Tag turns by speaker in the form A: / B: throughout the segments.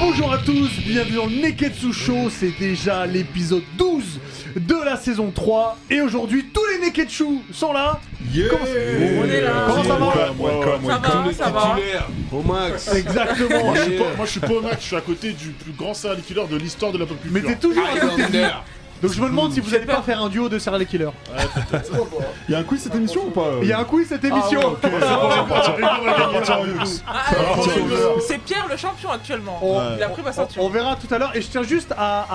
A: Bonjour à tous, bienvenue dans le Neketsu Show, c'est déjà l'épisode 12 de la saison 3 et aujourd'hui tous les Neketsu sont là.
B: Yeah
A: Comment-
B: On est là
A: Comment ça va
B: Welcome, welcome,
C: Ça
B: welcome.
C: va, ça va.
B: Au max
A: Exactement.
D: Je suis pas- moi je suis pas au match, je suis à côté du plus grand serial killer de l'histoire de la pop
A: Mais
D: culture.
A: t'es toujours à côté de lui.
B: Highlander.
A: Donc je me demande si vous allez pas faire un duo de serial killer.
B: Il y a un quiz cette émission ou pas euh Ah
A: Il y a un quiz cette émission.
D: On va partir- on va partir en plus.
C: Ah,
D: va,
C: c'est-
D: tiens, tiens.
C: C'est Pierre le champion actuellement.
A: On-
C: Il a pris ma
A: on, on
C: ceinture.
A: verra tout à l'heure et je tiens juste à,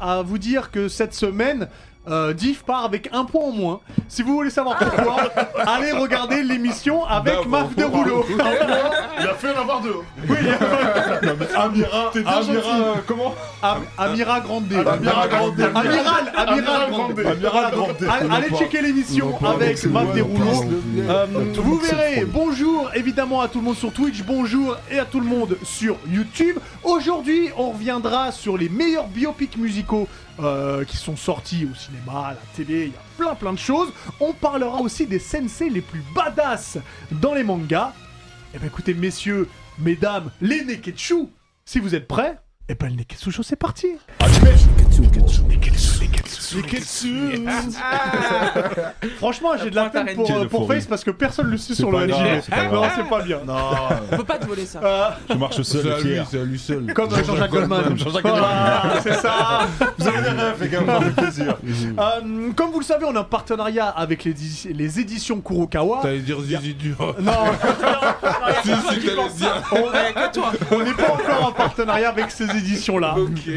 A: à- à vous dire que cette semaine. euh, Div part avec un point en moins. Si vous voulez savoir pourquoi, allez regarder l'émission avec
B: Bravo.
A: Maf de Rouleau.
D: Oh, Il a fait en avoir deux.
B: Amira,
D: T'es bien
B: Amira,
D: gentil.
B: euh, comment
A: Am- Amira Grande.
B: Amira Grande.
A: Amiral, Amiral
D: Amiral
A: Grande.
D: Grande.
A: Voilà, donc,
B: Grande.
A: allez- Allez
B: Pas-
A: checker l'émission avec Mav Desrouleaux. Euh, vous verrez, bonjour évidemment à tout le monde sur Twitch, bonjour et à tout le monde sur YouTube. Aujourd'hui, on reviendra sur les meilleurs biopics musicaux euh, qui sont sortis au cinéma, à la télé, il y a plein plein de choses. On parlera aussi des sensei les plus badass dans les mangas. Eh ben écoutez, messieurs, mesdames, les Neketsu, si vous êtes prêts, eh ben le Neketsu Show, c'est parti
D: Mais qu'est-ce que Ah. c'est
A: Franchement, j'ai de la
C: La pointe
A: peine pour,
B: araignée.
A: euh,
B: de
A: pour
B: fourmi.
A: Face parce que personne le suit sur
B: pas
A: le
B: grave,
A: LG.
B: c'est pas
A: Non,
B: grave.
A: c'est pas bien.
C: On peut pas te voler ça.
A: Euh,
B: Je marche seul et fier.
E: c'est à lui seul.
A: comme euh, Jean-Jacques Goldman.
B: Jean-Jacques Goldman.
A: Voilà, c'est ça.
B: Vous avez rien fait quand même, plaisir.
A: Euh, comme vous le savez, on a un partenariat avec les, édi- les éditions Kurokawa.
E: T'allais dire zizi dur.
A: Non,
E: Si, si, t'allais dire.
C: Ouais, que toi.
A: on n'est pas encore en partenariat avec ces éditions-là.
E: Ok.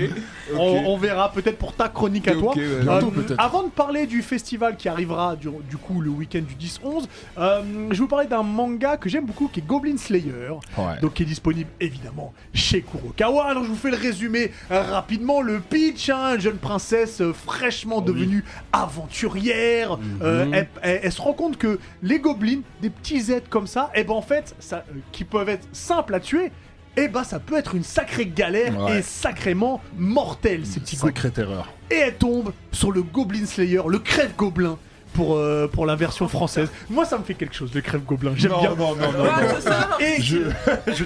A: On, on verra peut-être pour ta chronique à
E: Ok,
A: toi.
E: ouais.
A: Euh,
E: Bientôt, peut-être.
A: avant de parler du festival qui arrivera du, du coup le week-end du 10-11, euh, je vais vous parler d'un manga que j'aime beaucoup qui est Goblin Slayer.
B: Ouais.
A: Donc qui est disponible évidemment chez Kurokawa. Alors je vous fais le résumé euh, rapidement. Le pitch, hein, une jeune princesse euh, fraîchement devenue aventurière.
B: Mhm.
A: Euh, elle, elle- elle se rend compte que les gobelins, des petits êtres comme ça, et ben en fait, ça, euh, qui peuvent être simples à tuer. Et ben ça peut être une sacrée galère
B: Ouais.
A: et sacrément mortelle ces petits gobelins.
B: Sacrée terreur.
A: Et elle tombe sur le Goblin Slayer, le crève gobelin pour, euh, pour la version française. Moi ça me fait quelque chose le crève gobelin, j'aime
B: Non,
A: bien.
B: non, non, non.
C: Ouais, c'est
D: Ah
C: ça.
A: Et
B: Je.
A: et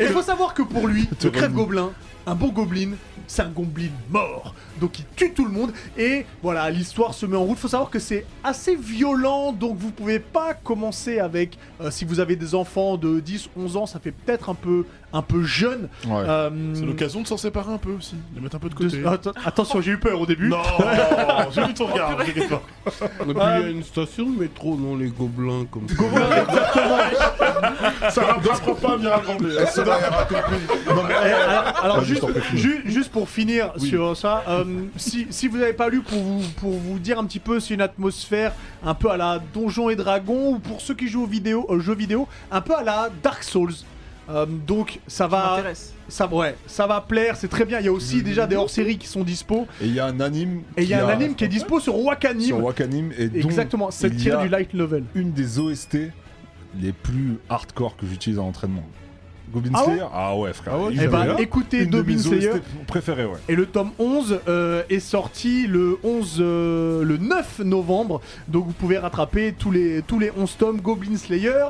A: il faut savoir que pour lui, le
B: te
A: crève
B: remue.
A: gobelin, un bon gobelin, c'est un gobelin mort. Donc il tue tout le monde et voilà, l'histoire se met en route. Il faut savoir que c'est assez violent, donc vous pouvez pas commencer avec euh, si vous avez des enfants de 10, 11 ans, ça fait peut-être un peu un peu jeune.
B: Ouais.
A: Euh,
D: C'est l'occasion de s'en séparer un peu aussi, de mettre un peu de côté.
A: de- Atten- attention, j'ai eu peur au début.
D: Non, j'ai vu ton
C: Oh,
D: regard, t'inquiète pas.
E: Et puis il y a une station de métro, non, les gobelins comme ça.
D: Ça rattrape pas Mira Grande.
E: hein.
B: Ça n'a rien compris. Non, mais-
A: Eh, alors, alors,
B: Ah,
A: juste,
B: juste en fait,
A: ju- juste pour finir sur ça, euh, si, si vous n'avez pas lu, pour vous, pour vous dire un petit peu, c'est une atmosphère un peu à la Donjon et Dragon, ou pour ceux qui jouent aux, vidéos, aux jeux vidéo, un peu à la Dark Souls. Euh, donc ça
C: Ça
A: va,
C: m'intéresse.
A: ça, ouais, ça va plaire, c'est très bien. Il y a aussi déjà des hors-séries qui sont dispo,
B: Et il y a un anime.
A: et il y a
B: qui
A: un anime qui est dispo sur Wakanim.
B: Sur Wakanim et dont
A: Exactement, c'est
B: il y
A: tiré
B: a
A: du light novel.
B: une des OST les plus hardcore que j'utilise en entraînement. Goblin
A: Ah ouais
B: Slayer Ah ouais, frère.
E: Ah ouais,
B: Il
A: Eh
B: y
A: bah,
B: avait là
A: écoutez,
B: une de
A: Dobin
B: mes
A: Slayer.
B: OST préférées, ouais.
A: Et le tome 11 euh, est sorti le 11 euh, le 9 novembre. Donc vous pouvez rattraper tous les tous les 11 tomes Goblin Slayer.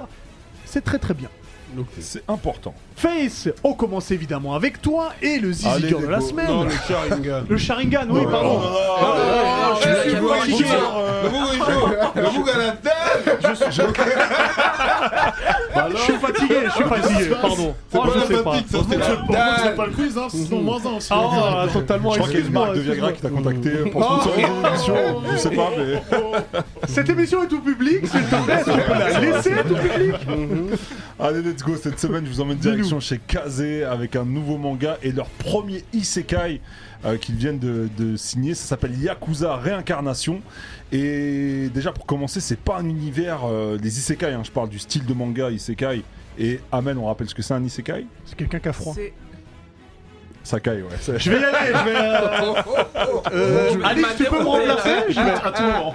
A: C'est très très bien.
B: C'est important.
A: Face, on commence évidemment avec toi et le zizi
B: Allez,
A: girl de
B: les
A: la
B: go-
A: semaine.
E: Non, le Sharingan.
A: Le Sharingan, oui,
E: Oh,
A: pardon.
E: Ah,
A: je
E: là,
A: suis
E: tu vois,
A: fatigué.
E: il joue. Le Boug, il joue. Le Boug à la tête.
A: je suis fatigué, je suis fatigué, pardon.
E: Ah, C'est
A: Oh,
E: pas
A: je
E: la
A: sais pas.
E: fatigue, ça, c'est
D: Je
E: la
D: pense que c'est
E: dalle.
D: pas le quiz, hein, sinon moins un aussi.
A: Ah, totalement,
B: Je crois qu'il y a une
A: excuse-moi,
B: marque de Viagra qui
A: excuse-moi. Ah.
B: t'a contacté pour sponsoriser une émission. Je sais pas, mais.
A: Cette émission est tout public, s'il te plaît, tu peux la laisser tout public.
B: Allez, let's go. Cette semaine, je vous emmène direction chez Kazé avec un nouveau manga et leur premier isekai euh, qu'ils viennent de, de signer. Ça s'appelle Yakuza Réincarnation. Et déjà, pour commencer, c'est pas un univers euh, des isekai. hein. Je parle du style de manga isekai. Et Amen, on rappelle ce que c'est un isekai
A: C'est quelqu'un qui a froid.
C: C'est-
B: Sakai, ouais. C'est-
A: Je vais y aller, je vais. euh, euh,
C: Je-
A: Alex,
C: il m'a
A: tu peux me
C: dérobé, là.
A: remplacer Je vais-
D: Oh,
A: Ah,
D: À tout moment.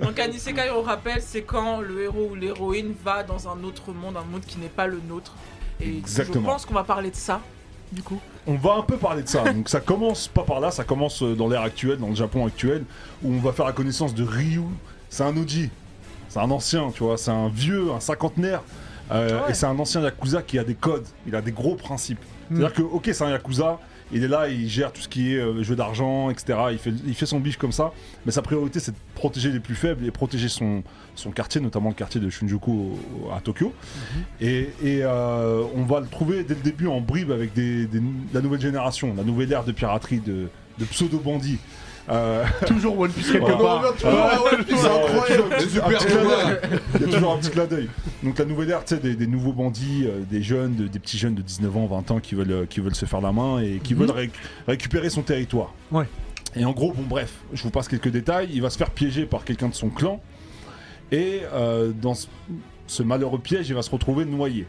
C: Donc un isekai, on rappelle, c'est quand le héros ou l'héroïne va dans un autre monde, un monde qui n'est pas le nôtre. Et
B: Exactement.
C: je pense qu'on va parler de ça, du coup.
B: On va un peu parler de ça. Donc ça commence pas par là, ça commence euh, dans l'ère actuelle, dans le Japon actuel, où on va faire la connaissance de Ryu. C'est un OG, c'est un ancien, tu vois, c'est un vieux, un cinquantenaire. Euh,
C: Ouais.
B: Et c'est un ancien Yakuza qui a des codes, il a des gros principes. C'est-à-dire que, ok, c'est un Yakuza, il est là, il gère tout ce qui est euh, jeu d'argent, etc. Il fait, il fait son bif comme ça, mais sa priorité c'est de protéger les plus faibles et protéger son, son quartier, notamment le quartier de Shinjuku au- au- à Tokyo. Et, et, euh, on va le trouver dès le début en bribe avec des, des- la nouvelle génération, la nouvelle ère de piraterie, de, de pseudo-bandits. Euh,
A: ah, Toujours One Piece quelque
B: Voilà.
A: part.
B: Ah ouais,
E: c'est incroyable,
B: Il y a toujours un
E: super
B: petit clin d'œil. Il y a toujours un petit clin d'œil. Donc la nouvelle ère, tu sais, des, des nouveaux bandits, euh, des jeunes, de- des petits jeunes de 19 ans, 20 ans qui veulent, euh, qui veulent se faire la main et
E: Mhm.
B: qui veulent réc- récupérer son territoire.
A: Ouais.
B: Et en gros, bon bref, je vous passe quelques détails. Il va se faire piéger par quelqu'un de son clan et euh, dans ce, ce malheureux piège, il va se retrouver noyé.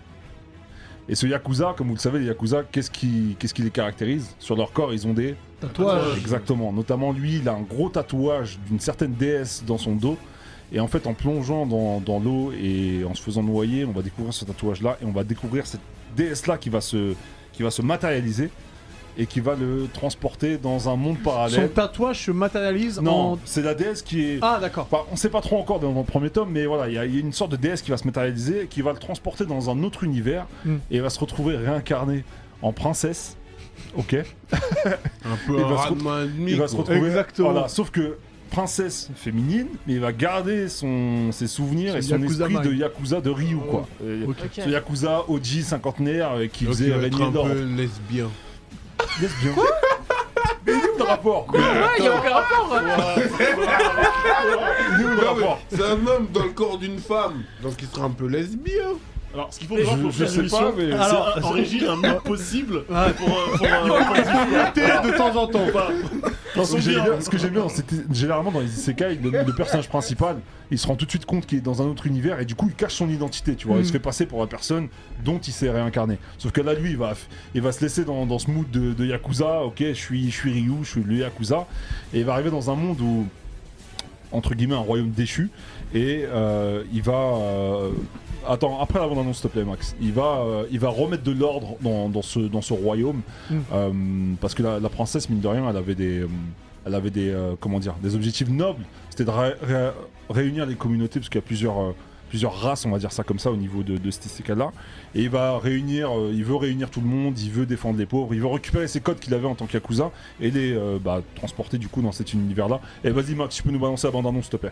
B: Et ce yakuza, comme vous le savez, les yakuza, qu'est-ce qui, qu'est-ce qui les caractérise Sur leur corps, ils ont des
A: Tatouage.
B: Exactement. Notamment lui, il a un gros tatouage d'une certaine déesse dans son dos. Et en fait, en plongeant dans, dans l'eau et en se faisant noyer, on va découvrir ce tatouage-là et on va découvrir cette déesse-là qui va se qui va se matérialiser et qui va le transporter dans un monde
A: Son
B: parallèle.
A: tatouage se matérialise
B: Non,
A: en.
B: c'est la déesse qui est.
A: Ah, d'accord.
B: Enfin, on sait pas trop encore dans le premier tome, mais voilà, il y a- il y, a une sorte de déesse qui va se matérialiser, et qui va le transporter dans un autre univers
A: Mm.
B: et va se retrouver réincarné en princesse. Ok.
E: Un peu
B: Il
E: un
B: va se
E: rat de main et demi,
B: Il va se
E: quoi.
B: retrouver.
A: Exactement.
B: Voilà, sauf que princesse féminine, mais il va garder son, ses souvenirs
A: Son
B: et son
A: Yakuza
B: esprit
A: mind.
B: de Yakuza de Ryu, quoi. Euh,
A: Ok.
C: Ok.
B: Ce Yakuza Oji cinquantenaire euh, qui
E: Donc,
B: faisait
E: il va être
B: régner
E: un
B: d'or.
E: peu lesbien.
B: Lesbien. Mais il est où le rapport
C: Ouais, il y a aucun rapport. hein.
B: Il est où le
E: Non, mais
B: rapport
E: C'est un homme dans le corps d'une femme, donc il sera un peu lesbien.
D: Alors, ce qu'il faut voir pour
B: Je
D: faire
B: sais pas,
D: l'émission,
B: mais.
D: c'est
A: Alors,
D: un- en régie un mieux possible pour
A: Ouais.
D: euh, pour euh,
A: Écoutez de temps en temps.
D: pour-
B: Non, ce que
D: Ils sont
B: j'aime
D: bien.
B: bien, ce que j'aime bien, c'est que généralement dans les isekai, le, le personnage principal, il se rend tout de suite compte qu'il est dans un autre univers et du coup il cache son identité, tu vois. Il se fait passer pour la personne dont il s'est réincarné. Sauf que là, lui, il va, il va se laisser dans, dans ce mood de, de Yakuza, ok, je suis, je suis Ryu, je suis le Yakuza, et il va arriver dans un monde où, entre guillemets, un royaume déchu, et euh, il va. euh, Attends, après la bande-annonce, s'il te plaît, Max. Il va, euh, il va remettre de l'ordre dans, dans ce, dans ce royaume.
A: Mm.
B: euh, parce que la, la princesse, mine de rien, elle avait des. euh, elle avait des, euh, comment dire, des objectifs nobles. C'était de ré- ré- réunir les communautés, parce qu'il y a plusieurs, euh, plusieurs races, on va dire ça comme ça, au niveau de, de cet isekai-là. Et il va réunir, euh, il veut réunir tout le monde, il veut défendre les pauvres, il veut récupérer ses codes qu'il avait en tant qu'Yakuza et les euh, bah, transporter du coup dans cet univers-là. Et vas-y, Max, tu peux nous balancer la bande-annonce, s'il te plaît.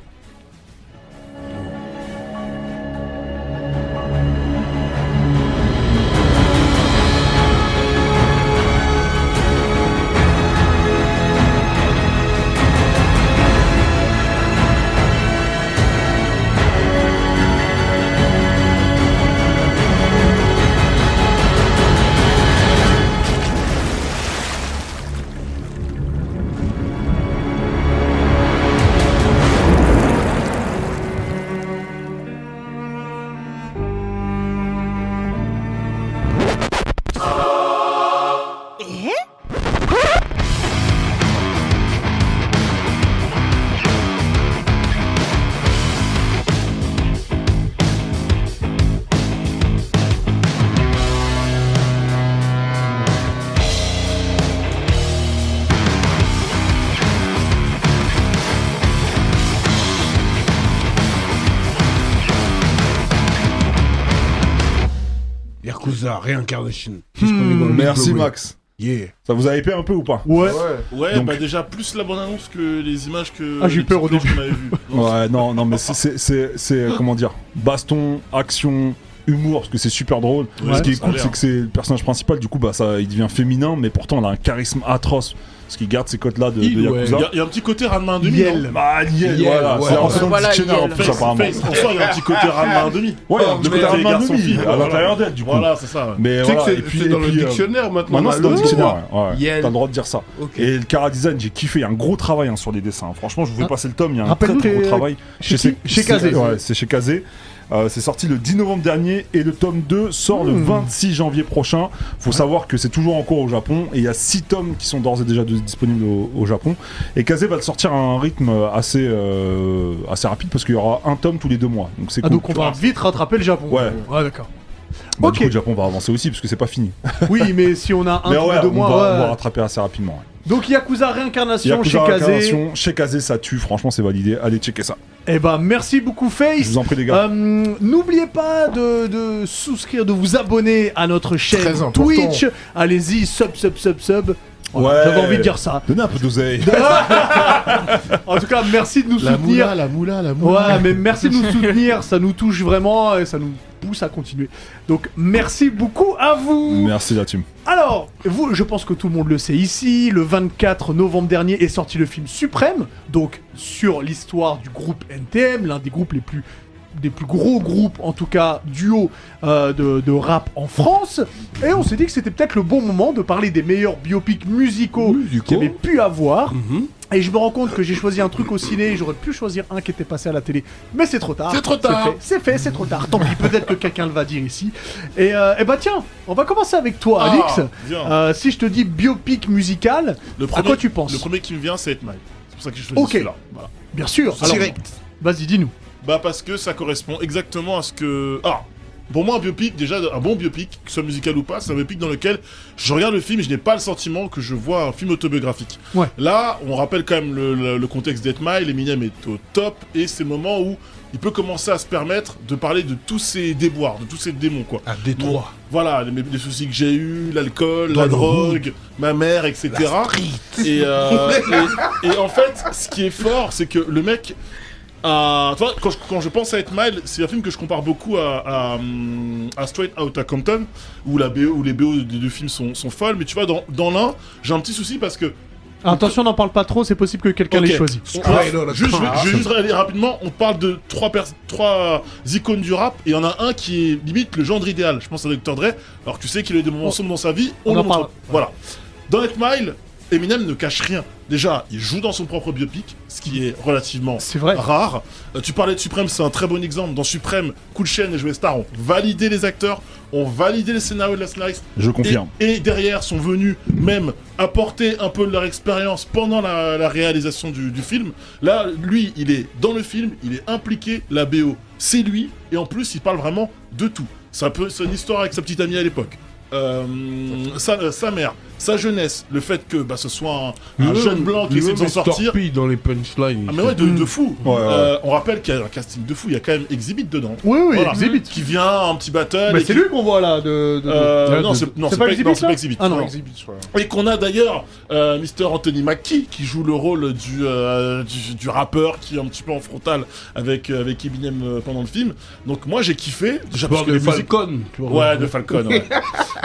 E: Yakuza, réincarnation.
B: Merci, Max.
E: Yeah.
B: Ça vous a hypé un peu ou pas
A: Hmm. Ouais.
D: Ouais,
B: Donc-
D: bah déjà plus la bande annonce que les images que.
A: Ah, j'ai eu
D: les
A: peur au
D: petites
A: début.
D: planches qu'on avait vues. Donc,
B: Ouais, non, non, mais c'est- c'est, c'est- c'est, comment dire, baston, action, humour, parce que c'est super drôle.
D: Ouais,
B: ce qui est
D: ça a
B: cool,
D: l'air.
B: c'est que c'est le personnage principal, du coup, bah, ça, il devient féminin, mais pourtant, il a un charisme atroce, parce qu'il garde ses codes-là de, de
E: Il, ouais.
B: Yakuza.
D: Il y a- il y, a un petit côté Ranma 1,5.
A: Yel.
B: Bah, Niel,
E: Niel,
B: voilà,
E: ouais.
B: c'est rentré
E: Ouais,
B: dans
C: voilà,
B: le dictionnaire en
C: Niel.
B: plus,
D: Face,
B: apparemment.
D: face. En soi, il y a un petit côté Ranma 1,5.
B: Ouais, il y a un petit
E: mais
B: côté
E: t'as
B: Ranma
D: garçon,
B: demi,
D: fille,
B: à
D: voilà.
B: l'intérieur d'elle, du coup.
D: Voilà, c'est ça. ouais.
B: Mais
E: Tu sais que
B: voilà,
E: c'est-
B: et puis,
E: c'est
B: et
E: dans le
B: puis, euh,
E: dictionnaire maintenant.
B: Maintenant,
E: là,
B: c'est dans le
E: Bah le
B: dictionnaire. ouais, ouais.
E: Yel.
B: T'as le droit de dire ça.
E: Ok.
B: Et le chara design, j'ai kiffé. Il y a un gros travail hein, sur les dessins. Franchement, je vous fais
A: Ah.
B: passer le tome. Il y a un très,
A: Rappelle-nous
B: très gros
A: t'es-
B: travail.
A: chez qui Chez Kazé.
B: Ouais, c'est chez Kazé. Euh, c'est sorti le 10 novembre dernier et le tome 2 sort le
A: Hmm.
B: 26 janvier prochain. Faut savoir que c'est toujours en cours au Japon et il y a 6 tomes qui sont d'ores et déjà de- disponibles au, au Japon. Et Kazé va le sortir à un rythme assez, euh, assez rapide parce qu'il y aura un tome tous les deux mois. Donc c'est
A: Ah,
B: cool,
A: donc on
B: tu vois.
A: va vite rattraper le Japon.
B: Ouais.
A: Ouais, d'accord.
B: Bah,
A: Ok.
B: Du coup, le Japon va avancer aussi, parce que c'est pas fini.
A: Oui, mais si on a un
B: Mais
A: ou
B: ouais,
A: deux
B: on,
A: mois.
B: va, on
A: ouais.
B: va rattraper assez rapidement. ouais.
A: Donc Yakuza Réincarnation
B: Yakuza
A: chez Kazé.
B: Incarnation, Chez Kazé, ça tue, franchement, c'est validé. Allez, checker ça.
A: Eh ben, merci beaucoup,
B: Je
A: Face.
B: vous en prie, les gars.
A: Euh, N'oubliez pas de, de souscrire, de vous abonner à notre chaîne
D: Très important.
A: Twitch. Allez-y, sub, sub, sub, sub.
B: Ouais.
A: Voilà, J'avais envie de dire ça.
B: Donnez un peu d'oseille.
A: En tout cas, merci de nous
D: La
A: soutenir.
D: moula, la moula, la moula.
A: Ouais, mais merci de nous soutenir. Ça nous touche vraiment et ça nous pousse à continuer. Donc, merci beaucoup à vous.
B: Merci, la team.
A: Alors, vous, je pense que tout le monde le sait ici, le 24 novembre dernier est sorti le film Suprême, donc sur l'histoire du groupe NTM, l'un des groupes les plus des plus gros groupes, en tout cas duo euh, de, de rap en France. Et on s'est dit que c'était peut-être le bon moment de parler des meilleurs biopics musicaux,
E: Musicaux.
A: qu'il y avait pu avoir.
E: Mhm.
A: Et je me rends compte que j'ai choisi un truc au ciné, j'aurais pu choisir un qui était passé à la télé, mais c'est trop tard.
D: C'est trop tard.
A: fait, C'est fait, c'est trop tard. Tant pis, peut-être que quelqu'un le va dire ici. Et, euh, eh bah tiens, on va commencer avec toi,
D: Ah,
A: Alix.
D: bien.
A: Euh, si je te dis biopic musical,
D: Le
A: à quoi tu penses
D: Le premier qui me vient, c'est Hitman. C'est pour ça que je choisis
A: Ok.
D: celui-là. Voilà.
A: bien sûr. Alors, Vas-y, dis-nous.
D: Bah parce que ça correspond exactement à ce que... Ah Pour moi, un biopic, déjà, un bon biopic, que ce soit musical ou pas, c'est un biopic dans lequel je regarde le film et je n'ai pas le sentiment que je vois un film autobiographique.
A: Ouais.
D: Là, on rappelle quand même le, le- le contexte d'Etmile, Eminem est au top, et c'est le moment où il peut commencer à se permettre de parler de tous ses déboires, de tous ses démons, quoi.
E: À
D: Bon,
E: Détroit.
D: Voilà, les, les soucis que j'ai eus, l'alcool,
E: Dans
D: la
E: le
D: drogue, ma mère, etc. et, euh, et- et en fait, ce qui est fort, c'est que le mec. a- tu vois, quand, je, quand je pense à être mal, c'est un film que je compare beaucoup à, à, hum, à Straight Outta Compton, où, la BO, où les BO des deux films sont, sont folles. Mais tu vois, dans, dans l'un, j'ai un petit souci parce que
A: Attention, n'en parle pas trop, c'est possible que quelqu'un
D: Ok.
A: l'ait choisi.
D: on-
E: Straight
D: on-
E: Outta
D: juste, je, vais,
E: Compton.
D: je vais juste aller rapidement. On parle de trois, pers- trois euh, icônes du rap et il y en a un qui est limite le genre idéal. Je pense à Dr. Dre. Alors que tu sais qu'il a eu des moments
A: On-
D: sombres dans sa vie.
A: on
D: On, le
A: en
D: montre.
A: parle.
D: Voilà. Dans Net Mile, Eminem ne cache rien. Déjà, il joue dans son propre biopic, ce qui est relativement
A: C'est vrai.
D: rare. Euh, tu parlais de Suprême, c'est un très bon exemple. Dans Suprême, Cool Chain et Joey Star ont validé les acteurs, ont validé les scénarios de la scénariste,
B: Je confirme.
D: et, et derrière sont venus même apporter un peu de leur expérience pendant la, la réalisation du, du film. Là, lui, il est dans le film, il est impliqué, la BO, c'est lui, et en plus, il parle vraiment de tout. Ça peut, c'est une histoire avec sa petite amie à l'époque. Euh, sa, euh, sa mère, sa jeunesse, le fait que bah, ce soit un, un
E: Le-
D: jeune blanc qui
E: le
D: essaie de s'en
E: mec
D: sortir,
E: torpille dans les punchlines.
D: ah mais ouais, de, de fou.
B: Ouais, ouais.
D: Euh, on rappelle qu'il y a un casting de fou. Il y a quand même Exhibit dedans.
A: Oui, oui,
D: Voilà.
A: Exhibit.
D: Qui vient un petit battle.
A: Bah,
D: et
A: c'est
D: qui-
A: lui qu'on voit là. De, de-
D: Euh,
E: de-
D: non,
E: de-
D: c'est non,
A: C'est
D: c'est
A: pas
D: pas,
A: Exhibit,
D: non, c'est
A: là
D: pas Exhibit.
A: Ah non,
D: non. Et qu'on a d'ailleurs euh, Mister Anthony Mackie qui joue le rôle du, euh, du, du rappeur qui est un petit peu en frontal avec, euh, avec Eminem euh, pendant le film. Donc moi j'ai kiffé.
E: Je
D: Déjà parce
E: parle
D: que
E: de
D: les musiques.
E: Falcon. tu vois.
D: Ouais, de Falcon. ouais.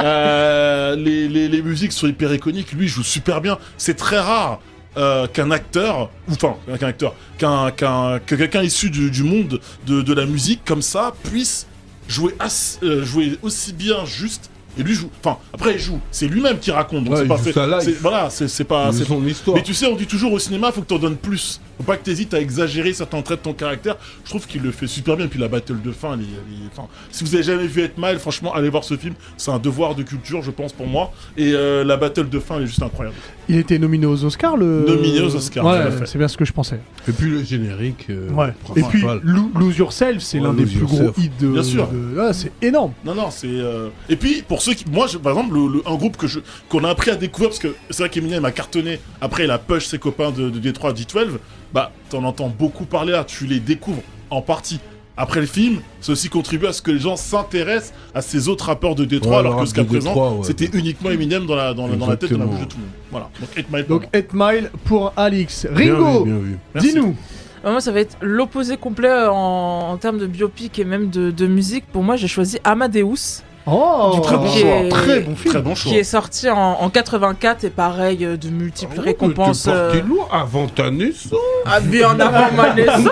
D: Euh, les, les- les musiques sont hyper iconiques. Lui il joue super bien. C'est très rare euh, qu'un acteur, ou enfin euh, qu'un acteur, qu'un qu'un- que quelqu'un issu du, du monde de, de la musique comme ça puisse jouer, ass- euh, jouer aussi bien juste. Et lui joue. Enfin, après il joue. C'est lui-même qui raconte. Donc
E: Ouais,
D: c'est
E: il
D: pas
E: joue
D: fait.
E: sa life.
D: c'est- Voilà, c'est c'est pas.
E: C'est
D: c'est-
E: son histoire.
D: mais tu sais, on dit toujours au cinéma, faut que t'en donnes plus. Faut pas que t'hésites à exagérer certains traits de ton caractère. Je trouve qu'il le fait super bien. Puis la battle de fin, elle est- elle est- enfin, si vous avez jamais vu être mal, franchement, allez voir ce film. C'est un devoir de culture, je pense, pour moi. Et euh, la battle de fin, elle est juste incroyable.
A: Il était nominé aux Oscars, le.
D: Nominé aux Oscars, tout à
A: Ouais,
D: fait.
A: c'est bien ce que je pensais.
E: Et puis le générique. euh,
A: Ouais. Et puis,
E: principal.
A: Lo- Lose Yourself, c'est
E: Ouais,
A: l'un des
E: Lose
A: plus gros
E: Yourself.
A: hits de.
D: Bien sûr.
A: de- Ah, c'est énorme.
D: Non, non, c'est. euh, Et puis, pour ceux qui. Moi, je- par exemple, le, le- un groupe que je... qu'on a appris à découvrir, parce que c'est vrai qu'Eminem a cartonné après il a push ses copains de, de Détroit D12, bah, t'en entends beaucoup parler là, tu les découvres en partie. Après le film, ceci contribue à ce que les gens s'intéressent à ces autres rappeurs de Détroit,
E: Ouais, le
D: alors que
E: rap
D: jusqu'à
E: de
D: présent,
E: Détroit, ouais.
D: c'était uniquement Eminem dans la, dans, la, dans la tête de la
E: Exactement.
D: bouche de tout le monde. Voilà. Donc, 8 Mile.
A: Donc, 8 Mile pour Alix.
E: Bien
A: Ringo,
E: vu, bien vu.
D: Merci.
A: dis-nous.
C: Bah, moi, ça va être l'opposé complet euh, en, en termes de biopic et même de, de musique. Pour moi, j'ai choisi Amadeus,
A: Oh,
C: Du coup, qui est-
A: très bon film.
D: très bon choix.
C: qui est sorti en, en 84 et pareil, euh, de multiples récompenses.
E: Ah, Tu
C: euh,
E: portais lourd avant ta naissance.
C: Ah, bien en avant ma naissance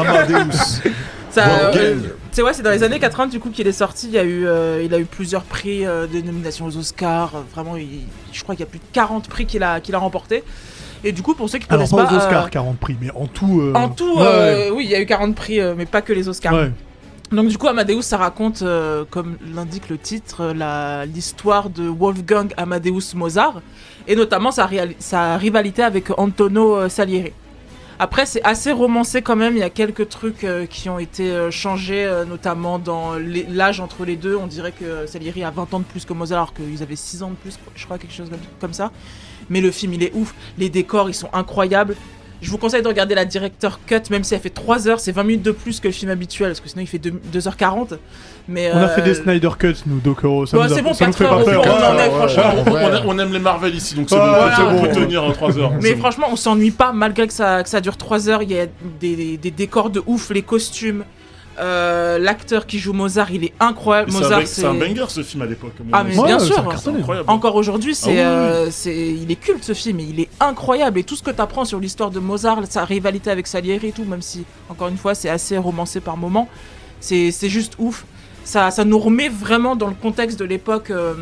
B: Amadeus.
C: Ça,
B: Vogel.
C: euh, C'est ouais, c'est dans les années 80 du coup qu'il est sorti. Il, y a eu, euh, il a eu plusieurs prix euh, de nomination aux Oscars. Euh, Vraiment, il- je crois qu'il y a plus de 40 prix qu'il a, qu'il a remporté. Et du coup, pour ceux qui
A: Alors,
C: connaissent
A: pas
C: pas,
A: aux Oscars,
C: euh,
A: 40 prix, mais en tout. euh,
C: en tout,
A: ouais,
C: euh, oui, il y a eu 40 prix, euh, mais pas que les Oscars.
A: ouais.
C: Donc du coup, Amadeus, ça raconte, euh, comme l'indique le titre, euh, la- l'histoire de Wolfgang Amadeus Mozart, et notamment sa, réali- sa rivalité avec Antonio euh, Salieri. Après, c'est assez romancé quand même. Il y a quelques trucs euh, qui ont été euh, changés, euh, notamment dans les- l'âge entre les deux. On dirait que Salieri a 20 ans de plus que Mozart, alors qu'ils avaient 6 ans de plus, je crois, quelque chose comme, comme ça. Mais le film, il est ouf. Les décors, ils sont incroyables. Je vous conseille de regarder la director cut, même si elle fait 3 heures, c'est 20 minutes de plus que le film habituel, parce que sinon il fait 2, 2h40. Mais,
A: On a fait
C: euh,
A: des Snyder Cuts, nous, donc oh, ça,
C: Ouais,
A: nous, a-
C: c'est bon,
A: ça nous fait
C: quatre
A: pas
C: heures,
A: peur.
C: c'est bon.
A: Ouais.
C: en est, franchement.
D: on, on a- on aime les Marvel ici, donc c'est
A: Ouais,
D: bon,
A: voilà.
D: c'est bon, on peut tenir en 3 heures.
C: Mais
D: c'est bon.
C: franchement, on s'ennuie pas malgré que ça, que ça dure 3 heures. Il y a des, des- des décors de ouf, les costumes. Euh, L'acteur qui joue Mozart, il est incroyable.
D: Mais c'est un
C: Mozart,
D: bang- c'est un banger ce film à l'époque. à mon
C: Ah,
D: avis.
C: mais bien
A: Ouais, ça a
C: sûr.
A: cartonné.
D: Incroyable.
C: Encore aujourd'hui, c'est,
D: Ah oui, oui,
C: euh, c'est- il est culte ce film, et il est incroyable. Et tout ce que tu apprends sur l'histoire de Mozart, sa rivalité avec Salieri et tout, même si, encore une fois, c'est assez romancé par moments, c'est c'est juste ouf. Ça, ça nous remet vraiment dans le contexte de l'époque euh,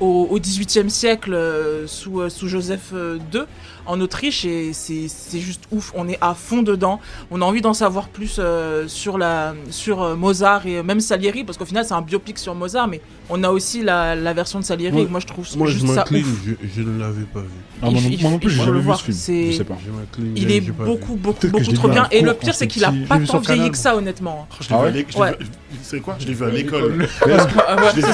C: au, au 18e siècle euh, sous, euh, sous Joseph euh, II en Autriche et c'est c'est juste ouf. On est à fond dedans. On a envie d'en savoir plus euh, sur, la, sur euh, Mozart et même Salieri parce qu'au final c'est un biopic sur Mozart mais on a aussi la, la version de Salieri.
E: Moi-
C: moi je trouve
E: Moi, je
C: juste ça
E: m'incline,
C: ouf.
E: je, je ne l'avais pas vu.
B: Ah, moi, non-
C: Il-
B: moi non plus,
C: il
B: j'ai
C: faut le
B: jamais vu
C: voir,
B: ce film.
C: c'est-
B: Je sais pas.
E: Je m'incline.
C: Il
E: j'ai-
C: est
E: j'ai pas vu.
C: beaucoup beaucoup
B: Peut-être que
C: beaucoup
B: je l'ai
C: trop
B: vu
C: bien
B: en
C: et le
B: cours,
C: pire c'est
B: quand
C: qu'il a
B: j'étais petit.
C: pas
A: J'ai vu
C: tant
A: sur
C: vieilli
A: Canal,
C: que ça honnêtement.
D: Je l'ai vu à
B: Ouais. Ah,
D: l'é- je l'ai vu- je- C'est quoi Je l'ai vu à
E: À
D: l'école.
E: l'école.
D: Je l'ai vu à
A: Parce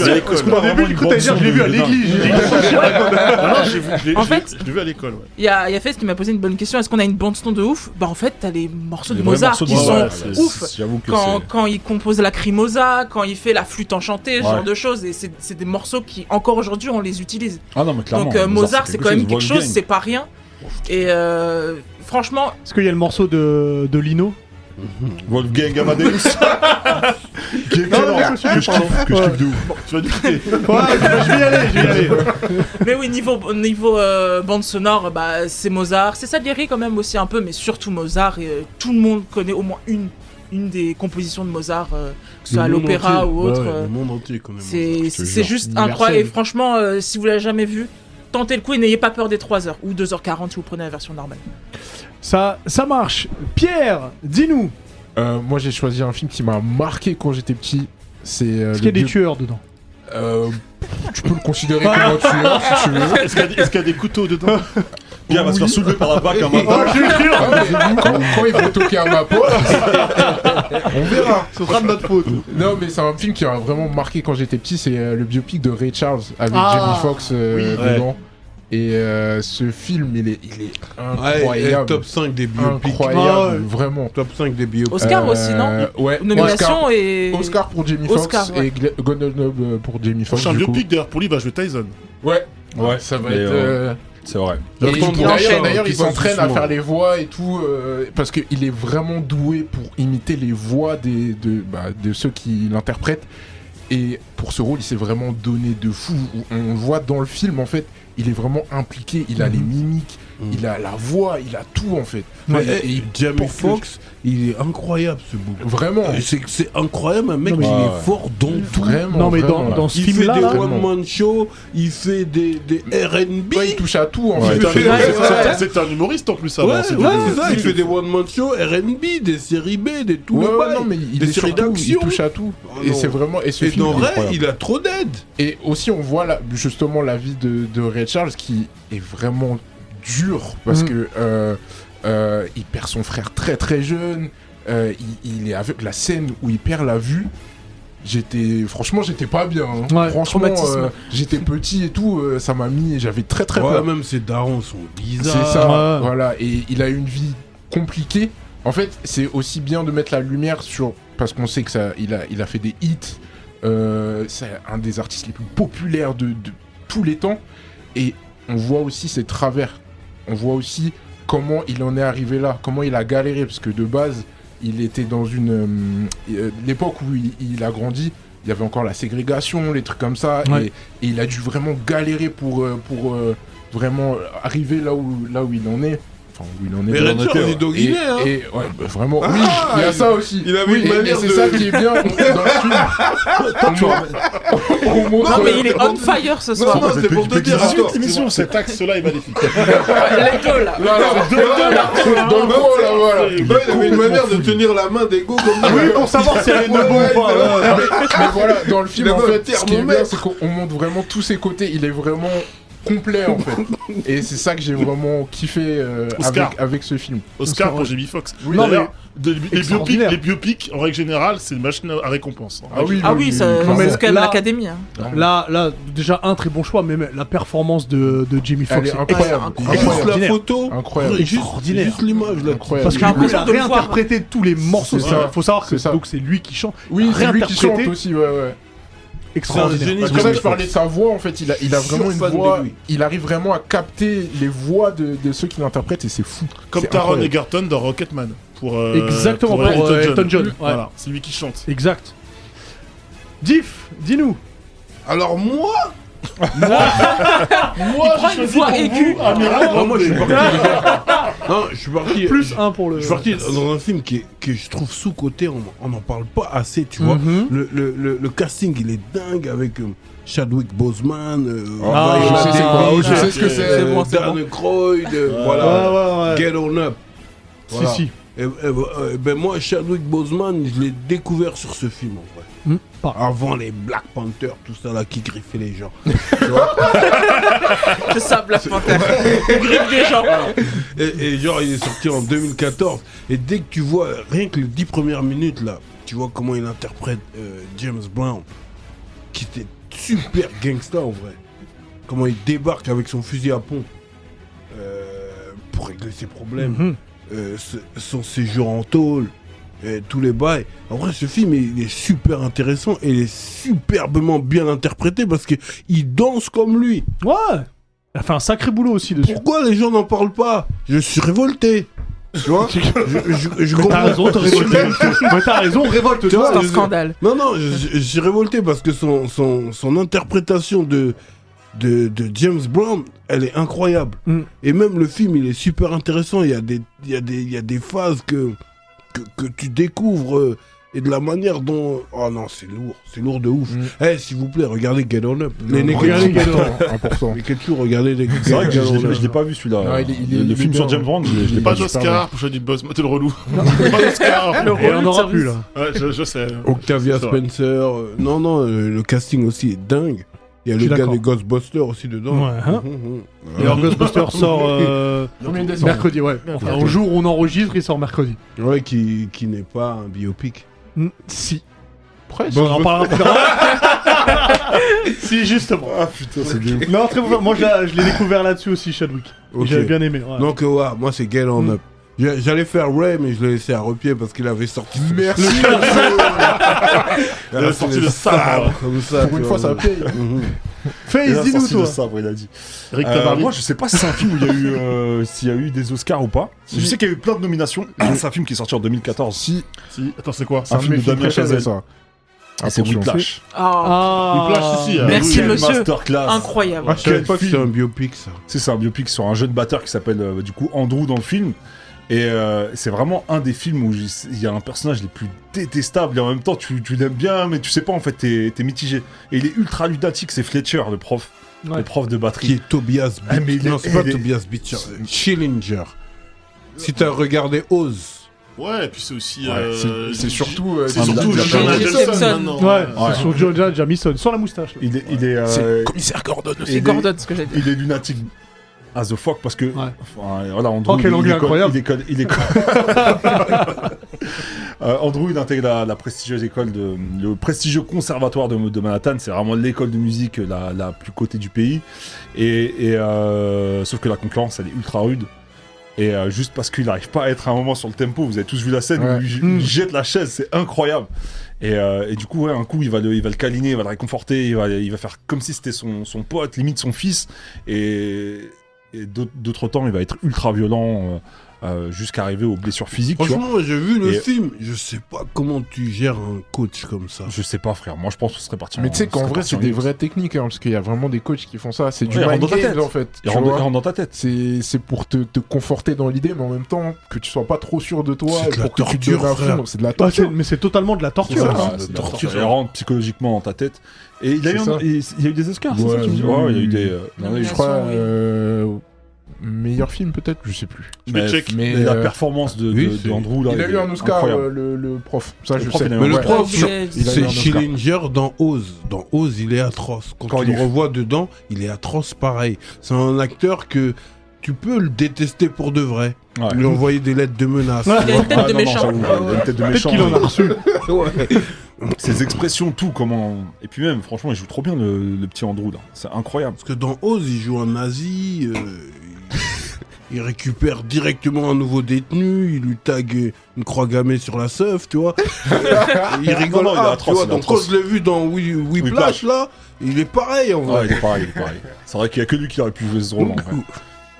D: l'école.
A: qu'au début, du coup, t'as dit, je l'ai vu à l'église. j'ai dit,
D: Ah non, j'ai vu- je l'ai-
C: En
D: je l'ai-
C: fait-
D: je l'ai vu à l'école. ouais.
C: Il y a, il y a Fest qui m'a posé une bonne question. Est-ce qu'on a une bande son de ouf Bah en fait t'as les morceaux de
B: Les vrais
C: Mozart
B: morceaux de
C: qui sont
B: Mozart, ouais,
C: ouf.
B: c'est- J'avoue que
C: quand,
B: c'est.
C: quand il compose la Crimosa, quand il fait la flûte enchantée, ce
B: Ouais.
C: genre de choses. Et c'est c'est des morceaux qui, encore aujourd'hui, on les utilise.
B: Ah non, mais clairement.
C: Donc euh, Mozart, c'est quand même quelque chose, c'est
B: Wolfgang.
C: pas rien. Et euh, franchement,
A: Est-ce qu'il y a le morceau de, de Lino
B: Wolfgang Amadeus. Qui est excellent,
A: mais je suis-
B: que je kiffe, que je
A: Ouais.
B: kiffe de ouf.
D: Tu vas nous quitter.
A: Ouais, je vais y aller, je vais y aller.
C: mais oui, niveau, niveau euh, bande sonore, bah, c'est Mozart. C'est Salieri quand même aussi un peu, mais surtout Mozart. Et, euh, tout le monde connaît au moins une, une des compositions de Mozart, euh, que ce soit à
E: Le monde
C: l'opéra
E: entier.
C: ou autre.
E: Ouais, ouais,
C: euh,
E: Le monde entier, quand même.
C: C'est
B: te
C: c'est
B: jure.
C: juste
E: Personne.
C: incroyable. Et franchement, euh, si vous l'avez jamais vu, tentez le coup et n'ayez pas peur des 3h ou 2h40 si vous prenez la version normale.
A: Ça, ça marche. Pierre, dis-nous,
F: Euh, moi, j'ai choisi un film qui m'a marqué quand j'étais petit. C'est. euh,
A: est-ce qu'il y a
F: le
A: des
F: bio-
A: tueurs dedans
F: Euh, Tu peux le considérer comme un tueur si tu veux.
D: Est-ce qu'il y a- est-ce qu'il y a des couteaux dedans
B: Pierre va se faire soulever par la bac un matin.
F: Ah, mais vous, quand, quand ils vont toquer à ma porte, on verra.
E: Ce sera de notre faute.
F: Non, mais c'est un film qui m'a vraiment marqué quand j'étais petit. C'est euh, le biopic de Ray Charles avec
A: Ah,
F: Jamie Foxx euh,
B: oui. Ouais.
F: dedans. Et euh, ce film, il est, il est
E: Ouais,
F: incroyable.
E: et top 5 des biopics.
F: incroyable,
A: Ah ouais.
F: vraiment.
E: Top 5 des biopics.
C: Oscar
F: Euh,
C: aussi, non
F: Ouais.
C: Nomination et.
F: Oscar, Oscar pour Jamie
C: Oscar,
F: Foxx
C: ouais.
F: et Gla- Golden Globe euh, pour Jamie Foxx.
D: Prochain
F: du coup.
D: biopic d'ailleurs pour lui, il va jouer Tyson.
F: Ouais.
B: Ouais,
F: Ça va
B: mais,
F: être.
B: euh,
F: euh,
B: C'est vrai.
F: Et
E: Le temps
F: il-
E: de
F: D'ailleurs,
E: l'enchaîne,
F: d'ailleurs,
E: qui
F: il
E: passe
F: s'entraîne à
E: doucement.
F: faire les voix et tout, euh, parce qu'il est vraiment doué pour imiter les voix des, de, bah, de ceux qui l'interprètent. Et pour ce rôle, il s'est vraiment donné de fou. On on le voit dans le film, en fait, il est vraiment impliqué, il a les mimiques,
E: Mhm.
F: il a la voix, il a tout, en fait.
E: Mais,
F: Et-
E: eh,
F: et il-
E: Jamie
F: porte le-
E: Fox, il est incroyable ce bouc.
F: Vraiment.
E: Euh, C'est c'est incroyable, un mec,
A: Non,
E: il
B: mais-
E: est
B: Ouais.
E: fort dans tout.
F: Vraiment,
A: Non, mais dans,
F: vraiment.
A: dans ce
E: Il fait
A: film-là,
E: des
A: là,
F: ouais. vraiment.
E: one-man shows, il fait des, des RB.
F: Ouais, il touche à tout, en
B: Ouais,
F: fait.
B: tout à
D: C'est
B: fait.
D: un-
C: Ouais, ouais.
D: c'est- C'est un humoriste en plus
E: Ouais,
D: avant.
E: ouais,
D: c'est
E: c'est
D: des-
E: ça, il fait des one-man shows, RB, des séries B, des tout
F: Ouais,
E: le
F: ouais,
E: bail.
F: non, mais il,
E: Des
F: est
E: séries
F: surtout, il
E: d'action.
F: touche à tout.
E: Oh
F: et
E: non.
F: c'est vraiment. Et ce
E: Et
F: film
E: dans
F: est
E: Ray,
F: incroyable.
E: il a trop d'aide.
F: Et aussi, on voit là, justement la vie de, de Ray Charles qui est vraiment dure parce
A: Mm.
F: que euh, euh, il perd son frère très très jeune. euh, il, il est avec la scène où il perd la vue. J'étais franchement, j'étais pas bien. hein.
A: Ouais,
F: franchement,
C: traumatisme.
F: euh, j'étais petit et tout. euh, ça m'a mis. J'avais très très
E: Ouais,
F: peur.
E: même ses darons sont bizarres.
F: C'est ça,
A: Ouais.
F: voilà. Et il a eu une vie compliquée. En fait, c'est aussi bien de mettre la lumière sur parce qu'on sait que ça, il a, il a fait des hits. Euh, c'est un des artistes les plus populaires de, de tous les temps. Et on voit aussi ses travers. On voit aussi comment il en est arrivé là, comment il a galéré, parce que de base, il était dans une euh, euh, l'époque où il, il a grandi. Il y avait encore la ségrégation, les trucs comme ça,
A: Ouais.
F: et, et il a dû vraiment galérer pour euh, pour euh, vraiment arriver là où là où il en est. Enfin, où il en est.
E: Mais Red Shirt,
B: était,
E: on est
B: ouais.
F: Et,
E: doguiné, hein.
F: et- ouais, bah, vraiment, oui,
E: Ah,
F: il y a
E: il-
F: ça aussi.
E: il avait
F: Oui,
E: une
F: et- et
E: manière
F: c'est
E: de-
F: ça qui est bien on- dans le film. euh, On montre- on montre-
C: Non, mais il est on fire ce
E: Non,
C: soir.
E: non, Ah, c'est pour te dire. attends,
D: Excuse-moi, Cet axe-là est magnifique.
C: Les deux là.
F: Là, là, dans le gros,
C: hein.
F: là, voilà.
E: Ouais, Bah, il avait une manière de tenir la main d'Ego comme ça.
A: Oui, pour savoir si elle est de
E: Ouais,
A: bon
E: ouais,
A: ou pas.
E: voilà.
F: mais voilà, dans le film,
E: Il a
F: en
E: pas un
F: fait, ce qui est bien,
E: thermomètre.
F: c'est qu'on montre vraiment tous ses côtés. Il est vraiment complet en fait. Et c'est ça que j'ai vraiment kiffé euh,
D: Oscar.
F: avec, avec ce film.
D: Oscar pour Jamie Foxx.
A: Oui,
D: D'ailleurs, de- les, biopics,
A: Extraordinaire.
D: les biopics, en règle générale, c'est une machine à récompense. hein.
C: Ah oui, ça-
A: Non, mais
C: c'est quand même
A: là-
C: l'académie. hein.
A: Là, là, déjà un très bon choix, mais mais la performance de, de Jamie
F: Elle
A: Foxx
F: est
A: est
F: incroyable.
A: incroyable.
E: Juste la
A: Extraordinaire.
E: photo.
F: Incroyable.
E: Juste-
A: Extraordinaire.
E: Juste l'image là.
F: Incroyable.
A: Parce
C: J'ai
A: que du coup, il
C: l'impression
A: a
C: de le voir.
A: réinterprété tous les morceaux.
F: C'est
A: Il
F: ça.
A: faut savoir que
F: C'est ça.
A: donc c'est lui qui chante.
F: Oui, c'est lui qui chante
A: réinterprété.
F: aussi, ouais, ouais.
E: C'est un
A: Extraordinaire.
E: génie.
F: Parce que
E: Jamie
F: là, je
E: Foxx.
F: parlais de sa voix, en fait, il a, il a
E: Je suis
F: vraiment une
E: fan de
F: voix,
E: lui.
F: il arrive vraiment à capter les voix de, de ceux qui l'interprètent et c'est fou.
D: Comme
F: C'est
D: Taron
F: incroyable.
D: Egerton dans Rocketman. Pour, euh,
A: Exactement,
D: pour
A: pour, euh, Elton John, ouais.
D: Voilà, c'est lui qui chante.
A: Exact. Diff, dis-nous.
E: Alors moi,
D: Moi,
C: prend
D: j'ai
C: une
D: choisi
C: voix
D: pour
C: aiguë.
D: vous Amiral
E: Ah, moi je suis
D: Grande.
E: parti. non, je suis parti.
A: Plus un pour le.
E: Je suis parti dans un film qui est- que je trouve sous côté. On n'en parle pas assez, tu vois.
A: Mhm.
E: Le, le, le, le casting, il est dingue avec euh, Chadwick Boseman, euh,
A: Ah,
E: Viola
A: je sais c'est
E: Davis,
A: quoi,
F: je
A: ok.
F: sais ce que c'est.
E: euh,
C: C'est bon, c'est
E: Dan Aykroyd, euh,
D: Ouais.
E: voilà.
A: ouais, ouais.
E: Get on up. Voilà.
A: Si, si.
E: Eh, eh, eh, ben moi, Chadwick Boseman, je l'ai découvert sur ce film en vrai.
A: Hmm, par-
E: Avant les Black Panther, tout ça là qui griffait les gens.
C: C'est ça, Black Panther. On griffe des gens.
E: Et, et genre, il est sorti en 2014. Et dès que tu vois, rien que les 10 premières minutes là, tu vois comment il interprète euh, James Brown, qui était super gangsta en vrai. Comment il débarque avec son fusil à pompe euh, pour régler ses problèmes.
A: Mhm.
E: euh, ce- son séjour en tôle, euh, tous les bails. En vrai, ce film, il est super intéressant et il est superbement bien interprété parce que il danse comme lui.
A: Ouais. Il a fait un sacré boulot aussi dessus.
E: Pourquoi les gens n'en parlent pas Je suis révolté. Tu vois Je, je- je comprends-
A: T'as raison, t'as révolté. Mais t'as raison, révolte.
E: Tu vois,
C: C'est un
E: je-
C: scandale.
E: Non, non, je, je- je suis révolté parce que son, son, son interprétation de, de, de James Brown, elle est incroyable.
A: Mm.
E: Et même le film, il est super intéressant. Il y a des, il y a des, il y a des phases que, que, que tu découvres euh, et de la manière dont. Oh non, c'est lourd, c'est lourd de ouf.
F: Mm.
E: Eh, s'il vous plaît, regardez Get On Up. Les
A: regardez
E: Neketsu,
A: Get On Up.
F: important.
E: les Neketsu, regardez les
B: C'est vrai que je
E: Get On
B: l'ai-
E: Up.
B: je l'ai pas vu celui-là.
F: Non, il est- il est-
B: le
F: il est
B: film
F: bien,
B: sur James
F: ouais.
B: Brown, je l'ai- je l'ai
D: Pas
B: vu.
D: d'Oscar pour Chadwick Boseman. T'es le relou. Pas d'Oscar.
A: Et
C: Le
A: on
C: relou
A: n'aura
C: de
A: plus là.
C: service.
D: Ouais, je, je sais.
E: Octavia
D: C'est vrai.
E: Spencer. euh, non, non, euh, le casting aussi est dingue. Il y a
A: Je
E: le
A: suis
E: gars
A: d'accord.
E: des Ghostbusters aussi dedans.
A: Ouais, hein.
E: Mhm, mhm.
A: Et alors Ghostbuster sort euh,
F: Combien de décembre
A: mercredi, ouais. Enfin, au jour où on enregistre, il sort mercredi.
E: mhm. Ouais, qui, qui n'est pas un biopic.
A: Hmm, Si.
F: Presque.
A: Bon, on en parlera plus tard. si, justement.
B: Ah putain, c'est bien.
A: Non, très bon. Moi, je l'a- je l'ai découvert là-dessus aussi, Chadwick.
E: Ok.
A: J'avais bien aimé. ouais.
E: Donc, euh, ouais, moi, c'est Get On
A: Mm.
E: Up. J'a- J'allais faire Ray, mais je l'ai laissé à repied parce qu'il avait sorti. son-
F: Merci.
E: Il avait sorti le sabre comme ça.
F: Pour une fois, ça paye.
E: Mhm.
B: Il
A: Face,
B: a
A: dis-nous,
B: sorti le
A: toi.
B: sabre, il a dit.
D: Eric
B: Euh,
D: Tabarly.
B: moi, je sais pas si c'est un film où il y a eu, euh, s'il y a eu des Oscars ou pas. Je sais qu'il y a eu plein de nominations. Ah, C'est un film qui est sorti en 2014.
F: Si,
D: Si. Attends, c'est quoi
F: c'est un
B: film
F: film
B: de Damien Chazelle.
F: ça.
B: Ah, c'est
F: Attention.
B: Whiplash.
C: Ah,
A: Ah.
D: Whiplash, si, si, euh,
C: Merci,
B: Quelle
C: monsieur.
B: masterclass.
C: Ah, Incroyable.
E: Ah, Je savais
B: Quel
E: pas que
B: film.
E: c'était un biopic, ça.
B: Tu sais, C'est un biopic sur un jeune batteur qui s'appelle euh, du coup Andrew dans le film. Et euh, c'est vraiment un des films où j'ai- il y a un personnage les plus détestables et en même temps tu, tu l'aimes bien mais tu sais pas en fait t'es t'es mitigé. Et il est ultra lunatique, c'est Fletcher le prof,
A: Ouais.
B: le prof de batterie.
E: Qui est Tobias
B: Ah, mais
E: Beach.
B: il est-
E: Non, c'est pas
B: il est-
E: Tobias Beach. euh, Schillinger. Si t'as regardé Oz.
D: Ouais, et puis c'est aussi.
B: Ouais,
D: euh,
F: C'est c'est
D: J-
F: surtout. euh,
D: C'est
B: un
D: surtout
B: Jack
D: Jonah
C: Jameson.
D: Jameson
C: Jameson.
D: maintenant.
A: Ouais,
B: Ouais.
A: c'est sur John Jamison, sans la moustache. là.
B: Il est, il est, euh,
F: C'est commissaire Gordon aussi.
B: il est-
C: C'est Gordon, ce que j'ai dit.
B: il est lunatique. As the fuck parce que enfin, voilà Andrew
A: Oh, quel
B: il- il
A: anglais
B: école-
A: incroyable.
B: il école- il école- Euh, Andrew il intègre la, la prestigieuse école de le prestigieux conservatoire de, de Manhattan c'est vraiment l'école de musique la, la plus cotée du pays et, et, euh, sauf que la concurrence elle est ultra rude et euh, juste parce qu'il n'arrive pas à être à un moment sur le tempo vous avez tous vu la scène
F: Ouais.
B: où il, j-
A: Hmm.
B: il jette la chaise c'est incroyable et, euh, et du coup, ouais, un coup, il va, le, il va le câliner, il va le réconforter, il va, il va faire comme si c'était son, son pote, limite son fils. Et, et d'autres d'autres temps, il va être ultra violent euh, euh, jusqu'à arriver aux blessures physiques, tu vois.
E: Franchement, j'ai vu le
B: Et-
E: film. Je sais pas comment tu gères un coach comme ça.
B: Je sais pas, frère. Moi, je pense que ce serait parti.
F: Mais
B: en-
F: tu sais
B: ce
F: qu'en
B: serait
F: vrai,
B: parti
F: c'est
B: en
F: des
B: X.
F: vraies techniques. hein, parce qu'il y a vraiment des coachs qui font ça. C'est du
B: Ouais, il rentre
F: mind
B: dans ta
F: games,
B: tête.
F: en fait.
B: Il
F: tu
B: rentre,
F: vois.
B: il rentre dans ta tête.
F: C'est c'est pour te, te conforter dans l'idée, mais en même temps que tu sois pas trop sûr de toi,
E: C'est de
F: et
E: la
F: pour que tu te
E: torture,
F: donnes à
E: frère.
F: fond. C'est de la
A: Ah, c'est-
F: torture.
A: mais c'est totalement de la
B: C'est
A: torture.
B: ça,
A: hein.
B: c'est de la
E: torture.
B: torture. Il rentre psychologiquement dans ta tête. Et il a eu,
F: C'est
B: un-
F: ça.
B: il il y a eu des Oscars, c'est
F: Ouais,
B: ça que tu me dis
F: oui,
B: Ouais, il y a eu
F: oui.
B: des. euh,
F: Je crois.
C: oui.
F: euh, meilleur film peut-être, je sais plus.
D: Je vais
B: Mais-
D: check.
F: Mais
B: Et la
F: euh,
B: performance de,
E: oui,
B: de-
E: c'est-
B: de Andrew, là,
F: il a
B: est
F: eu un Oscar,
B: incroyable.
F: euh, le, le prof. Ça,
B: Le
F: je
B: prof,
F: sais.
B: il a eu un
E: Mais le
B: Ouais.
E: prof,
C: Il a-
E: sur-
F: il a eu un
E: c'est
F: Oscar.
E: Schillinger dans Oz. Dans Oz, il est atroce. Quand,
B: Quand
E: tu
B: il
E: le
B: est-
E: revois dedans, il est atroce pareil. C'est un acteur que tu peux le détester pour de vrai.
F: euh,
B: Ouais.
E: Lui envoyer des lettres de menace.
C: Il a une tête
B: Ah,
C: de
B: non, non,
C: méchant.
B: j'avoue, il a une tête de méchant.
A: qu'il en a
B: oui.
A: reçu.
B: Ses expressions, tout, comment. Et puis même, franchement, il joue trop bien le, le petit Andrew là. C'est incroyable.
E: Parce que dans Oz, il joue un nazi, euh, il il récupère directement un nouveau détenu, il lui tague une croix gammée sur la seuf, tu vois. il rigole
B: Non, non, il est
E: pas, tu
B: atroce,
E: vois.
B: il est
E: Donc quand
B: atroce.
E: je l'ai vu dans Whi- Whiplash,
B: Whiplash.
E: là, il est pareil en vrai.
B: Ouais, il est pareil, il est pareil. C'est vrai qu'il y a que lui qui aurait pu jouer ce rôle. en vrai.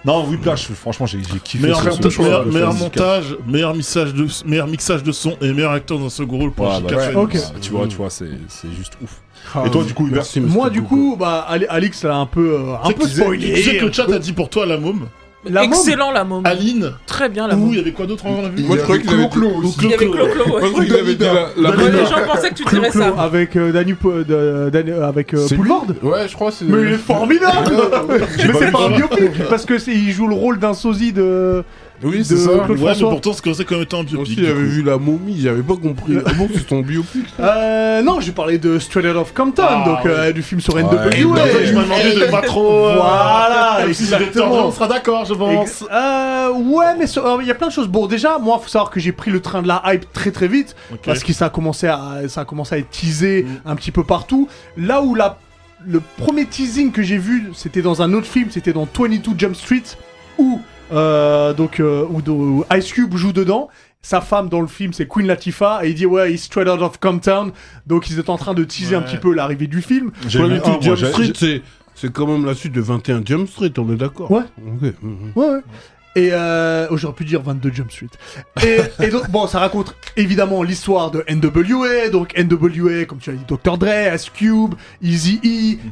B: Non, Whiplash, franchement, j'ai j'ai kiffé.
D: Meilleur,
B: ce-
D: monta-
B: ce-
D: meilleur-
B: ce- ce-
D: meilleur
B: ce-
D: montage, meilleur mixage, de, meilleur mixage de son et meilleur acteur dans un second rôle pour
B: Ouais,
D: J.K.
B: bah,
D: Phoenix.
A: Ok.
B: bah, Tu vois, tu vois, c'est c'est juste ouf.
E: Ah,
B: Et toi, du coup, Hubert
E: merci, monsieur
A: Moi, du
E: Google.
A: coup, bah, Ali- Alix l'a un peu, euh, un
D: Tu sais
A: peu
D: que-
A: spoilé. Ah,
D: Tu sais que le chat a dit pour toi la môme,
A: La môme. Ah,
C: Excellent la môme.
D: Aline,
C: Très bien la
D: ou
C: môme.
D: il y avait quoi d'autre avant on l'a vu
F: Moi, je croyais qu'il avait dit-
C: Il y avait
D: Clo-Clo.
C: Clo-Clo. ouais.
F: Moi, je croyais qu'il avait dit la- la-
C: Ouais, les gens pensaient que tu dirais
A: Clo-Clo
C: ça.
A: avec euh, Danu, Pou- de- Danu- avec euh,
F: C'est lui
A: Poulvord.
F: Ouais, je crois. c'est-
A: Mais il est formidable Mais
B: pas
A: c'est
B: vu
A: pas un
D: ça.
A: biopic parce que c'est- il joue le rôle d'un sosie de.
F: Oui,
A: de
F: c'est ça.
A: Claude
D: Ouais, mais
A: François.
D: pourtant, c'est comme ça comme étant un
E: Aussi,
D: biopic. du
E: j'avais
D: coup.
E: vu la momie, j'avais pas compris. Ah bon, c'est ton biopic
A: Euh, non, j'ai parlé de Straight of Compton,
D: Ah,
A: donc euh, du film sur
B: Ouais.
A: NWA.
D: En fait, je m'ai demandé de pas trop. euh,
A: Voilà,
D: comme si j'avais
A: exactement.
D: tort, On sera d'accord, je pense.
A: Ex- euh, ouais, mais sur- alors, il y a plein de choses. Bon, déjà, moi, faut savoir que j'ai pris le train de la hype très très vite
D: Ok. Mm.
A: parce que ça a commencé à, ça a commencé à être teasé un petit peu partout. Là où la, le premier teasing que j'ai vu, c'était dans un autre film, c'était dans 22 Jump Street où euh, donc euh, où, où Ice Cube joue dedans. Sa femme dans le film, c'est Queen Latifah, et il dit ouais, he's straight out of Compton. Donc ils étaient en train de teaser un
D: Ouais.
A: petit peu l'arrivée du film.
B: J'ai
E: Pas
B: vu
E: du
B: un,
E: tout.
B: moi,
E: Jump
B: j'ai-
E: Street, c'est- c'est quand même la suite de 21 Jump Street, on est d'accord
A: Ouais.
E: Ok, mhm.
A: Ouais, ouais. Et euh, oh, j'aurais pu dire 22 Jump Street. Et, et donc, bon, ça raconte évidemment l'histoire de NWA. Donc, NWA, comme tu as dit, Dr. Dre, Ice Cube, Easy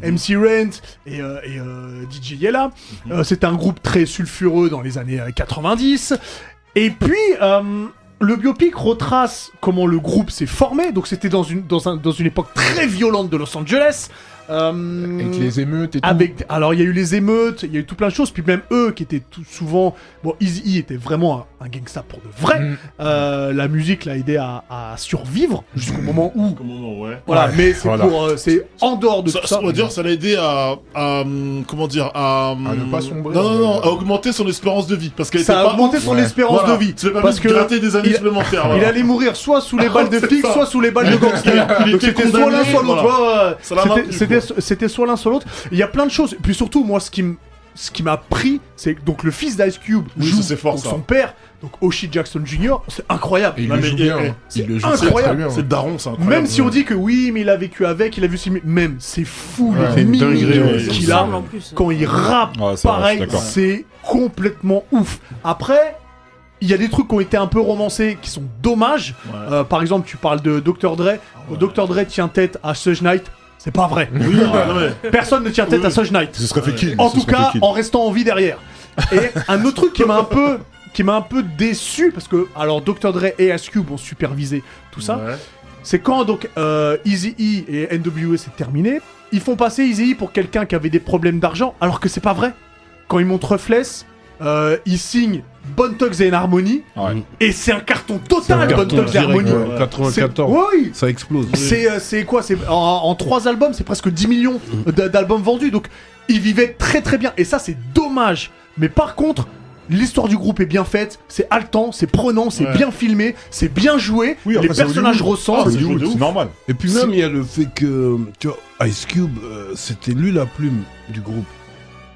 F: Mhm.
A: E, MC Rent et, euh, et, euh, DJ Yella.
F: Mhm.
A: Euh, C'était un groupe très sulfureux dans les années euh, 90. Et puis, euh, le biopic retrace comment le groupe s'est formé. Donc, c'était dans une, dans, un- dans une époque très violente de Los Angeles. Euh,
F: Avec les émeutes et tout.
A: avec, alors il y a eu les émeutes, il y a eu tout plein de choses, puis même eux qui étaient tout souvent, bon, Easy E était vraiment un, un gangsta pour de vrai.
F: Mm.
A: Euh, la musique l'a aidé à, à survivre jusqu'au moment où,
D: Comment, ouais.
A: voilà.
F: Mm. Ouais,
A: mais c'est
F: voilà.
A: pour, euh, c'est en dehors de
D: Ça,
A: tout
D: ça,
A: ça.
D: on va dire, ça l'a aidé à, à, hum, comment dire, à, hum,
F: À ne pas sombrer.
D: Non, non, non, à augmenter son espérance de vie, parce qu'elle
A: Ça
D: était
A: a
D: pas
A: augmenté
D: ouf.
A: son
F: Ouais.
A: espérance
D: Voilà.
A: de vie.
D: Ça lui a
A: Parce
D: permis
A: que
D: de gratter des années
A: il-
D: supplémentaires.
A: il
D: voilà.
A: allait mourir soit sous les balles de
D: C'est
A: flics,
D: ça.
A: soit sous les balles de gangsters.
D: Il
A: Donc
D: était
A: c'était soit l'un
D: condamné,
A: soit l'autre.
D: voilà.
A: voilà.
D: Ça l'a
A: C'était-
D: maintenu,
A: c'était- C'était soit l'un soit l'autre. Il y a plein de choses. Puis surtout, moi, ce qui me ce qui m'a pris, c'est que donc le fils d'Ice Cube
D: Oui,
A: joue
D: ça, c'est fort,
A: donc
D: ça.
A: son père, donc Oshie Jackson Jr. C'est incroyable.
F: Et il
D: Non,
F: le
D: mais
F: joue
D: et-
F: bien.
D: et-
F: hein.
A: c'est
F: Il le joue
A: incroyable.
F: très, très
D: C'est
F: bien.
D: le daron, c'est incroyable.
A: Même si on dit que oui, mais il a vécu avec, il a vu ses mi- même, c'est fou
F: Ouais.
A: les
F: C'est
E: une
A: mimiques
E: dinguerie, ouais.
A: qu'il a
C: Ensemble, en plus.
A: quand il rappe.
B: Ouais, c'est vrai,
A: pareil,
B: je suis d'accord.
A: c'est complètement ouf. Après, il y a des trucs qui ont été un peu romancés, qui sont dommages.
D: Ouais.
A: Euh, par exemple, tu parles de Dr Dre. Dr Dre tient tête à Suge Knight. C'est pas vrai.
D: Oui, bah, non, mais-
A: Personne ne tient tête
D: Oui.
A: à Suge Knight.
B: Ce serait fait kill.
A: En
B: ce
A: tout
B: serait
A: cas,
B: fait kill.
A: en restant en vie derrière. Et un autre truc qui m'a un peu qui m'a un peu déçu parce que alors Dr Dre et Ice Cube ont supervisé tout ça.
D: Ouais.
A: C'est quand donc euh, Easy E et NWA c'est terminé, ils font passer Easy E pour quelqu'un qui avait des problèmes d'argent, alors que c'est pas vrai. Quand ils montrent Reflex, euh, ils signent Bon Tugs et Harmony,
B: Ouais.
A: et c'est un carton total, Bon
E: Carton
A: Tugs et
E: direct,
A: Harmony.
E: ouais, 94.
A: C'est- Oui,
E: Ça explose.
A: c'est euh, c'est quoi C'est en, en trois albums, c'est presque 10 millions euh, d'a- d'albums vendus. Donc ils vivaient très très bien. Et ça, c'est dommage. Mais par contre, l'histoire du groupe est bien faite. C'est haletant, c'est prenant, c'est
D: Ouais.
A: bien filmé, c'est bien joué.
B: Oui,
A: les
B: après, c'est
A: personnages
B: Hollywood. Ah,
A: ressemblent.
B: c'est Hollywood,
D: de ouf.
B: c'est normal.
E: Et puis même, il y a le fait que, tu vois, Ice Cube, euh, c'était lui la plume du groupe.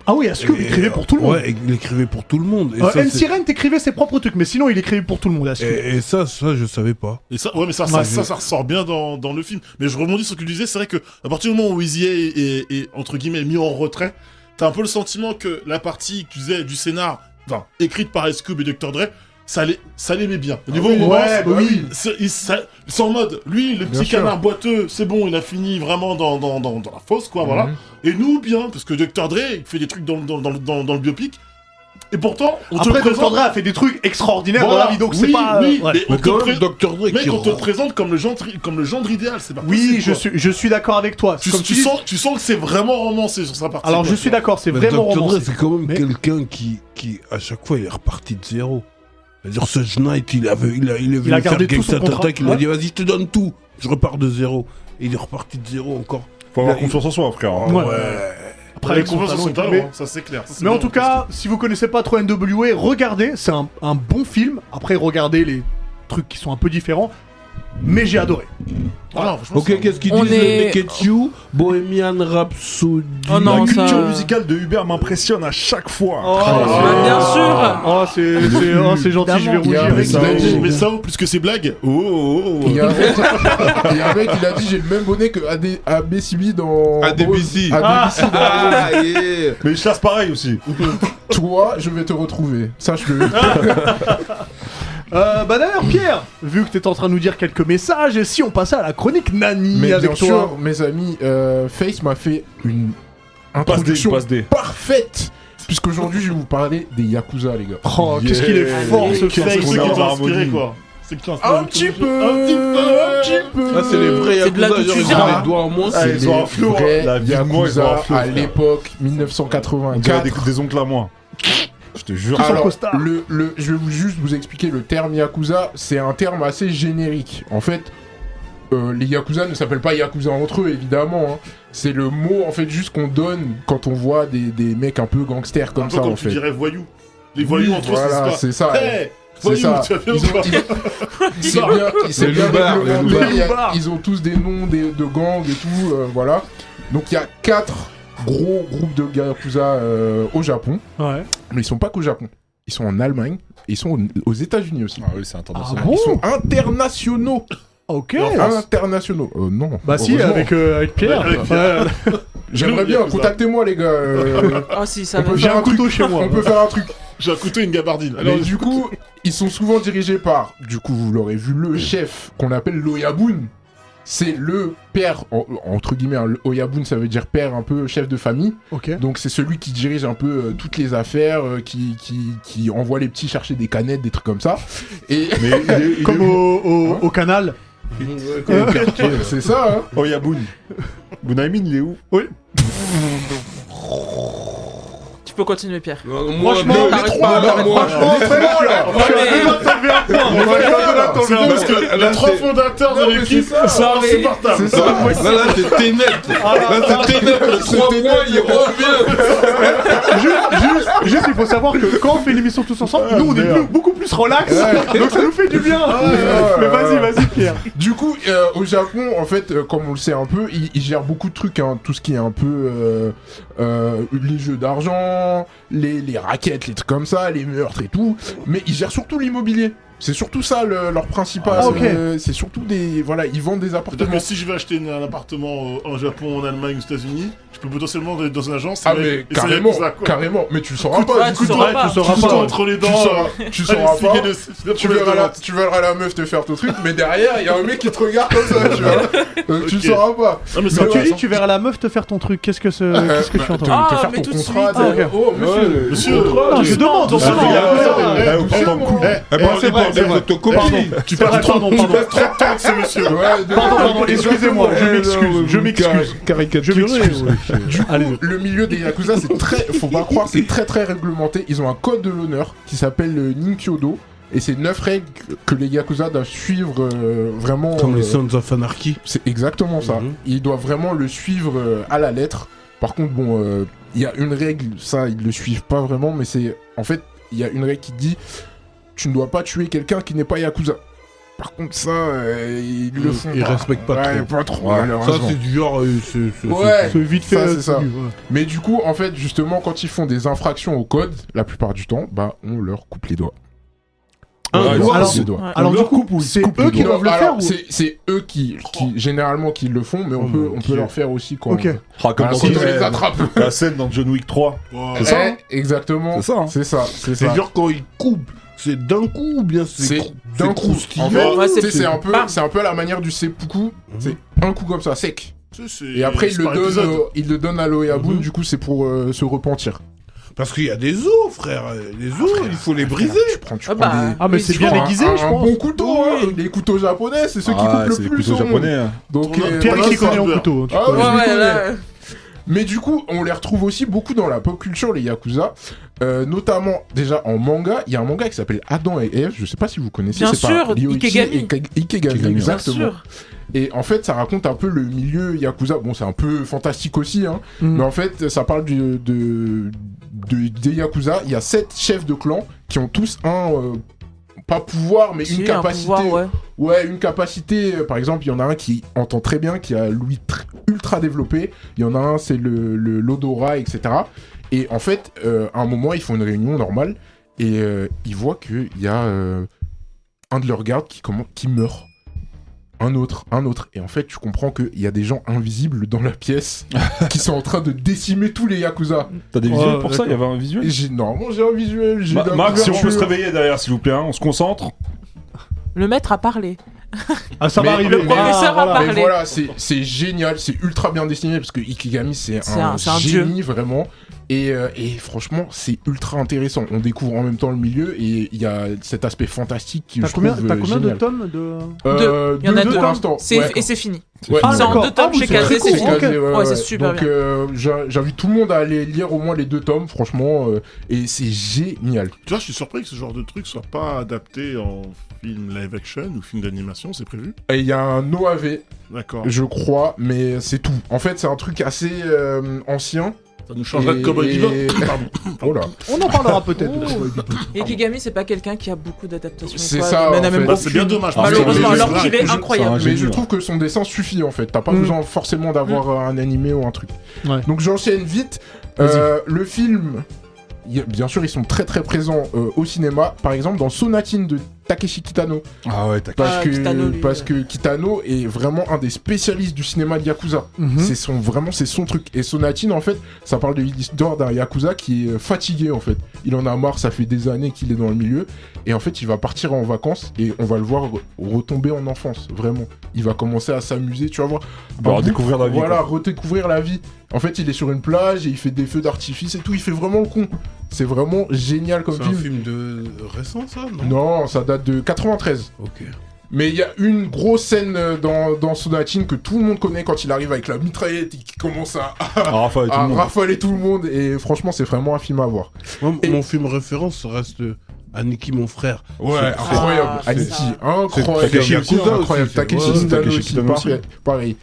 A: Ah oui, Askew
E: Et,
A: écrivait pour tout le monde.
E: Ouais, il écrivait pour tout le monde. Et
A: Euh,
E: ça,
A: MC
E: c'est-
A: Rent écrivait ses propres trucs, mais sinon il écrivait pour tout le monde. Askew.
E: et- et ça, ça, je savais pas.
D: Et ça, ouais, mais ça, ça, ça, ça ressort bien dans, dans le film. Mais je rebondis sur ce que tu disais, c'est vrai que à partir du moment où Easy est, est- est, entre guillemets mis en retrait, t'as un peu le sentiment que la partie que tu disais du scénar, enfin écrite par Ice Cube et Dr Dre, ça les, ça les met bien. Au niveau
A: oui,
D: romance,
A: ouais, bah oui.
D: c'est- il- ça- c'est en mode, lui, le
F: Bien
D: petit
F: sûr.
D: canard boiteux, c'est bon, il a fini vraiment dans, dans, dans, dans la fosse, quoi, voilà.
A: Mhm.
D: Et nous, bien, parce que Dr Dre il fait des trucs dans, dans, dans, dans, dans le biopic. Et pourtant, on te
A: Après,
D: le
A: Dr.
D: présente.
A: Dre a fait des trucs extraordinaires dans
D: Voilà.
A: la vie, donc
D: Oui,
A: c'est pas. euh,
D: oui,
A: ouais.
D: mais on
E: Mais
D: te
E: quand
D: pré-
E: même, Dr. Dre
D: Mec,
E: qui
D: on te
E: rend-
D: présente comme le genre, comme le genre idéal, c'est pas
A: Oui,
D: possible,
A: je
D: quoi.
A: suis, je suis d'accord avec toi.
D: Tu,
A: Comme
D: tu
A: dis-
D: sens, tu sens que c'est vraiment romancé sur sa partie.
A: Alors
D: quoi,
A: je
D: tu
A: suis
D: vois.
A: d'accord, c'est
E: Mais
A: vraiment
E: Dr. Dre,
A: romancé.
E: c'est quand même
A: Mais-
E: quelqu'un qui, qui qui, à chaque fois, il est reparti de zéro. C'est-à-dire, ce Knight, il, avait, il, a, il est venu
A: a
E: faire
A: gardé tout
E: Gangsta
A: son contrat,
E: Attack, il a
A: ouais.
E: dit, vas-y, je te donne tout, je repars de zéro. Et il est reparti de zéro encore.
B: Faut avoir
E: Là,
B: confiance en soi, frère. hein.
A: Ouais.
D: Après, les confiance en son
A: mais-
D: talent, hein, ça c'est clair. Ça, c'est
A: Mais en
D: bien,
A: tout cas, si vous connaissez pas trop NWA, regardez, c'est un, un bon film. Après, regardez les trucs qui sont un peu différents. Mais j'ai adoré.
D: parce que- Ah non, franchement,
E: Ok,
D: c'est-
E: qu'est-ce qu'ils
C: On
E: disent
C: est-
E: Le Neketsu, Bohemian Rhapsody.
C: Oh
B: La
C: non,
B: culture
C: ça-
B: musicale de Hubert m'impressionne à chaque fois.
C: bah, bien sûr.
A: Oh, Ah, c'est c'est- oh, c'est gentil, je vais
C: Il
F: y a
A: rougir.
F: un
A: avec ça.
F: message.
D: Ah, Mais- Mais ça, oh, plus que ces blagues. Oh, oh, oh.
F: Il y a un mec, il y a un mec, il a dit j'ai le même bonnet que AD, ABCB dans.
E: ADBC.
F: Rose. ADBC.
E: Ah, yeah.
B: Mais je chasse pareil aussi.
F: Toi, je vais te retrouver. Sache-le.
A: Euh, bah d'ailleurs, Pierre, vu que t'es en train de nous dire quelques messages, et si on passait à la chronique Nani
F: Mais
A: avec
F: bien
A: toi
F: sûr, mes amis, euh, Face m'a fait une
B: Passe des,
F: introduction
B: passe des.
F: parfaite. Puisqu'aujourd'hui, je vais vous parler des Yakuza, les gars.
A: Oh, qu'est-ce qu'il est
B: Yeah.
A: fort ce
D: C'est
A: film
B: Qu'est-ce
D: ceux
B: qu'on
D: qui
B: a en
D: t'ont inspiré,
B: harmonie.
D: quoi. C'est qui t'ont inspiré
F: Un petit peu
D: Un petit peu
F: peu
E: Ah, c'est les vrais
C: C'est de
E: Yakuza,
C: la
E: genre, ils ont
F: Tutsuya.
E: les doigts en moins.
B: Ah,
F: C'est
B: ils
F: les
B: ont un flow, hein.
F: vrais
B: La vie de moi, ils ont un
F: Yakuza
B: flow,
F: à
B: frère.
F: l'époque
B: On dirait
F: 1984.
B: des, des oncles à moi. Je te jure.
A: Ah,
B: ça.
A: sans
F: Alors,
A: costard.
F: le, le- je vais vous juste vous expliquer le terme Yakuza. C'est un terme assez générique. En fait, euh, les Yakuza ne s'appellent pas Yakuza entre eux, évidemment. hein. C'est le mot, en fait, juste qu'on donne quand on voit des, des mecs un peu gangsters comme
D: Un peu
F: ça, en
D: comme tu
F: fait.
D: dirais voyou. Les voyous entre eux, c'est
F: Voilà,
D: ça.
F: c'est ça.
D: Hey,
F: C'est
D: voyou,
F: ça.
D: tu vas bien ou
F: Ils ont,
D: quoi
F: ils- c'est bien, ils- c'est
E: Les
F: bien
E: loupards, les
F: réglementé,
E: loupards.
F: il y a-
A: Les loupards.
F: ils ont tous des noms des- de gangs et tout, euh, voilà. Donc il y a quatre gros groupes de Yakuza euh, au Japon,
A: Ouais.
F: mais ils sont pas qu'au Japon. Ils sont en Allemagne, et ils sont aux- aux États-Unis aussi.
B: Ah oui, c'est international.
A: bon
F: Ils sont internationaux.
A: Ah, Ok.
F: Internationaux. Euh, non.
A: Bah si,
F: heureusement.
A: avec, euh, avec Pierre.
D: Ouais, avec
A: Ouais.
F: J'aimerais bien.
D: Yakuza.
F: Contactez-moi les gars. euh,
C: Oh si, ça
F: On
C: va.
F: peut
A: J'ai
F: faire
A: un
F: un truc.
A: couteau chez moi.
F: on peut faire un truc.
D: J'ai un couteau et une gabardine.
F: Mais
D: Alors,
F: du coup, ils sont souvent dirigés par, du coup, vous l'aurez vu, le chef qu'on appelle l'Oyabun. C'est le père, en- entre guillemets, hein, le Oyabun, ça veut dire père, un peu chef de famille.
A: Ok.
F: Donc c'est celui qui dirige un peu euh, toutes les affaires, euh, qui, qui, qui envoie les petits chercher des canettes, des trucs comme ça. Et
A: Ah
B: Mais il est, il
A: Comme
B: est où
A: au, au-
F: Hein
A: au canal.
F: c'est ça, hein.
B: Oh, il y a Boone. Boone Aymin, il est où
C: Tu peux continuer, Pierre.
E: Franchement,
C: non, t'arrêtes pas, t'arrêtes
E: franchement,
D: parce que les trois fondateurs de l'équipe sont insupportables.
F: C'est ça.
E: Là, là, c'est Ténet.
C: Ah,
E: Là, c'est Ténet. Le 3 points, il revient.
A: Juste, juste, juste, il faut savoir que quand on fait l'émission tous ensemble, nous on est
B: merde.
A: plus- beaucoup plus relax. Donc ça nous fait du bien. Mais vas-y, vas-y, Pierre.
F: Du coup, euh, au Japon, en fait, euh, comme on le sait un peu, ils, ils gèrent beaucoup de trucs, hein, tout ce qui est un peu euh, euh, les jeux d'argent, les, les raquettes, les trucs comme ça, les meurtres et tout. Mais ils gèrent surtout l'immobilier. C'est surtout ça le- leur principal.
A: Ah, ok.
F: euh, c'est surtout des voilà, ils vendent des
D: C'est-à-dire
F: appartements.
D: que si je vais acheter une- un appartement au- en Japon, en Allemagne, aux États-Unis, je peux potentiellement aller dans une agence.
F: Ah
D: et-
F: mais
D: et ça y est,
F: carrément,
D: ça, quoi.
F: carrément. Mais tu le sauras
C: Ah,
F: pas.
C: tu
F: du coup,
C: sauras pas.
A: tu sauras
D: Tout le temps
A: pas.
D: entre les
F: tu le
D: dents. euh,
F: sauras, tu le sauras pas. Tu verras, la,
D: là.
F: tu verras la meuf te faire ton truc, mais derrière, il y a un mec qui te regarde comme ça, tu vois. Donc, Tu le
D: Ok.
F: sauras pas.
D: Non, mais c'est
A: Quand tu
D: intéressant.
A: dis tu verras la meuf te faire ton truc, qu'est-ce que ce, qu'est-ce que je suis en train de
C: Ah,
F: te faire
C: mais
F: ton
C: tout de
F: contrat,
C: suite.
F: t'as-
A: Ah, ok.
F: Oh, monsieur,
D: Monsieur,
A: Non, je demande, on
D: Ah,
A: demande.
D: c'est
A: Ah,
F: euh,
D: vrai.
A: ouais.
B: Eh, on
F: Monsieur,
B: s'en
F: mon-
B: coule.
D: Eh,
B: Eh,
A: bon, c'est vrai, c'est vrai.
F: Eh,
B: photocopie.
D: tu
A: C'est vrai,
D: perds trop
A: pardon,
D: de temps.
A: pardon.
D: de ce monsieur.
F: Ouais, de-
A: Pardon, pardon,
F: de-
A: excusez-moi, je m'excuse, je m'excuse. Je m'excuse. Allez.
F: Le milieu des Yakuza, c'est très. Faut pas croire, c'est très très réglementé. Ils ont un code de l'honneur qui s'appelle le Ninkyodo. Et c'est neuf règles que les Yakuza doivent suivre euh, vraiment.
E: Comme les
F: euh,
E: Sons of Anarchy.
F: C'est exactement ça.
E: Mhm.
F: Ils doivent vraiment le suivre euh, à la lettre. Par contre, bon, euh, il y a une règle, ça, ils le suivent pas vraiment, mais c'est. En fait, il y a une règle qui dit tu ne dois pas tuer quelqu'un qui n'est pas Yakuza. Par contre, ça, euh, ils le font.
E: Ils
F: pas.
E: respectent pas
F: Ouais,
E: trop.
F: pas trop,
E: Ça,
F: malheureusement.
E: c'est du genre. euh, c'est- c'est-
F: Ouais,
A: C'est vite fait.
F: ça,
A: euh,
F: c'est ça.
A: ouais.
F: Mais du coup, en fait, justement, quand ils font des infractions au code, la plupart du temps, bah, on leur coupe les doigts.
E: Un
F: On leur
E: doigt,
F: coupe
A: c'est-
F: les doigts.
C: Ouais.
A: Alors
E: On
A: du
E: leur
A: coup, c'est
F: coupe
A: eux
F: les
A: qui
F: doigts.
A: doivent le
F: Alors,
A: faire ou
F: c'est- C'est eux qui, qui, généralement, qui le font, mais on
E: Oh
F: peut,
E: mon
F: on peut
E: Dieu.
F: leur faire aussi quand.
A: Ok.
B: Ah, comme
F: Ah,
B: dans
F: quand on
B: John-
F: les attrape.
B: la scène dans John Wick 3.
F: Eh,
B: C'est ça, hein
F: Exactement.
B: C'est ça, hein.
F: C'est ça. C'est ça.
E: C'est-à-dire quand ils coupent, c'est d'un coup ou bien c'est
F: C'est
E: crou-
F: d'un
E: c'est
F: coup.
E: croustillant
F: En fait,
C: Ouais,
F: tu
C: c'est-
F: sais, c'est un peu,
C: Bam.
F: c'est un peu à la manière du seppuku. C'est un coup comme ça, sec. Et après, il le donne, euh, il le donne à l'Oyabun.
E: Mhm.
F: Du coup, c'est pour euh, se repentir.
E: Parce qu'il y a des os, frère. Les os, il faut les briser.
F: Tu prends, tu
C: Ah
F: prends
C: bah,
F: des-
A: Ah, mais
C: oui,
A: c'est
C: tu
A: bien
C: vois,
F: un-
A: aiguisé,
F: un,
A: je pense.
F: bon couteau, hein.
C: Oui.
F: les couteaux japonais, c'est ceux qui
B: Ah,
F: coupent
B: c'est
F: le
B: les
F: plus
B: couteaux
F: au monde.
B: japonais. hein.
F: Donc,
D: Tourne-
F: euh,
A: Pierre, il
F: voilà,
A: s'y
F: ça-
A: connaît en
D: Sandberg.
A: couteau. hein, tu
F: Ah
A: vois.
F: ouais,
C: Ouais, ouais, là.
F: Mais du coup, on les retrouve aussi beaucoup dans la pop culture, les Yakuza. Euh, notamment, déjà en manga, il y a un manga qui s'appelle Adam et Eve. Je sais pas si vous connaissez.
C: Bien
F: c'est par
C: sûr,
F: Ryoichi
C: Ikegami.
F: et Ka- Ikegami,
E: Ikegami,
C: Bien
F: exactement.
C: sûr.
F: Et en fait, ça raconte un peu le milieu Yakuza. Bon, c'est un peu fantastique aussi, hein.
C: Mm.
F: Mais en fait, ça parle du- de, de- des Yakuza. Il y a sept chefs de clan qui ont tous un. euh, pas pouvoir, mais
C: Si,
F: une
C: un
F: capacité.
C: pouvoir, ouais.
F: Ouais, une capacité. euh, Par exemple, il y en a un qui entend très bien, qui a l'ouïe tr- ultra développé. Il y en a un, c'est le le- l'odorat, etc. Et en fait, euh, à un moment, ils font une réunion normale et euh, ils voient qu'il y a euh, un de leurs gardes qui, comment, qui meurt. Un autre, un autre. Et en fait, tu comprends qu'il y a des gens invisibles dans la pièce qui sont en train de décimer tous les Yakuza.
B: T'as des
A: Ouais,
B: visuels pour ça
A: d'accord.
B: Il y avait un
F: Et
B: visuel
F: j'ai- Normalement, j'ai un visuel. j'ai
B: Ma-
F: de la
B: Max, si on peut se
F: couverture.
B: réveiller derrière, s'il vous plaît, hein, on se concentre.
C: Le maître a parlé.
A: Ah, ça
F: Mais-
A: va arriver.
F: le
C: professeur a
A: voilà.
F: Ah, Mais
C: parler.
F: voilà, c'est c'est génial, c'est ultra bien dessiné parce que Ikigami c'est
C: C'est
F: un,
C: un- c'est un
F: génie vraiment. Et, euh, et franchement, c'est ultra intéressant. On découvre en même temps le milieu et il y a cet aspect fantastique qui
A: T'as
F: je
A: combien,
F: trouve
A: t'as
F: euh,
A: combien de
F: génial.
A: tomes de...
F: Euh,
C: Il y en a
F: deux
C: deux.
F: pour l'instant.
C: C'est-
F: Ouais.
C: Et c'est fini.
F: Ouais.
A: Ah,
C: C'est en
A: d'accord.
C: deux tomes
A: Ah oui,
C: chez
A: c'est très
C: Kazé,
A: court,
C: c'est
A: ok.
C: fini.
F: casé, ouais,
C: Ouais,
F: ouais.
C: c'est super
F: Donc
C: bien.
F: euh, j'a- j'invite tout le monde à aller lire au moins les deux tomes, franchement, euh, et c'est génial.
D: Tu vois, je suis surpris que ce genre de truc soit pas adapté en film live action ou film d'animation, c'est prévu
F: Et il y a un OAV,
D: D'accord.
F: je crois, mais c'est tout. En fait, c'est un truc assez euh, ancien.
D: Ça nous changerait
F: Et-
D: de Cowboy Bebop. Pardon.
F: Oh là.
A: On en parlera peut-être. de
C: Ouh.
A: Cowboy Bebop.
C: Et Kigami, c'est pas quelqu'un qui a beaucoup d'adaptations.
F: C'est
C: quoi.
F: ça,
C: Il en
F: en
C: a même
F: fait.
D: Bah,
C: beaucoup.
D: c'est bien dommage.
C: Malheureusement,
F: c'est-
C: alors qu'il est
B: c'est-
C: incroyable.
B: c'est
F: Mais
B: J'ai
F: je
B: vu,
F: trouve que son dessin suffit en fait. T'as pas
A: Mm.
F: besoin forcément d'avoir
C: Mm.
F: euh, un animé ou un truc.
A: Ouais.
F: Donc j'enchaîne vite. Euh, le film, il y a- bien sûr, ils sont très très présents euh, au cinéma. Par exemple, dans Sonatine de Takeshi Kitano.
B: Ah ouais, t'as
F: Parce,
C: Ah,
F: que,
C: Kitano, lui,
F: parce
C: ouais.
F: que Kitano est vraiment un des spécialistes du cinéma de Yakuza.
A: Hmm.
F: C'est son, vraiment, c'est son truc. Et Sonatine, en fait, ça parle de l'histoire d'un Yakuza qui est euh, fatigué, en fait. Il en a marre, ça fait des années qu'il est dans le milieu. Et en fait, il va partir en vacances et on va le voir re- retomber en enfance, vraiment. Il va commencer à s'amuser, tu vas voir.
B: Bah,
F: Un
B: redécouvrir
F: bout-
B: la vie,
F: Voilà, redécouvrir la vie. En fait, il est sur une plage et il fait des feux d'artifice et tout. Il fait vraiment le con. C'est vraiment génial comme
E: C'est un
F: film.
E: film de récent, ça Non.
F: Non, ça date de 93.
E: Ok.
F: Mais il y a une grosse scène euh, dans, dans Sonatine que tout le monde connaît quand il arrive avec la mitraillette et qui commence à
B: Ah, Raphaël, tout
F: à
B: le monde.
F: rafaler tout le monde et franchement c'est vraiment un film à voir.
E: Moi, m-
F: Et-
E: Mon film référence ça reste euh, Aniki, mon frère.
F: Ouais, incroyable,
C: c'est-
F: Aniki,
C: c'est-
F: incroyable,
B: Takeshi
F: Bien sûr,
B: Kitano aussi,
F: incroyable,
B: c'est-
F: Takeshi
B: ouais, ouais,
F: Kitano
B: Takeshi
F: aussi,
B: Kitano aussi.
F: pareil, pareil.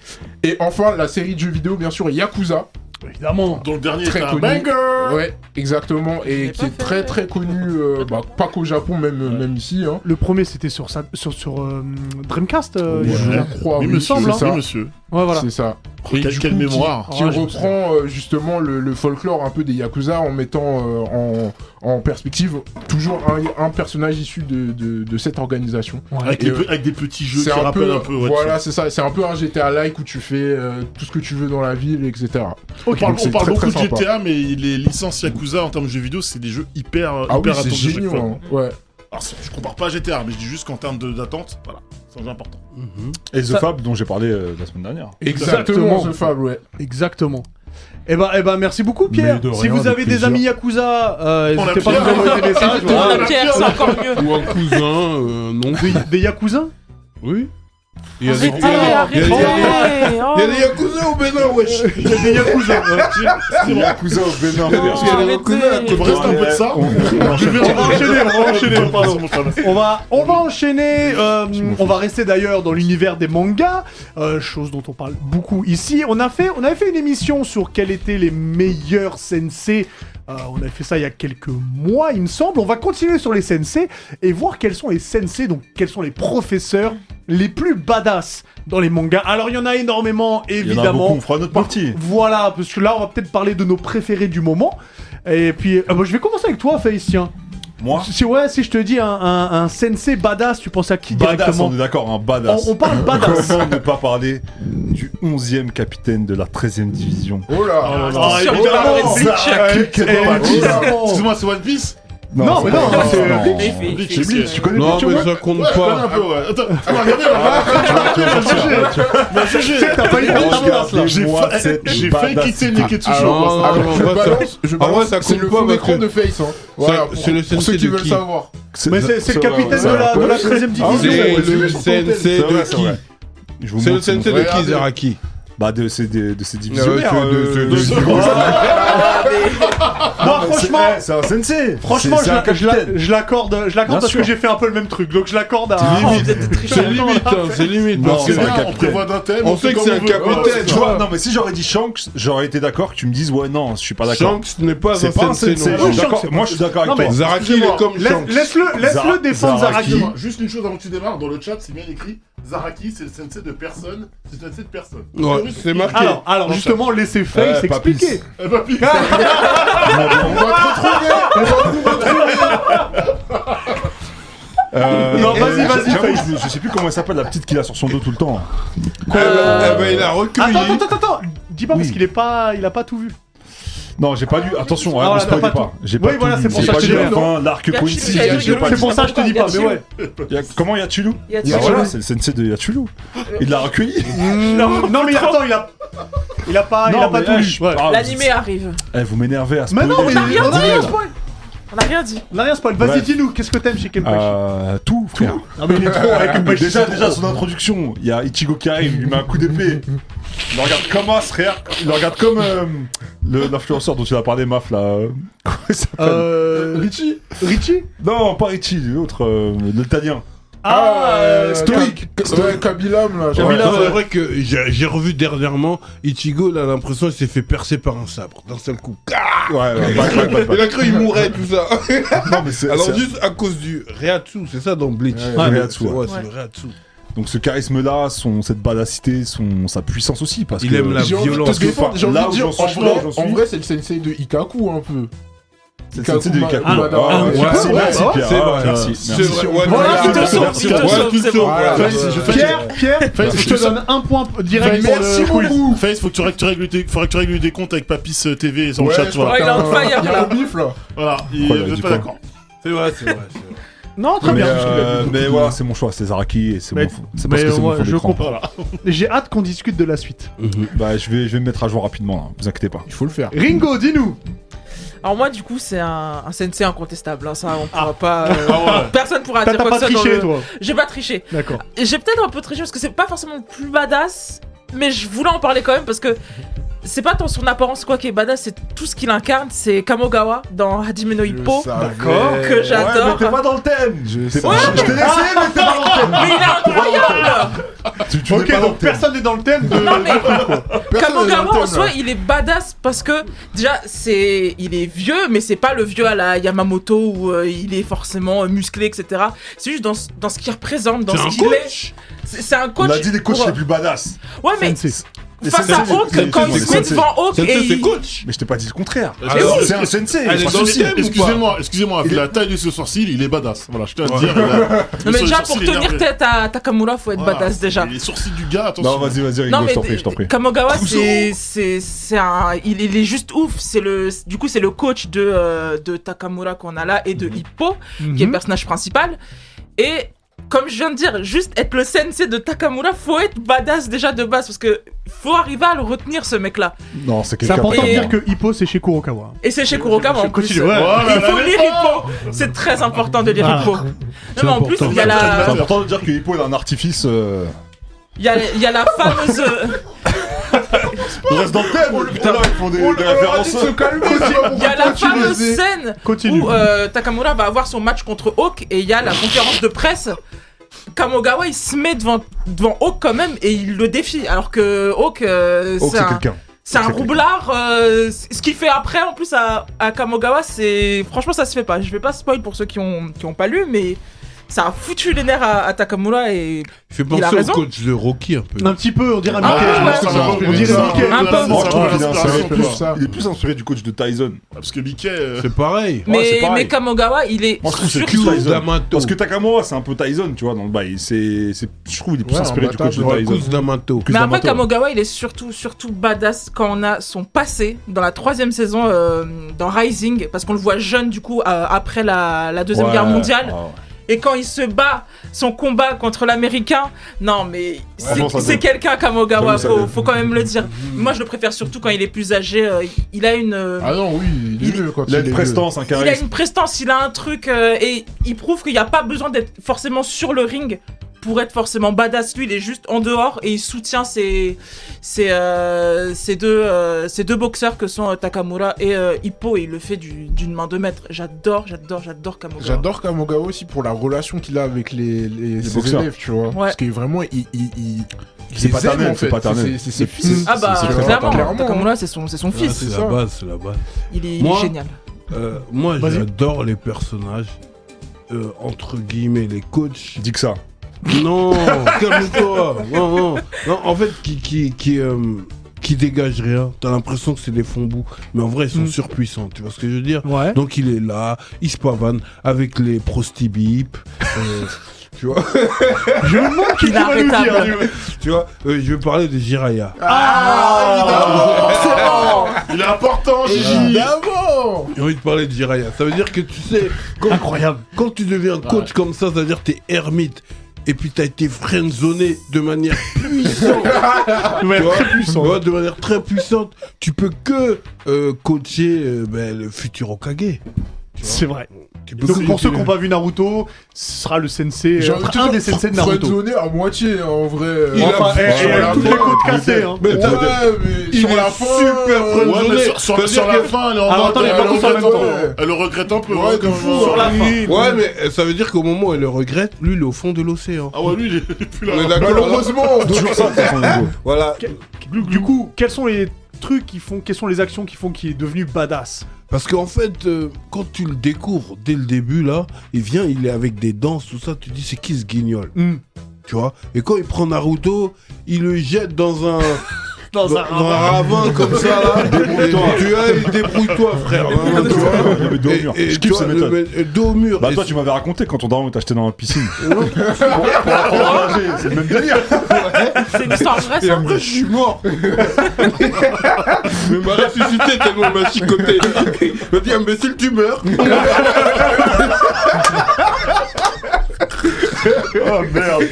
F: Et enfin la série de jeux vidéo bien sûr Yakuza,
A: Évidemment.
D: Dont le dernier
F: très
D: était un
F: connu.
D: banger
F: ouais, exactement
C: Je
F: et
C: l'ai
F: qui
C: pas
F: est
C: fait.
F: très très connu, euh, bah, pas qu'au Japon même
D: Ouais.
F: même ici. Hein.
A: Le premier, c'était sur, sa- sur, sur euh, Dreamcast. euh,
D: Ouais.
A: je veux dire.
F: Je crois,
D: Oui,
F: oui,
D: monsieur.
F: c'est
A: semble, hein.
F: ça,
D: Oui, monsieur.
A: Ouais, voilà.
F: c'est ça.
D: Oh, quelle-
F: du
D: quelle
F: coup, qui-
D: mémoire.
F: qui
A: Ah, je me
F: reprend euh, justement le, le folklore un peu des Yakuza en mettant euh, en, en perspective toujours un, un personnage issu de- de- de cette organisation.
D: Avec,
F: Et
D: les
F: euh,
D: pe- avec des petits jeux qui
F: C'est un
D: rappellent
F: peu,
D: un peu. ouais,
F: voilà, c'est ça. C'est un peu un GTA like où tu fais euh, tout ce que tu veux dans la ville, etc.
D: On parle,
F: donc c'est
D: on parle
F: très,
D: beaucoup
F: très
D: de GTA, mais les licences Yakuza en termes de jeux vidéo, c'est des jeux hyper, euh,
F: Ah oui,
D: hyper
F: c'est
D: attendus. à chaque
F: génial.
D: fois.
F: hein. Ouais.
D: Alors, c'est- je compare pas à GTA, mais je dis juste qu'en termes de- d'attente, voilà, c'est un jeu important.
E: Mhm.
B: Et The
A: Ça-
B: Fab, dont j'ai parlé euh, la semaine dernière.
F: Exactement,
A: Exactement.
F: The Fab, ouais.
A: Exactement. Eh ben, eh ben, merci beaucoup, Pierre.
B: Mais de
A: si
B: rien,
A: vous
B: avec
A: avez des
B: plaisir.
A: amis Yakuza, euh,
D: On
A: n'hésitez
D: a
A: pas à nous
D: Pierre.
A: envoyer des messages.
C: On
A: voilà.
C: a Oh, Pierre, c'est encore mieux.
E: Ou un cousin, euh, non.
A: Oui, des Yakuza
E: Oui. Il y a des-
C: Arrêtez,
E: il y a des- il y a des-
C: arrêtez. oh.
E: il y a des Yakuza au Bénin, wesh
D: Il y a des Yakuza. ouais,
B: Ah,
D: c'est- c'est vrai.
B: Yakuza au Bénin.
E: Il y a des
C: arrêtez.
E: Yakuza,
D: Il me reste un peu de ça. Je vais- On va enchaîner, on va enchaîner. Pardon, mon frère.
A: On va, on va enchaîner. euh,
F: m'en
A: on va rester d'ailleurs dans l'univers des mangas, euh, chose dont on parle beaucoup ici. On a fait, on avait fait une émission sur quels étaient les meilleurs sensei. Euh, on a fait ça il y a quelques mois, il me semble. On va continuer sur les sensei et voir quels sont les sensei, donc quels sont les professeurs les plus badass dans les mangas. Alors il y en a énormément,
B: Il y en a beaucoup,
A: évidemment.
B: on fera notre partie.
A: Bah, Voilà, parce que là on va peut-être parler de nos préférés du moment. Et puis, euh, bah, je vais commencer avec toi, Face, tiens.
B: Moi,
A: Si, ouais, si je te dis un, un, un sensei badass, tu penses à qui
B: badass,
A: directement
B: on est d'accord, un
A: on,
B: badass.
A: on parle badass.
B: Comment ne pas parler du 11e capitaine de la 13e division
F: Oh là.
D: Ah,
C: Sur
D: évidemment.
C: Barbaret, c'est
D: Ça,
C: Jack.
B: Quel- quel
A: Eh,
B: badass.
A: évidemment.
D: Excuse-moi, c'est One Piece
A: Non, mais
B: c'est
A: non,
B: pas-
A: c'est-
C: Il fait- il fait-
D: c'est Bleach,
C: c'est-
B: Tu connais
E: Non,
B: Bleach,
E: mais
B: ouais
E: ça compte
D: Ouais, je connais un
F: Ah,
E: pas.
D: peu, ouais. Attends, attends, regardez, là.
B: Tu vas sortir, ouais, tu vas-
D: Mais je- je-
A: T'as pas eu le temps de faire ça.
D: J'ai
B: Moi,
D: fa-
B: cette
D: j'ai failli
B: badass-
D: quitter Neketsu
E: Ah,
D: Show.
E: non, non,
F: Alors,
E: non,
F: je
E: moi, ça-
F: balance, je
E: Ah, moi,
F: balance,
E: ça
F: c'est
E: compte
F: le
E: pas,
F: fond
E: mec.
F: d'écran de Face. Hein. Voilà,
E: c'est
F: pour,
E: le
F: pour ceux
E: sensei
F: qui
E: de
F: veulent
E: qui
F: savoir. Ah,
A: Mais c'est c'est le capitaine de la, de la 13ème
B: Ah
E: C'est
A: division.
E: le sensei
B: C'est vrai,
E: de
B: c'est
E: qui
B: vrai. Je vous
E: C'est le
B: montre,
E: sensei de
F: Regardez.
E: qui, Zaraki
B: bah, de ces de, de ces divisionnaires.
E: que de-
B: euh,
E: de- de-
B: de- de-
A: Non, franchement,
B: c'est- c'est un sensei.
A: franchement,
B: C'est-
A: je
B: c'est un
A: la- je
B: capitaine.
A: la- je l'accorde, je l'accorde
B: Bien
A: parce
B: sûr.
A: que j'ai fait un peu le même truc, donc je l'accorde à.
E: C'est limite, hein, c'est limite.
B: Non,
E: parce que
B: c'est
D: bien,
B: un
D: on
B: capitaine.
D: prévoit d'un thème.
E: On
D: on
E: sait
D: fait
E: que
D: comme
E: c'est
D: on
E: un
D: veut.
E: capitaine.
D: Ouais,
B: Tu vois, non, mais si j'aurais dit Shanks, j'aurais été d'accord que tu me dises, ouais, non, je suis pas d'accord.
E: Shanks n'est pas un
B: C'est pas un
E: sensei,
B: sensei.
E: non.
B: je suis
A: Shanks,
B: d'accord-
A: c'est pas-
B: Moi, je suis d'accord
A: Non,
B: avec
A: mais-
B: toi.
E: Zaraki, il est comme
A: Laisse-
E: Shanks.
A: Laisse-le laisse-le
B: Zara-
A: défendre
B: Zaraki.
A: Zaraki.
D: Excuse-moi, Juste une chose avant que tu démarres, dans le chat, c'est bien écrit Zaraki, c'est le sensei de personne, c'est le sensei de Ah, personne.
E: Ouais, c'est marqué.
A: Alors, alors justement, laissez Faye
B: Ouais, papy.
A: s'expliquer. Ah,
D: Eh bah, putain, on va te retrouver
B: Euh,
A: Non,
B: et-
A: vas-y, vas-y,
B: j'avoue,
A: fais.
B: je me- Je sais plus comment elle s'appelle, la petite qu'il a sur son dos tout le temps.
E: Eh ben, eh ben, il a recueilli.
A: Attends, attends, attends, attends. Dis pas parce
B: Oui.
A: qu'il est pas, il a pas tout vu.
B: Non, j'ai pas lu. Attention,
A: Ah,
B: hein,
A: là,
B: ne spoilez
A: t'as pas
B: pas. J'ai
A: Oui,
B: pas
A: voilà,
B: tout
A: c'est
B: lu.
A: pour
B: J'ai
A: ça
B: pas
A: que
B: lu
A: j'ai
B: la
A: lu.
B: fin, l'arc
C: Y a
B: Queen
C: Chilou,
B: City,
C: y a
B: j'ai
C: Chilou,
B: pas
A: C'est
B: lu.
A: pour ça que je te dis pas, mais
C: Yachilou.
A: ouais.
B: Y a- Comment Yachulu
C: Y a
B: Bah
C: Chilou.
B: Voilà, c'est le sensei de Yachulu.
A: Euh,
B: Il l'a recueilli.
A: Non, non, mais attends, il a, il a pas, il a
B: Non,
A: pas
B: mais,
A: tout
B: eh,
A: lu.
B: je suis- ah,
C: L'animé arrive.
B: Eh, vous m'énervez à ce
A: Mais non, mais
C: On a rien
A: on a rien
C: dit,
A: spoil.
C: on a rien dit.
A: On a rien spoil. Vas-y,
B: Ouais.
A: dis-nous, qu'est-ce que t'aimes chez Kenpachi
B: Euh, tout, frère. Euh,
A: Non, mais il est trop avec Kenpachi,
B: déjà,
A: c'est
B: déjà,
A: trop.
B: son introduction, il y a Ichigo qui arrive, il lui met un coup d'épée. Il le regarde comme As, frère. Il le regarde comme euh, le- l'influenceur dont tu as parlé, Maf, là. euh, Comment il s'appelle
A: Euh. Richie Richie
B: Non, pas Richie, l'autre, euh, l'italien.
A: Ah, euh,
F: Stoïque Ouais, Kabilam là.
E: Non, mais là,
B: ouais.
E: c'est vrai que j'ai j'ai revu dernièrement Ichigo, il a l'impression qu'il s'est fait percer par un sabre d'un seul coup. Ah
B: Ouais, ouais, pas- pas- pas- pas-
E: il a cru qu'il mourrait, tout ça.
B: Non, mais c'est.
E: Alors,
B: c'est-
E: juste à cause du Reatsu, c'est ça dans Bleach
B: Ouais, Ouais, le Reatsu, ouais.
E: Ouais, c'est
C: Ouais.
E: le Reatsu.
B: Donc, ce charisme-là, son, cette badacité, son, sa puissance aussi. Parce
E: Il
B: que,
E: aime la
F: J'ai envie de te
E: violence.
F: défendre,
B: Enfin,
F: j'ai envie
B: là
F: de
B: où
F: dire,
B: j'en suis,
F: en
B: là où
F: vrai-
B: j'en suis.
F: en vrai, c'est le sensei de Ikaku un peu.
B: C'est le sensei de Ikaku.
A: Ah,
B: Ouais,
A: ah,
B: ouais,
A: ouais,
B: Merci,
A: ouais,
B: merci,
A: ouais,
B: Pierre.
E: c'est
B: Ouais,
E: vrai.
B: Merci.
E: C'est vrai. ouais,
A: Voilà,
E: tu
A: tu te
E: te
A: sauves,
E: merci,
A: tu te
E: ouais,
A: sauves,
E: tu te
C: c'est
E: sauves,
C: bon.
E: voilà.
A: Face,
E: Ouais,
A: je-
E: ouais.
A: Pierre, Pierre,
D: Face,
A: je te donne un point direct pour
B: euh,
D: Merci
A: le quiz.
D: beaucoup Face, faut que tu règles, tu règles tes- faudra que tu règles des comptes avec Papis euh, TV et son
F: Ouais,
D: chat,
F: je
D: tu vois.
C: crois-
F: crois
C: Ouais, il est
F: que
C: en
F: t'as un-
C: fire,
F: il y a
C: là.
F: un bif, là.
D: Voilà, il
B: Pourquoi il a
D: veut
B: dit
D: pas
B: quoi
D: d'accord.
E: C'est vrai, c'est vrai. c'est vrai.
A: Non, très
B: Mais,
A: bien.
B: euh, mais voilà, c'est mon choix, c'est Zaraki et c'est
A: Mais-
B: mon fond- C'est parce que
A: mais
B: c'est mon
A: ouais,
B: fond
A: je
B: d'écran.
A: comprends. J'ai hâte qu'on discute de la suite.
B: Bah, je vais, je vais me mettre à jour rapidement, là, vous inquiétez pas.
F: Il faut le faire.
A: Ringo, dis-nous.
C: Alors moi du coup c'est un, un sensei incontestable, hein, ça on pourra pas...
E: Ah
C: euh, Personne pourra
A: T'as
C: dire
A: t'as
C: quoi
A: pas
C: que ce soit dans
A: triché,
C: le-
A: toi.
C: J'ai pas triché.
A: D'accord.
C: Et J'ai peut-être un peu triché parce que c'est pas forcément le plus badass, mais je voulais en parler quand même parce que c'est pas tant son apparence quoi qui est badass, c'est tout ce qu'il incarne, c'est Kamogawa dans Hajime no Hippo.
F: D'accord.
C: euh, que j'adore.
B: Ouais, mais t'es pas dans le thème
F: Je
B: T'es
F: sais.
B: pas- Je t'ai laissé, mais t'es pas dans le thème
C: Mais il est incroyable
B: Tu, tu n'es
A: Ok,
B: pas dans le
A: donc
B: thème.
A: personne n'est dans le thème de.
C: Non mais
F: Personne n'est dans le
C: Kamogawa en
F: thème,
C: soi
F: là.
C: il est badass parce que déjà c'est il est vieux mais c'est pas le vieux à la Yamamoto où euh, il est forcément euh, musclé etc. C'est juste dans, ce- dans ce qu'il représente, dans
E: C'est un
C: ce qu'il est. C'est c'est un
B: On
C: coach.
B: a dit les coachs
C: pour-
B: les plus badass.
C: Ouais mais
A: Sensei.
C: face
B: Les
C: à
B: sensei, les-
C: Hawk
B: les-
C: quand
B: les
C: il se met
B: sensei.
C: devant Hawk
E: C'est
C: et
E: c'est
C: il...
E: coach.
B: Mais je t'ai pas dit le contraire.
E: Alors,
B: C'est un sensei.
E: Allez,
B: je
E: dans
B: t'en
E: le
B: prie.
E: thème ou pas
D: Excusez-moi, excusez-moi, vu
B: Il est-
D: la taille de ce sourcil, il est badass. Voilà, je tiens à
E: Ouais.
D: le dire. voilà.
C: Non mais
D: Le
C: déjà
D: sourcil
C: pour
D: est
C: tenir
D: énervé.
C: tête à Takamura faut être
D: Voilà,
C: badass déjà.
D: Les sourcils du gars, attention.
B: Non, vas-y, vas-y,
C: Non
B: Ringo,
C: mais
B: je t'en prie, je t'en prie.
C: Kamogawa
E: Kuzo.
C: c'est c'est c'est un il, il est juste ouf c'est le du coup c'est le coach de euh, de Takamura qu'on a là et de Hippo qui est
A: Mhm.
C: le personnage principal et comme je viens de dire juste être le sensei de Takamura faut être badass déjà de base parce que faut arriver à le retenir ce mec là
B: Non, c'est
A: C'est
B: quelqu'un
A: important de
B: pas
A: dire
B: moi.
A: que Hippo c'est chez Kurokawa.
C: et c'est chez Kurokawa en plus.
A: Continue, ouais.
D: Voilà,
C: Il faut
D: Oh là,
C: lire
D: là.
C: Hippo, c'est très important de lire
A: Ah.
C: Hippo. Non mais en plus il y a la
B: C'est important de dire que Hippo il a un artifice. euh,
C: il y a, il y a la fameuse
B: On reste dans le thème Putain, là, ils font des des références.
C: il y a la fameuse
F: les ai
C: scène
A: Continue.
C: où euh, Takamura va avoir son match contre Hawk et il y a la conférence de presse. Kamogawa il se met devant, devant Hawk quand même et il le défie alors que Hawk euh,
B: Oh,
C: c'est
B: c'est
C: un,
B: quelqu'un.
C: c'est un
B: c'est
C: roublard. euh, c- ce qu'il fait après en plus à, à Kamogawa c'est franchement ça se fait pas. Je vais pas spoil pour ceux qui ont, qui ont pas lu mais ça a foutu les nerfs à, à Takamura et
E: Il fait
C: Il a
E: penser au
C: raison.
E: coach de Rocky un peu.
A: Un petit peu, on dirait
C: Ah,
A: Mickey.
C: ouais.
A: On dirait
D: Un
A: Mickey.
C: peu.
D: Voilà, c'est
B: Moi,
D: ça,
B: je trouve
D: voilà,
B: qu'il est
D: l'inspiration,
B: inspiré
D: tu
B: plus-
D: vois.
F: ça.
B: Il est plus inspiré du coach de Tyson.
D: Parce que Mickey. euh,
E: C'est pareil.
B: Ouais, c'est
C: mais,
B: pareil.
C: mais Kamogawa il est
B: Moi, je trouve que c'est
C: surtout-
B: Tyson.
E: D'Amato.
B: Parce que Takamura, c'est un peu Tyson, tu vois, dans le bail. C'est, c'est, je trouve qu'il est plus
F: Ouais,
B: inspiré
F: un
B: du coach de
F: bâtard,
E: Ouais,
B: Tyson.
E: cause d'Amato.
B: que
C: Mais après,
B: D'Amato.
C: Kamogawa, il est surtout, surtout badass quand on a son passé dans la troisième saison euh, dans Rising, parce qu'on le voit jeune du coup euh, après la, la deuxième
B: Ouais, Ah
C: guerre mondiale.
B: ouais, ouais.
C: Et quand il se bat, son combat contre l'américain, non mais c'est-
B: Vraiment, ça
C: c'est
B: donne.
C: quelqu'un Kamogawa,
B: J'avoue, ça
C: faut,
B: donne.
C: faut quand même le dire. Moi, je le préfère surtout quand il est plus âgé. euh, il a une euh,
F: Ah non, oui, il est
C: Il-
F: vieux quand
B: Il a
F: est
B: une
F: vieux.
B: prestance, un
C: il a
B: charisme.
C: une prestance, il a un truc euh, et il prouve qu'il n'y a pas besoin d'être forcément sur le ring pour être forcément badass. Lui, il est juste en dehors et il soutient ces, ces, euh, ces deux, euh, ces deux boxeurs que sont euh, Takamura et euh, Hippo. Et il le fait du- d'une main de maître. J'adore, j'adore, j'adore Kamogawa.
F: J'adore Kamogawa aussi pour la relation qu'il a avec les, les, ses
B: boxeurs.
F: élèves, tu vois. Parce que vraiment, il, il, il, il
B: C'est
F: les
B: paternel,
F: aime, en
B: c'est
F: fait.
B: paternel.
F: C'est- C'est ses
B: C'est-
F: fils.
C: Ah bah,
F: C'est- c'est-
C: clairement,
F: clairement, hein.
C: Takamura, c'est son, c'est son
E: Ah,
C: fils.
E: C'est la
F: ça.
E: base, c'est la base.
C: Il est, il est
E: Moi,
C: génial.
E: Euh, moi,
A: Vas-y.
E: j'adore les personnages. euh, entre guillemets, les coachs.
B: Dis que ça.
E: Non, calme-toi. Non, non. Non, en fait, qui, qui, qui, euh, qui dégagent rien. T'as l'impression que c'est des fonds bouts. Mais en vrai, ils sont
A: Mm.
E: surpuissants. Tu vois ce que je veux dire
A: Ouais.
E: Donc, il est là, il se pavane avec les prostibip. euh, tu vois,
A: Je me demande qui va nous
C: Inarrêtable.
A: dire.
E: tu vois euh, je vais parler de Jiraya.
C: Forcément.
D: Il est important, Gigi
F: Évidemment
E: J'ai envie de parler de Jiraya. Ça veut dire que tu sais, quand,
A: Incroyable.
E: quand tu deviens coach comme ça, ça veut dire que t'es ermite. Et puis t'as été friendzoné de manière puissante.
A: De manière
E: Tu vois,
A: très puissante.
E: tu vois, de manière très puissante. Tu peux que euh, coacher euh, ben, le futur Okage.
A: C'est vrai.
E: Tu peux
A: Donc
E: que-
A: pour ceux qui n'ont pas vu Naruto, ce sera le sensei,
F: J'ai
A: euh,
F: envie de te
A: un
F: dire,
A: des sensei de
F: Fred
A: Naruto.
F: Zoner à moitié, en vrai.
E: Il a-
A: Enfin,
E: Ouais,
A: eh, eh,
E: sur la
A: toutes les
E: fin,
A: côtes cassées. hein.
E: Mais
F: Ouais,
E: t'as-
F: mais
E: il
F: sur
E: est
F: la fin,
E: super
F: euh,
E: friendzoné.
D: Ouais, mais sur, sur-
E: Ça veut
D: sur
E: dire
D: la
E: que-
D: fin, elle est en
A: Alors,
D: mode-
A: attendez,
D: elle,
A: pas tous en même
D: regrette-
A: temps.
D: elle le regrette un peu.
F: Ouais,
D: hein,
F: de
D: quand
F: fou,
D: même.
F: sur la
A: fin.
E: Ouais, mais euh, ça veut dire qu'au moment où elle le regrette, lui, il est au fond de l'océan.
D: Ah ouais, lui, il est il est plus là.
E: On
A: bah,
E: est d'accord, hein
F: Malheureusement
B: Toujours ça, de toute façon, Hugo.
E: Voilà.
A: Du coup, quels sont les trucs qui font, quelles sont les actions qui font qu'il est devenu badass
E: Parce qu'en fait, euh, quand tu le découvres dès le début, là, il vient, il est avec des danses, tout ça, tu dis, c'est qui ce guignol
A: Hmm.
E: Tu vois Et quand il prend Naruto, il le jette dans un.
A: Dans
F: bah,
A: un
E: dans
A: ravin.
E: ravin comme ça là. Et tu vois, il débrouille-toi frère. hein, tu vois.
B: Ouais, mais dos au mur.
E: Et- et
B: Je
E: tu
B: kiffe
E: vois,
B: ces
E: le
B: méthodes.
E: mec- euh, dos au mur.
B: Bah
E: Et
B: toi tu m'avais raconté quand ton daron est acheté dans la piscine. pour, pour apprendre à nager, c'est le même délire.
C: C'est une histoire vraie,
E: Et
C: ça.
E: après, je suis mort. Mais m'a ressuscité tellement on m'a chicoté. Il m'a dit, imbécile, tu meurs.
B: Oh merde.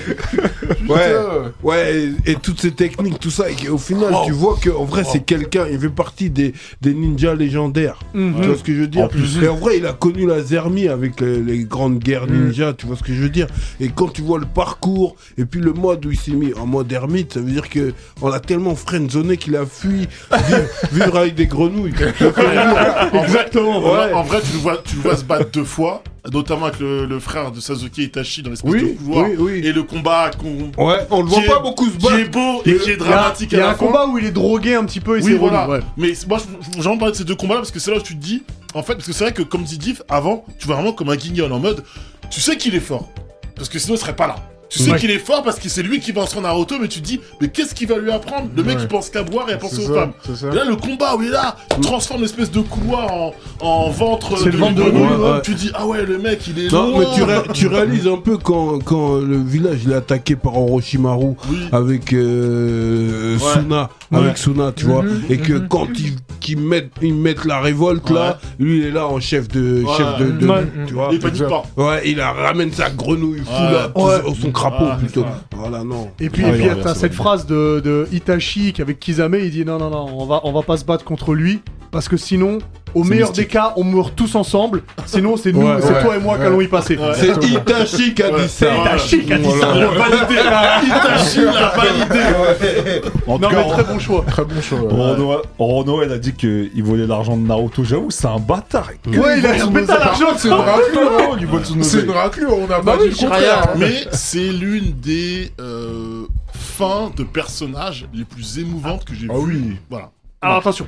E: Ouais.
F: Putain.
E: Ouais, et, et toutes ces techniques, tout ça. Et qu'au final, tu vois qu'en vrai, c'est quelqu'un. Il fait partie des, des ninjas légendaires. Tu vois ce que je veux dire
B: En plus.
E: Et en vrai, il a connu la Zermie avec euh, les grandes guerres ninja. Tu vois ce que je veux dire Et quand tu vois le parcours, et puis le mode où il s'est mis en mode ermite, ça veut dire que on l'a tellement friendzoné qu'il a fui vivre, vivre avec des grenouilles.
A: Exactement.
D: En vrai-
A: ouais.
D: En vrai, tu le vois, tu le vois se battre deux fois, notamment avec le, le frère de Sasuke Itachi dans l'espèce de
E: Oui,
D: couloir.
E: oui, oui.
D: Et le combat qu'on-
E: Ouais, on le voit
D: Qui est-
E: pas beaucoup se
D: qui est
E: battre.
D: beau et qui est
A: Il y a-
D: dramatique
A: Il y
D: à
A: a
D: la
A: un
D: fin.
A: combat où il est drogué un petit peu et
D: Oui,
A: c'est
D: voilà.
A: relou, ouais.
D: Mais c'est- moi, je- je- j'ai envie de parler de ces deux combats-là parce que c'est là où tu te dis, en fait, parce que c'est vrai que comme dit Diff, avant, tu vois vraiment comme un guignol en mode, tu sais qu'il est fort, parce que sinon il serait pas là. Tu sais
A: Ouais.
D: qu'il est fort parce que c'est lui qui va en Naruto, mais tu te dis, mais qu'est-ce qu'il va lui apprendre Le mec,
F: Ouais.
D: il pense qu'à boire et à penser
F: C'est
D: aux
F: ça,
D: femmes.
F: c'est ça.
D: Et là, le combat où il est là, il transforme l'espèce de couloir en, en ventre.
A: C'est le ventre de
D: grenouille.
E: grenouille, ouais.
D: Tu dis, ah ouais, le mec, il est.
E: Non,
D: loin.
E: mais tu, ré- tu réalises un peu quand, quand le village il est attaqué par Orochimaru
D: Oui.
E: avec euh, Suna, avec Suna, tu vois, et que quand ils, qu'ils mettent, ils mettent la révolte là, lui il est là en chef de,
D: Ouais.
E: chef de, de-
A: Ouais.
E: tu vois.
D: Et il panique pas.
E: Ouais, il a- ramène sa grenouille fou
D: Ouais.
E: là, tout-
A: Ouais.
E: son crapaud
D: Ouais,
E: plutôt.
D: c'est ça.
E: Voilà non.
A: Et puis,
B: Ah
A: et
B: oui,
A: puis
B: on revient
A: t'as
B: sur
A: cette
B: lui.
A: phrase de, de Itachi avec Kizame, il dit non, non, non, on va, on va pas se battre contre lui, parce que sinon, au meilleur des cas, on meurt tous ensemble, sinon c'est nous,
E: Ouais,
A: c'est
F: ouais,
A: toi et moi
F: ouais.
A: qu'allons y passer.
D: Ouais.
E: C'est Itachi qui a
D: Ouais.
E: dit ça.
D: C'est Itachi
A: qui a dit ça.
E: Voilà.
D: Il a validé. Itachi l'a validé.
B: En tout
A: Non,
B: cas,
A: Ah, mais très bon choix.
F: Très bon choix. ouais.
B: Renaud, Renaud, elle a dit qu'il volait l'argent de Naruto. J'avoue, c'est un bâtard.
A: Ouais, il a respecté l'argent,
F: C'est une raclure, hein.
B: du Bolsonaro.
F: C'est une raclure, on a
C: Bah
F: pas
C: oui,
F: dit le
C: j'ai
F: contraire.
C: rien.
F: hein.
D: Mais c'est l'une des euh, fins de personnages les plus émouvantes que j'ai
F: Ah
D: vues.
F: oui.
D: Voilà.
A: Alors attention.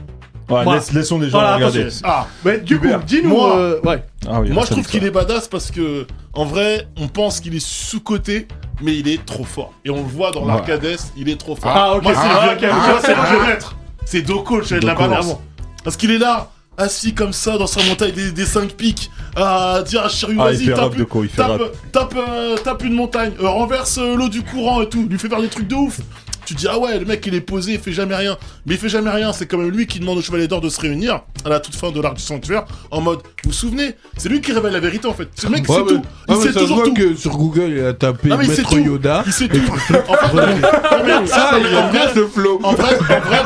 B: Ouais,
A: Voilà.
B: laisse- laissons les gens
A: Voilà,
B: regarder.
D: Ah,
A: Mais du coup,
B: Hubert,
A: dis-nous.
D: moi,
A: euh, ouais.
B: Ah oui,
D: moi je
B: ça
D: trouve
B: dit
D: qu'il
B: ça.
D: est badass parce que en vrai, on pense qu'il est sous-coté, mais il est trop fort. Et on le voit dans
F: Ouais.
D: l'Arcades, il est trop fort.
A: Ah, ok,
D: Moi, c'est
A: ah,
D: le
A: ok,
D: vieux-
A: ok.
D: moi, c'est le vieux maître. C'est Doko, le chef de la
B: Doko.
D: balance. Parce qu'il est là, assis comme ça dans sa montagne des, des cinq pics, à dire à Shiryu,
B: Ah, il
D: vas-y,
B: fait
D: tape,
B: rap de quoi Il fait
D: tape,
B: rap.
D: tape, euh, tape une montagne, euh, renverse euh, l'eau du courant et tout, lui fait faire des trucs de ouf. Tu tu dis ah ouais le mec il est posé il fait jamais rien mais il fait jamais rien c'est quand même lui qui demande au chevalier d'or de se réunir à la toute fin de l'arc du sanctuaire en mode vous vous souvenez c'est lui qui révèle la vérité en fait ce mec
E: Ouais,
D: c'est
E: mais-
D: tout il
E: ouais, mais
D: sait
E: ça se
D: toujours
E: voit
D: tout
E: que sur Google, il a tapé
D: Non, mais il sait
E: Maître
D: tout.
E: Yoda.
D: il sait tout en fait, non, mais-
E: Ah, il
D: en
E: aime
D: vrai,
E: bien ce flow.
D: en vrai, en vrai,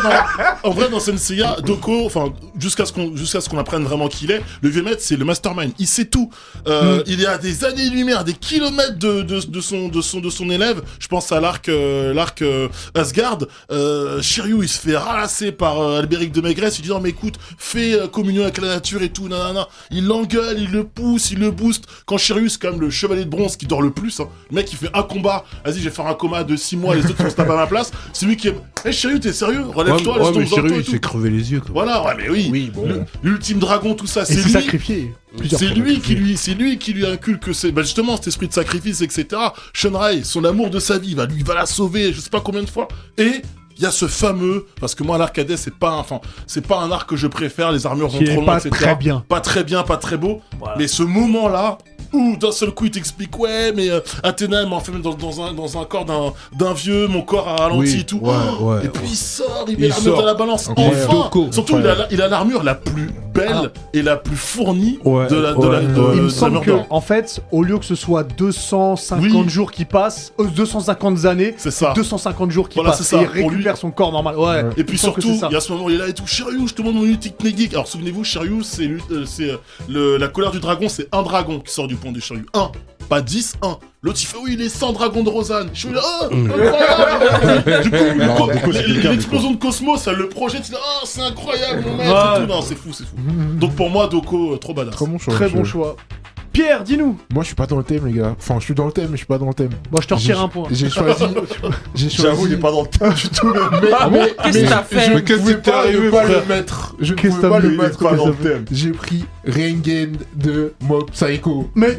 D: dans, en vrai, dans Senseiya, Doko, enfin, jusqu'à ce qu'on, jusqu'à ce qu'on apprenne vraiment qui il est, le vieux maître, c'est le mastermind. Il sait tout.
E: Mm.
D: Euh, Il y a des années-lumière, des kilomètres de, de, de son, de son, de son élève. Je pense à l'arc, euh, l'arc euh, Asgard. Euh, Shiryu, il se fait ralasser par euh, Albéric de Maigresse. Il dit non mais écoute, fais euh, communion avec la nature et tout, nanana. Il l'engueule, il le pousse, il le booste. Quand Shiryu, c'est quand même le chevalier de bronze qui dort le plus. hein. Le mec, il fait un combat. Vas-y, je vais faire un coma de 6 mois. Les autres vont se taper à ma place. C'est lui qui est. Eh Shiryu, t'es sérieux Relève-toi,
E: Ouais, ouais, mais
D: laisse tomber
E: Shiryu,
D: dans le
E: il
D: tout.
E: s'est crevé les yeux. quoi.
D: Voilà, ouais, mais oui.
F: Oui, bon.
D: Le- L'ultime dragon, tout ça,
A: Et
D: c'est
A: c'est
D: lui.
A: sacrifié. Plusieurs
D: C'est
A: fois
D: lui qui
A: sacrifié.
D: lui, c'est lui qui lui inculque c'est bah justement cet esprit de sacrifice, etc. Shunrai, son amour de sa vie, il va lui il va la sauver, je sais pas combien de fois. Et il y a ce fameux, parce que moi l'arcadais c'est pas, un- enfin c'est pas un arc que je préfère, les armures vont
A: Qui
D: trop
A: est
D: loin,
A: pas
D: etc.
A: très bien.
D: Pas très bien, pas très beau. Mais ce moment là. Où d'un seul coup il t'explique ouais mais euh, Athéna elle m'a enfermé dans, dans un, dans un corps d'un, d'un vieux mon corps a ralenti
E: Oui,
D: et tout Oh,
E: ouais, ouais,
D: et puis
E: ouais.
D: il sort il
E: Il
D: met l'armure
E: sort.
D: dans la balance
E: Encore
D: enfin
E: Doko.
D: surtout il a, la- il a l'armure la plus belle et la plus fournie
E: Ouais,
D: de la, de la-
E: ouais, ouais.
D: de- Euh, de
A: Ah. Il me
D: la
A: semble
D: Murder.
A: que, en fait, au lieu que ce soit 250
D: Oui.
A: jours qui passent, euh, 250 années,
D: C'est ça.
A: 250 jours qui
D: Voilà,
A: passent,
D: c'est ça.
A: et il récupère
D: On lui-
A: son corps normal. Ouais.
D: Et puis
A: Je sens que
D: surtout,
A: c'est ça.
D: il y a ce moment où il est là et tout. Shiryu, je te demande mon unique technique. Alors souvenez-vous, Shiryu, c'est lui- euh, c'est, euh, le- la colère du dragon, c'est un dragon qui sort du pont de Shiryu. Un, pas 10, un. L'autre il fait oui, les 100 dragons de Rosanne. Je suis là, oh, incroyable Du coup,
F: Mm. Non,
D: co-
F: du coup, c'est
D: l-
F: quelqu'un,
D: l'explosion de Cosmos, ça le projette. il est là, Oh, c'est incroyable, mon maître.
A: Ouais.
D: et tout. Non, c'est fou, c'est fou. Donc pour moi, Doko, euh, trop badass.
F: Très bon choix.
A: Très bon
F: je-
A: choix. Pierre, dis-nous.
F: Moi, je suis pas dans le thème, les gars. Enfin, je suis dans le thème, mais je suis pas dans le thème.
A: Moi, je te
F: J'ai-
A: retire un point.
F: J'ai choisi. J'ai choisi.
B: J'avoue, il est pas dans le thème du tout. le mec.
F: Ah bon
C: Qu'est-ce que t'as
F: Je
C: fait
F: ne
E: qu'est-ce
F: pouvais
E: qui t'est
F: pas,
E: arrivé,
F: ne pas le
E: frère
F: mettre. Je ne
A: Qu'est-ce que
F: pouvais pas
A: t'as
F: le
A: mis,
B: Il est
F: mettre.
B: pas
F: comme
B: dans
F: ça.
B: le thème.
F: J'ai pris Rengen de Mob Psycho.
A: Mais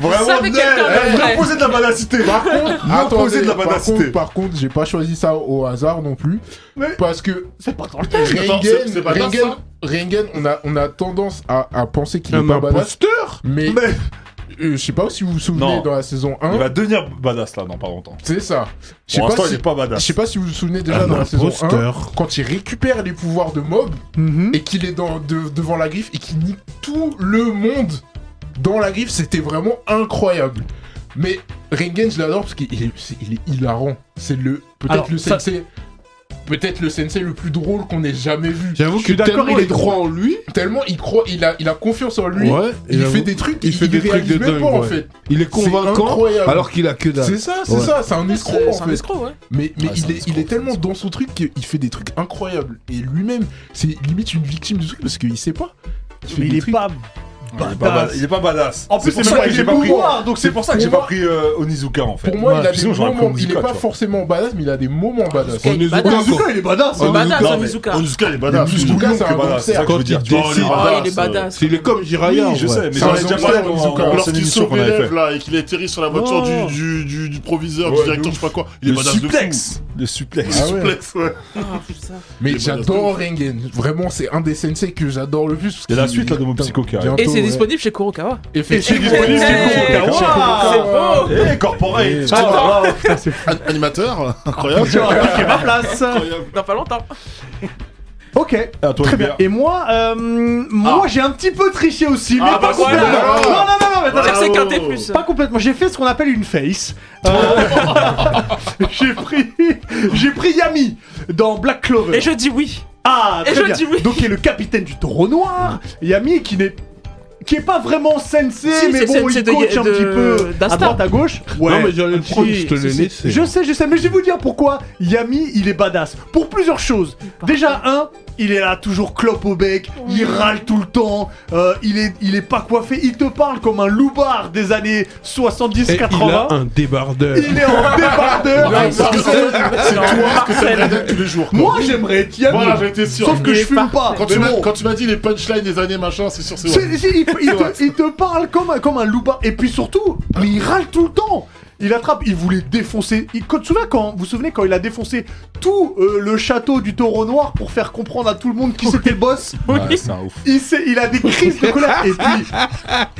B: Vraiment,
C: Ça fait
B: Nel,
C: quelqu'un
B: eh,
C: d'après.
B: reposez de la banacité.
F: Par contre,
B: L'opposé
F: attendez,
B: de la
F: par
B: banacité.
F: contre, par contre, j'ai pas choisi ça au hasard non plus.
A: Mais-
F: Parce que
A: c'est pas dans le thème.
D: Attends,
F: Rengen,
D: c'est- c'est pas hein. grave,
F: Rengen-
D: ça
F: Rengen, on a, on a tendance à, à penser qu'il est
E: Un
F: pas badass,
E: imposteur
F: mais,
B: Mais-
F: euh, je sais pas si vous vous souvenez
B: Non.
F: dans la saison
B: Il
F: 1,
B: va devenir badass là dans pas longtemps.
F: c'est ça. Je sais
B: Pour
F: pas
B: l'instant,
F: si-
B: il est pas
F: je
B: badass.
F: sais pas si vous vous souvenez déjà dans la saison 1, quand il récupère les pouvoirs de Mob
A: Mhm.
F: et qu'il est dans, de- devant la griffe et qu'il nique tout le monde dans la griffe, c'était vraiment incroyable. Mais Rengen, je l'adore parce qu'il est, c'est- il est hilarant. C'est le peut-être
A: Alors,
F: le
A: ça-
F: sensei, peut-être le sensei le plus drôle qu'on ait jamais vu.
E: J'avoue
A: Je suis
E: que
A: d'accord,
E: tellement
A: il est
E: il croit en lui.
F: Tellement il croit, il a, il a confiance en lui.
E: Ouais,
F: Il
E: j'avoue.
F: fait des trucs,
E: il fait des trucs
F: réalise
E: de
F: même
E: dingue,
F: pas, en
E: ouais.
F: fait.
E: Il est
F: C'est
E: convaincant
F: incroyable.
E: alors qu'il a que dalle.
F: C'est ça, c'est
E: Ouais.
F: ça, c'est un escroc
C: C'est
F: en
C: un
F: fait.
C: escroc, ouais.
F: Mais, mais
D: Ouais,
B: Ah,
D: c'est
F: il,
D: un escroc,
F: est, il est
D: c'est un
F: tellement
D: escroc.
F: dans son truc qu'il fait des trucs incroyables. Et lui-même, c'est limite une victime du truc parce qu'il sait pas. fait
A: Mais il
F: des
A: est
F: trucs.
A: pas
B: Il est pas
A: badass.
B: badass. Il est pas badass.
A: En plus,
B: pour
A: c'est
B: ça
A: pas
B: que
A: qu'il
B: j'ai
A: est
B: pas pris.
A: pouvoir, donc
B: C'est pour ça que j'ai
F: Pour
B: pas pris euh, Onizuka en fait.
F: Pour moi, il a
B: Sinon,
F: des
B: j'aurais pris
F: moments. Il est
B: Onizuka,
F: pas
B: tu vois. Ah,
F: forcément badass, mais il a des moments badass.
C: Bah, Il est badass.
A: Onizuka, il est badass.
C: C'est
A: hein.
C: badass,
B: non,
C: un
B: mais-
C: Onizuka.
D: Onizuka, il est
F: Il est
D: badass.
F: plus
B: Onizuka,
F: bouillon
B: c'est
F: que
B: un
F: badass.
B: gangster.
F: C'est ça que
B: Quand
F: je veux
B: il
F: dire.
B: décide.
D: Oh, il est
C: Ah, il est
D: badass, euh.
C: badass.
E: Il est comme Jiraya.
B: Oui, je
E: en vrai.
B: sais, mais
F: C'est un
B: j'en ai déjà
F: gangster,
B: parlé dans-
F: Onizuka.
B: dans
F: Alors
B: cette
D: Lorsqu'il
B: émission
D: sauve
B: qu'on avait
D: l'élève
B: fait.
D: là et qu'il est atterri sur la voiture
A: Oh.
D: du, du, du, du proviseur,
B: Ouais,
D: du directeur,
B: de
D: je sais pas quoi, il est
B: Le
D: badass de fou.
B: suplex. Le suplex.
F: Ah ouais.
D: Suplex, ouais.
C: Ah, putain.
F: Mais
D: Il est badass.
F: j'adore Rengen. Vraiment, c'est un des sensei que j'adore le plus. parce
B: Il y a la
F: qu'il-
B: suite, là, de Mob
F: Putain,
B: Psycho qui arrive.
F: bientôt,
C: Et c'est
F: ouais.
C: disponible chez Kurokawa.
F: Effectivement.
B: Et c'est disponible chez
F: Effectivement.
B: Kurokawa.
F: Chez Kurokawa.
C: C'est beau.
B: Eh, corporate.
A: Ah, non, putain, c'est fou.
D: An- Animateur, incroyable.
A: J'ai ma place.
D: incroyable.
C: Dans pas longtemps.
A: Ok.
B: À toi,
A: Très bien.
B: Hubert.
A: Et moi, euh, moi j'ai un petit peu triché aussi, mais
D: Ah,
A: pas
D: bah voilà.
A: complètement. Non, non, non, non, mais attends,
C: Dire que c'est
D: Bravo.
C: qu'un T plus.
A: pas complètement. J'ai fait ce qu'on appelle une face. Euh, j'ai pris, j'ai pris Yami dans Black Clover.
C: Et je dis oui.
A: Ah,
C: et
A: très
C: je
A: bien.
C: dis oui.
A: Donc qui est le capitaine du Taureau Noir, Yami qui n'est qui est pas vraiment sensei,
C: Si,
A: mais
C: c'est
A: bon,
C: sensei
A: il
C: de-
A: coach un
C: de-
A: petit peu à
C: d'Asta.
A: droite à gauche.
E: Non, mais j'en ai
A: Si,
E: pris, je te l'ai
A: si, si.
E: laissé.
A: Je sais, je sais, mais je vais vous dire pourquoi Yami, il est badass. Pour plusieurs choses. Déjà, un, il est là toujours clope au bec, il râle tout le temps, euh, il, est, il est pas coiffé, il te parle comme un loupard des années
E: Et il a
A: 70-80.
E: un débardeur.
A: Il, est en débardeur.
D: Ah,
F: Ouais,
D: Parce que C'est c'est toi que ça
C: Marcel.
D: me donne tous les jours. quoi.
A: Moi, j'aimerais être Yami.
D: Voilà, j'étais sûr.
A: Sauf que
C: Il
A: je
C: est
A: fume pas.
D: Quand tu,
A: Mais
D: m'as-
A: bon.
D: quand tu m'as dit les punchlines des années machin, c'est sûr, c'est vrai.
A: C'est- c'est- il, il
D: vrai.
A: te, il te parle comme un, comme un loupard. Et puis surtout, mais il râle tout le temps. Il attrape, il voulait défoncer. Il, quand, souviens quand, vous vous souvenez quand il a défoncé tout euh, le château du taureau noir pour faire comprendre à tout le monde qui c'était le boss
B: Ah,
E: Ouais, c'est un ouf.
A: il, s'est- il a des crises de colère. Et puis,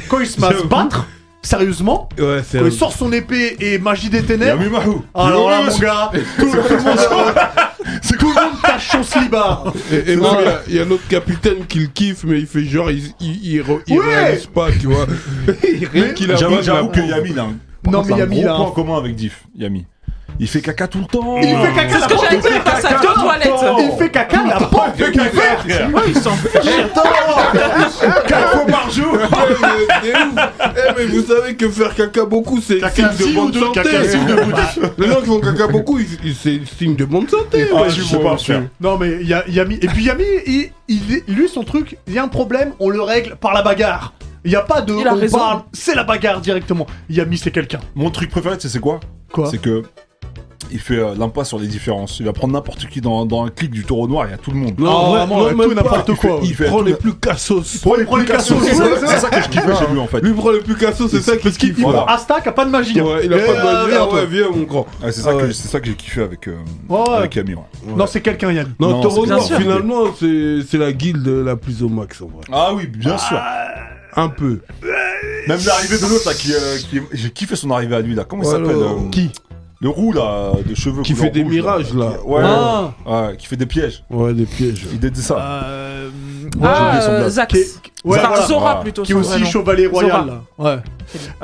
A: quand il se met à se battre, Sérieusement
E: Ouais, c'est
A: Quand il sort son épée et magie des ténèbres.
B: Yamimaru
A: Alors là,
B: Yamimaru,
A: mon gars, tout, tout le monde, euh, tout le monde tâche son slibard.
E: Et, et même, il y a- il y, a notre capitaine qui le kiffe, mais il fait genre, il, il, il, re- il
A: Ouais.
E: réalise pas, tu vois. Eh, Rien qu'il
B: J'avoue-
E: arrive,
B: J'avoue
E: la
B: que
E: bombe.
B: Yami, il a un,
A: Non, mais
B: c'est un
A: Yami,
B: gros
A: il a un-
B: point en commun avec Diff. Yami. Il fait caca tout le temps.
A: Il fait caca
C: C'est
A: la
C: ce que
A: porte
C: j'allais dire, passe à deux toilettes.
A: Il fait caca la porte
B: Il fait caca,
A: ouverte.
B: frère.
C: Ouais, Ah, il s'en fout.
B: Quatre fois par jour.
E: Eh, mais, c'est ouf. Eh, mais vous savez que faire caca beaucoup, c'est
D: Caca
E: signe
D: si
E: de
D: ou
E: bonne
D: de-
E: santé.
D: caca si ou de
E: Les gens qui font caca beaucoup, ils- ils- c'est signe de bonne santé.
B: Ah,
E: moi,
B: je sais pas,
E: monsieur.
B: frère.
A: Non mais y a- Yami et puis Yami il, il- lui son truc, il y a un problème, on le règle par la bagarre. Il y a pas de
C: Il a
A: on
C: raison.
A: parle, c'est la bagarre directement. Yami c'est quelqu'un.
B: Mon truc préféré, tu sais, c'est quoi
A: Quoi
B: C'est que. Il fait euh, l'impasse sur les différences. Il va prendre n'importe qui dans, dans un clic du taureau noir, il y a tout le monde.
E: Non,
A: Ah,
E: ouais,
A: vraiment,
E: non,
A: tout
E: même
A: et
E: pas.
A: n'importe
E: Il fait-
A: quoi.
E: Il
B: fait
E: prend
B: tout
E: les
B: le-
E: plus cassos.
A: Prends les prends les cassos.
B: C'est ça- c'est ça que je kiffe
E: Ah.
F: Ouais,
B: chez lui en fait.
E: Lui prend les plus cassos, c'est ça qu'il
A: Parce qu'il
E: kiffe.
A: il-
B: Voilà.
A: Asta qui a pas de magie. hein.
E: Ouais, il a
A: Eh,
E: pas de
A: euh,
E: bonne
A: viens,
E: ah
A: toi.
E: ouais, viens mon grand.
B: Ah, c'est ça,
E: Ah
B: que-
E: ouais.
B: c'est ça que j'ai kiffé avec, euh,
A: Ouais, ouais.
B: avec Yami. ouais.
A: Non c'est quelqu'un Yami.
E: Non,
B: Non,
E: Taureau
B: c'est
E: Noir,
B: bien sûr.
E: finalement, c'est c'est la guilde la plus au max en vrai.
B: Ah oui, bien sûr.
E: Un peu.
B: Même l'arrivée de l'autre là, qui, euh, qui- j'ai kiffé son arrivée à lui là. Comment il
E: Voilà.
B: s'appelle euh,
E: Qui
B: Le roux là, de cheveux.
E: Qui
B: couleur
E: fait des
B: rouge,
E: mirages là.
B: Ouais,
E: Ah.
B: Ouais, qui fait des pièges.
E: Ouais, des pièges.
B: Il était ça.
A: Euh,
C: Ah,
B: oublié son
C: euh,
B: blague.
C: Zax.
A: Qui- ouais,
C: Enfin,
A: voilà.
C: Zora
B: Voilà.
C: plutôt.
A: qui est
C: Zora,
A: aussi
C: non.
A: chevalier royal.
C: Zora.
A: là. Ouais.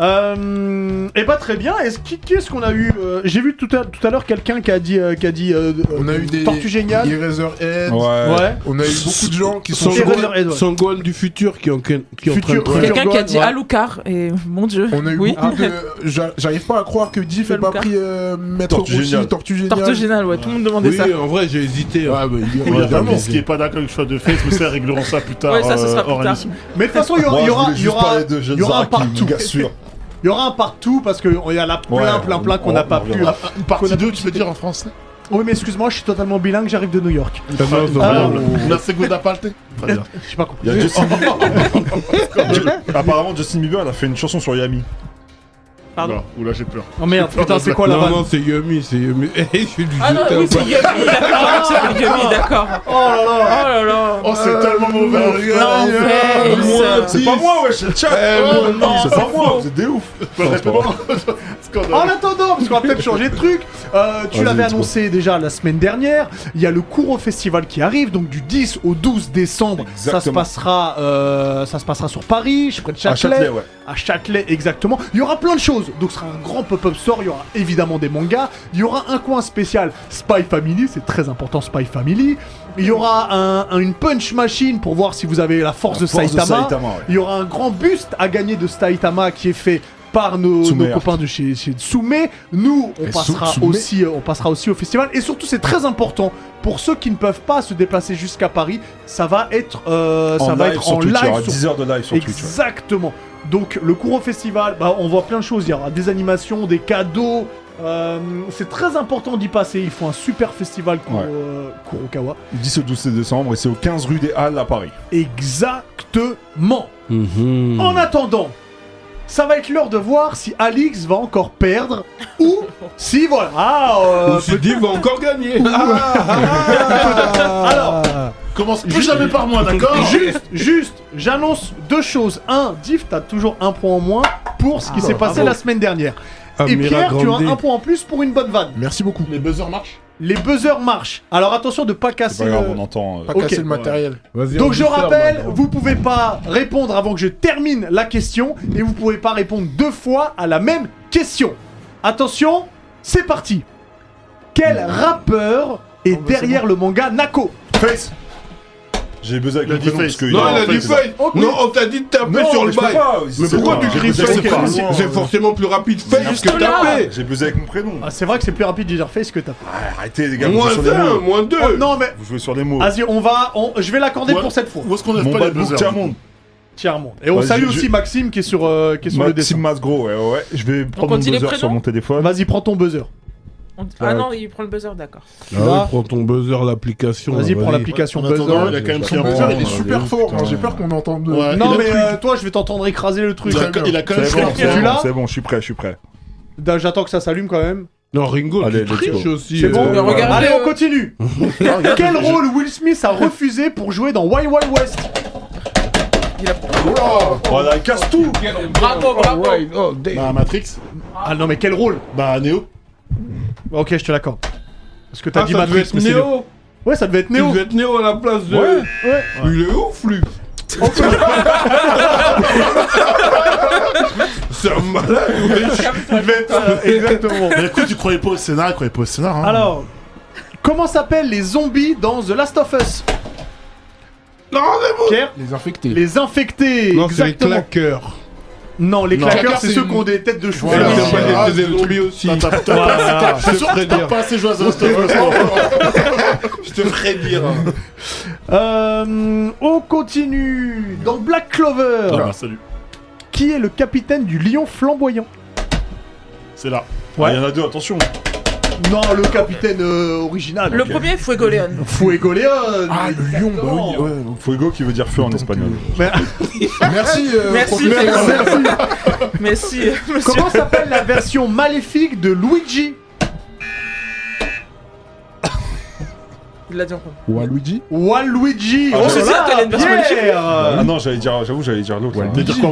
A: Euh, et bah très bien. Est-ce qui, qui est-ce qu'on a eu euh, J'ai vu tout à tout à l'heure quelqu'un qui a dit euh, qui a dit. euh,
F: On a
A: euh,
F: eu des.
A: Tortue géniale.
E: Ah.
F: Eraserhead.
B: Ouais.
A: Ouais.
F: On a eu beaucoup de gens qui sont.
E: Son
A: Eraserhead,
E: Gohan-
A: ouais.
E: Son Gohan du futur qui est en, qui est en train de
A: Futur-
E: travailler.
C: Quelqu'un qui a dit
A: Ouais.
C: Alucard et mon dieu.
F: On a eu
C: oui.
F: beaucoup de. J'a- J'arrive pas à croire que Diff ait pas
C: Lucas.
F: pris euh, Maître
B: Tortue
F: Roussy,
B: Géniale.
F: Tortue Géniale.
C: Tortue Géniale, ouais, tout le monde demandait
E: Oui,
C: ça.
E: en vrai, j'ai hésité. hein.
F: Ouais, bah, il-
D: Oui,
F: évidemment.
D: ce qui est pas d'accord avec le choix de Face, mais ça, réglerons ça plus tard.
C: Ouais, ça, ce
D: euh,
C: sera plus
D: hors
C: tard.
D: émission.
A: Mais de toute façon il y aura
B: Moi,
A: il y
B: je
A: aura-
B: voulais
A: il y
B: juste
A: aura
B: parler de
A: il
B: Jeanne
A: y aura un
B: Zara qui
A: partout.
B: me gâche sûr.
A: Il y aura un partout parce qu'il y a la plein
B: Ouais,
A: plein plein qu'on
B: on-
A: n'a
B: on
A: pas pu.
B: reviendra.
A: Ah,
D: Une partie 2, tu veux dire en français
A: Oui mais excuse-moi je suis totalement bilingue j'arrive de New York.
E: Ah.
D: Incroyable. La seconde parte Très bien.
A: J'ai pas compris.
B: Il y a Justin Bieber. Apparemment, Justin Bieber, il a fait une chanson sur Yami.
C: Pardon.
D: Oula, Oula, j'ai peur.
A: Oh merde putain c'est quoi la
E: non,
A: vanne
E: non, c'est Yumi, c'est Yumi. Eh, je suis du
C: Ah non, oui, c'est Yumi, d'accord. C'est Yumi, d'accord.
A: Oh là
C: Oh
A: là.
C: là là.
D: Oh, c'est tellement mauvais.
C: L'enfer.
B: C'est pas moi, wesh, c'est le chat. Oh, C'est pas moi, vous êtes des ouf.
A: En
D: Scandale.
A: attendant, parce qu'on va peut-être changer de truc, euh, tu
B: Vas-y,
A: l'avais
B: let's go.
A: annoncé déjà la semaine dernière, il y a le Kuro Festival qui arrive, donc du 10 au 12 décembre, ça se,
B: Exactement.
A: passera, euh, ça se passera sur Paris, je près de
B: À
A: Châtelet,
B: Châtelet, ouais.
A: à Châtelet exactement. Il y aura plein de choses, donc ce sera un grand pop-up store, il y aura évidemment des mangas, il y aura un coin spécial Spy Family, c'est très important Spy Family, il y aura un- un- une punch machine pour voir si vous avez la force, de,
B: Force de
A: Saitama.
B: Saitama, ouais.
A: il y aura un grand buste à gagner de Saitama qui est fait par nos,
B: Tsume
A: nos
B: Art.
A: copains de chez, chez Tsume. Nous, on
F: Et
A: passera,
F: Tsu- Tsume.
A: aussi, euh, on passera aussi au festival. Et surtout, c'est très important, pour ceux qui ne peuvent pas se déplacer jusqu'à Paris, ça va être, euh, ça
B: En
A: va
B: live
A: être
B: sur
A: en
B: Twitch, Il y
A: live
B: aura
A: sur
B: 10 heures de live sur Twitch. ouais.
A: Exactement. Donc le Kuro Festival, bah, on voit plein de choses. Il y aura des animations, des cadeaux. Euh, c'est très important d'y passer. Ils font un super festival Kuro-
B: Ouais.
A: euh, Kurokawa.
B: Du 10 au 12 décembre et c'est au 15 rue des Halles à Paris.
A: Exactement.
B: Mhm.
A: En attendant, ça va être l'heure de voir si Alix va encore perdre ou si voilà. Ah, euh,
E: Je suis dit, va encore gagner.
A: alors
D: Commence plus jamais par moi, d'accord
A: juste, juste, j'annonce deux choses. Un, Div, t'as toujours un point en moins pour ce qui
B: Ah,
A: s'est passé la semaine dernière. Et Pierre, tu as un point en plus pour une bonne vanne.
F: Merci beaucoup.
D: Les buzzers marchent
A: Les buzzers marchent. Alors attention de pas
B: C'est
A: casser.
B: pas grave,
A: le-
B: on entend. euh,
F: Pas
A: Ok.
F: casser le matériel.
A: Donc je rappelle, vous pouvez pas répondre avant que je termine la question et vous pouvez pas répondre deux fois à la même question. Attention, c'est parti. Quel rappeur est derrière le manga Nako
B: Face J'ai buzzé avec
D: Il a
B: le
D: dit
B: prénom
D: face.
B: parce que
E: Non,
B: il
E: il
B: a
E: a
B: fait-
E: dit fake.
A: Ok.
E: Non, on t'a dit de taper
B: Non,
E: sur le
B: je peux
E: bail.
B: pas,
E: Mais
B: c'est
E: pourquoi
B: moi,
E: tu
B: j'ai
E: cries
B: buzzé avec
E: fake
B: mon
E: C'est-
B: nom,
E: C'est
B: euh,
E: forcément plus rapide fake
C: Juste
E: que
C: là.
E: taper.
B: J'ai buzzé avec mon prénom.
A: ah, C'est vrai que c'est plus rapide de dire face que t'as.
B: Arrêtez les gars, vous jouez
E: Moins
B: sur des
E: 1,
B: mots.
E: moins 2.
A: Oh, non mais
B: Vous jouez sur des mots.
A: vas-y, on va, on- je vais l'accorder
D: Ouais.
A: pour cette fois.
D: Où est-ce qu'on lève
B: Mon
D: pas les
B: bad book
D: buzzers
B: tiers monde.
A: Tiens monde. Et on
B: Vas-y,
A: salue
B: je-
A: aussi Maxime qui est sur, euh, qui est sur le dessin.
B: Maxime Masgro, ouais, ouais. Je vais prendre
C: on
B: mon
C: dit les
B: buzzer sur
C: prénoms
B: mon téléphone.
A: Vas-y, prends ton buzzer.
C: On- Ah non, il prend le buzzer, d'accord.
A: Là.
E: prends ton buzzer, l'application.
A: Vas-y,
E: là,
A: prends l'application
D: En attendant,
A: buzzer.
D: il a quand même pris
F: Ton
D: un
F: buzzer, il
E: euh,
D: point.
F: est super fort. hein. J'ai peur qu'on entende.
D: Ouais.
A: Non
D: Il a
A: mais
D: pris-
A: euh, toi, je vais t'entendre écraser le truc.
D: hein. Il a- Il a quand même
B: C'est
D: pris un
B: bon,
A: Tu
B: c'est
D: point.
A: l'as
B: bon, c'est bon, je suis prêt, je suis prêt.
A: Da- J'attends que ça s'allume quand même.
E: Non, Ringo,
B: Allez,
E: tu
B: let's go.
E: triches aussi.
A: C'est bon,
E: euh,
C: mais regarde-
A: allez,
C: euh,
A: on continue. Quel rôle Will Smith a refusé pour jouer dans Wild Wild West
C: Il a-
B: Oh, Voilà, Ah, il casse tout
C: Bravo, bravo.
D: Bah, Matrix.
A: Ah non, mais quel rôle
D: Bah, Neo.
A: Ok, je te l'accorde. Parce que t'as
E: Ah,
A: dit
E: ça devait
A: Matrix,
E: être
A: mais c'est le-
E: Néo.
A: Ouais, ça devait être
E: Il
A: Néo.
E: devait être Néo à la place de.
B: Ouais.
E: Il est ouf, lui. C'est un malade.
A: Il devait être euh, exactement.
D: Mais écoute, tu croyais pas au scénar, tu croyais pas au scénar. Hein.
A: Alors, comment s'appellent les zombies dans The Last of Us
E: Non, rendez-vous.
A: Pierre
F: Les infectés.
A: Les infectés.
E: Non, c'est les
A: exactement.
E: claqueurs.
A: Non, les
F: Non.
A: claqueurs,
F: Claqueurs,
A: c'est
F: c'est
A: ceux
F: une-
A: qui ont des têtes de chou.
D: Voilà.
E: Et
A: Alors,
E: c'est pas
D: Voilà.
E: les faisait le lui aussi.
D: T'as- t'as- t'as pas- t'as- Je suis sûr que t'as pas assez joué à The Last of Us.
E: Je te ferai dire.
A: euh, on continue. Dans Black Clover,
D: Ah bah, salut.
A: qui est le capitaine du lion flamboyant
D: C'est là. Ah,
B: Ouais, il y en a deux, attention
A: Non, le capitaine euh, original.
C: Le premier, Fuegoleon.
A: Fuegoleon.
F: Ah, le lion, bah oui. ouais, ouais.
B: Fuego qui veut dire feu en espagnol.
F: Merci, euh,
C: Merci,
F: professeur.
C: merci. Merci, monsieur.
A: Comment s'appelle la version maléfique de Luigi
C: Il l'a dit en premier.
F: Waluigi
A: Waluigi
B: Ah,
A: oh
B: c'est
A: là
C: ça,
A: là,
C: t'as une version
A: Pierre
B: Ah non, j'allais dire, j'avoue, j'allais dire l'autre. là.
F: Waluigi.
D: dire quoi,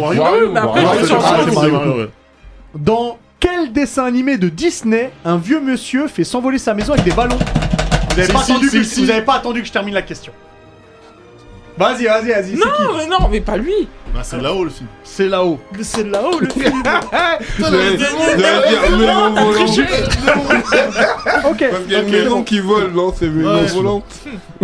C: Bah
D: Wario
C: mais après,
D: Ah,
C: je
F: Wario.
C: suis
D: c'est
C: sur
D: Mario,
C: le
D: c'est
A: Mario.
D: Mario, ouais.
A: Dans quel dessin animé de Disney un vieux monsieur fait s'envoler sa maison avec des ballons vous avez,
D: C'est
A: pas
D: si,
A: attendu
D: c'est
A: que,
D: si.
A: vous avez pas attendu que je termine la question. Vas-y, vas-y, vas-y, c'est qui
C: Non, mais non, mais pas lui.
D: Bah, c'est là-haut le film.
A: C'est là-haut.
C: C'est là-haut, le film.
E: Je vais dire maison volante.
A: Ok.
E: Parce qu'il y a une maison qui vole, non, c'est
D: Ouais.
E: maison volante.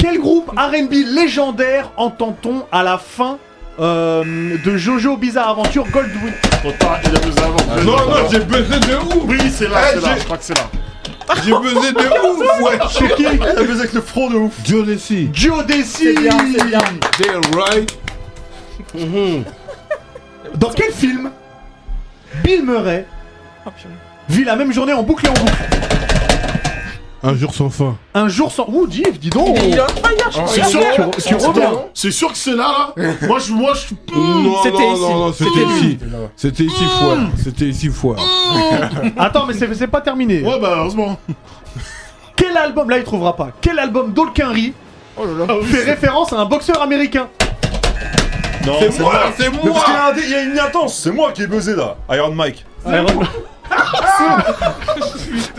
A: Quel groupe RB légendaire entend-on à la fin euh, de Jojo Bizarre Aventure Goldwyn
D: Trop tard, il a deux avant.
E: Non, non, j'ai buzzé de ouf.
D: Oui, c'est là,
E: Ah,
D: c'est là.
E: j'ai-
D: Je crois que c'est là.
E: J'ai buzzé de ouf, wesh.
A: C'est qui
D: T'as buzzé avec le front de ouf.
E: Dieu décide.
A: Geodesy
C: C'est bien, c'est bien.
E: They're right. Mhm.
A: Dans quel film Bill Murray
C: Oh, purée.
A: vit la même journée en boucle et en boucle
E: Un jour sans fin.
A: Un jour sans... Ouh, Div, dis donc
C: Il est- il est en train hier, je
F: Oh,
C: crois.
D: C'est sûr,
A: tu re- tu
D: Attends,
A: reviens.
D: C'est sûr que c'est là, là. Moi, je, moi, je.
E: Non,
C: C'était
E: Oh, non,
C: ici.
E: non, non, c'était
C: C'était
E: ici. C'était ici
A: Mm.
E: foire. C'était ici foire.
A: Attends, mais c'est c'est pas terminé.
D: Ouais, bah, heureusement.
A: Quel album, là il trouvera pas, quel album d'Olkinry
C: Oh
A: fait référence à un boxeur américain
B: Non,
E: C'est moi, c'est
B: Mais parce qu'il y
E: moi.
B: a un dé- il y, a une intense, c'est moi qui ai buzzé là, Iron Mike.
C: Ah,
A: Iron-
E: Allez,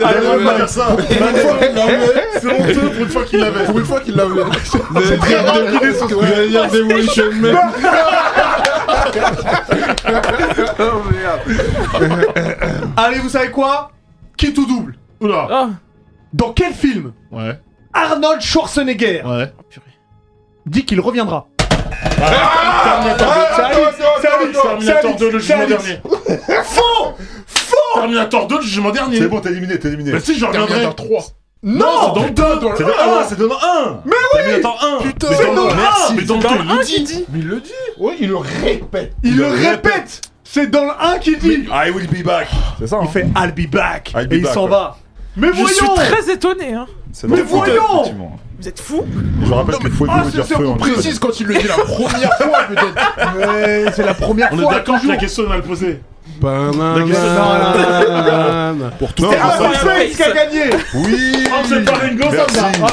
D: On va pas
E: ouais.
D: dire ça. C'est honteux pour une fois qu'il l'avait.
F: Pour une fois qu'il l'a ouvert.
E: Vous allez dire Demolition- vous allez dire Demolition Man.
A: Allez, vous savez quoi Qui tout double
D: Oula.
C: Oh,
A: Dans quel film
D: Ouais,
A: Arnold Schwarzenegger
D: ouais.
A: dit qu'il reviendra
D: Ah,
E: Ah, attends, attends, attends, attends.
D: Terminator 2, le jugement
A: Salut.
D: dernier. Faux Faux Terminator 2, le jugement dernier.
B: C'est bon, t'es éliminé, t'es éliminé.
D: Bah, si, je reviendrai.
F: Terminator 3.
D: Non, c'est dans le 2.
B: C'est dans un, c'est dans un. Mais oui. Terminator 1.
D: Putain, mais dans le 1. Mais dans le 2, il
C: un
D: le
C: qui
D: dit.
C: dit.
F: Mais il le dit Oui, il le répète
A: Il le répète C'est dans le 1 qu'il dit
B: I will be back. C'est ça. hein.
A: Il fait I'll be back
B: I'll be
A: Et il
B: back,
A: s'en
B: ouais.
A: va Mais
C: Je suis
A: voyons
C: très étonné, hein.
B: C'est dans
A: Mais
B: le feu,
A: voyons
B: effectivement.
C: Vous êtes fous
B: Je rappelle que Fuego
A: Ah,
B: veut
A: c'est
B: dire
A: sûr
B: feu
A: qu'on
B: en espagnol.
F: Précise quand il le dit la première fois, peut-être.
A: Ouais, C'est la première
D: On est
A: fois
D: d'accord que
A: toujours.
D: la question est mal posée.
E: Banana. Ah,
B: Pour tout
A: C'est
B: le monde,
A: Alan
B: ça-
A: Space Ah, qui a gagné
B: Oui.
E: Ah,
D: Oh, c'est pas Ringo, ça,
B: Merci.
D: ça.
A: Ah,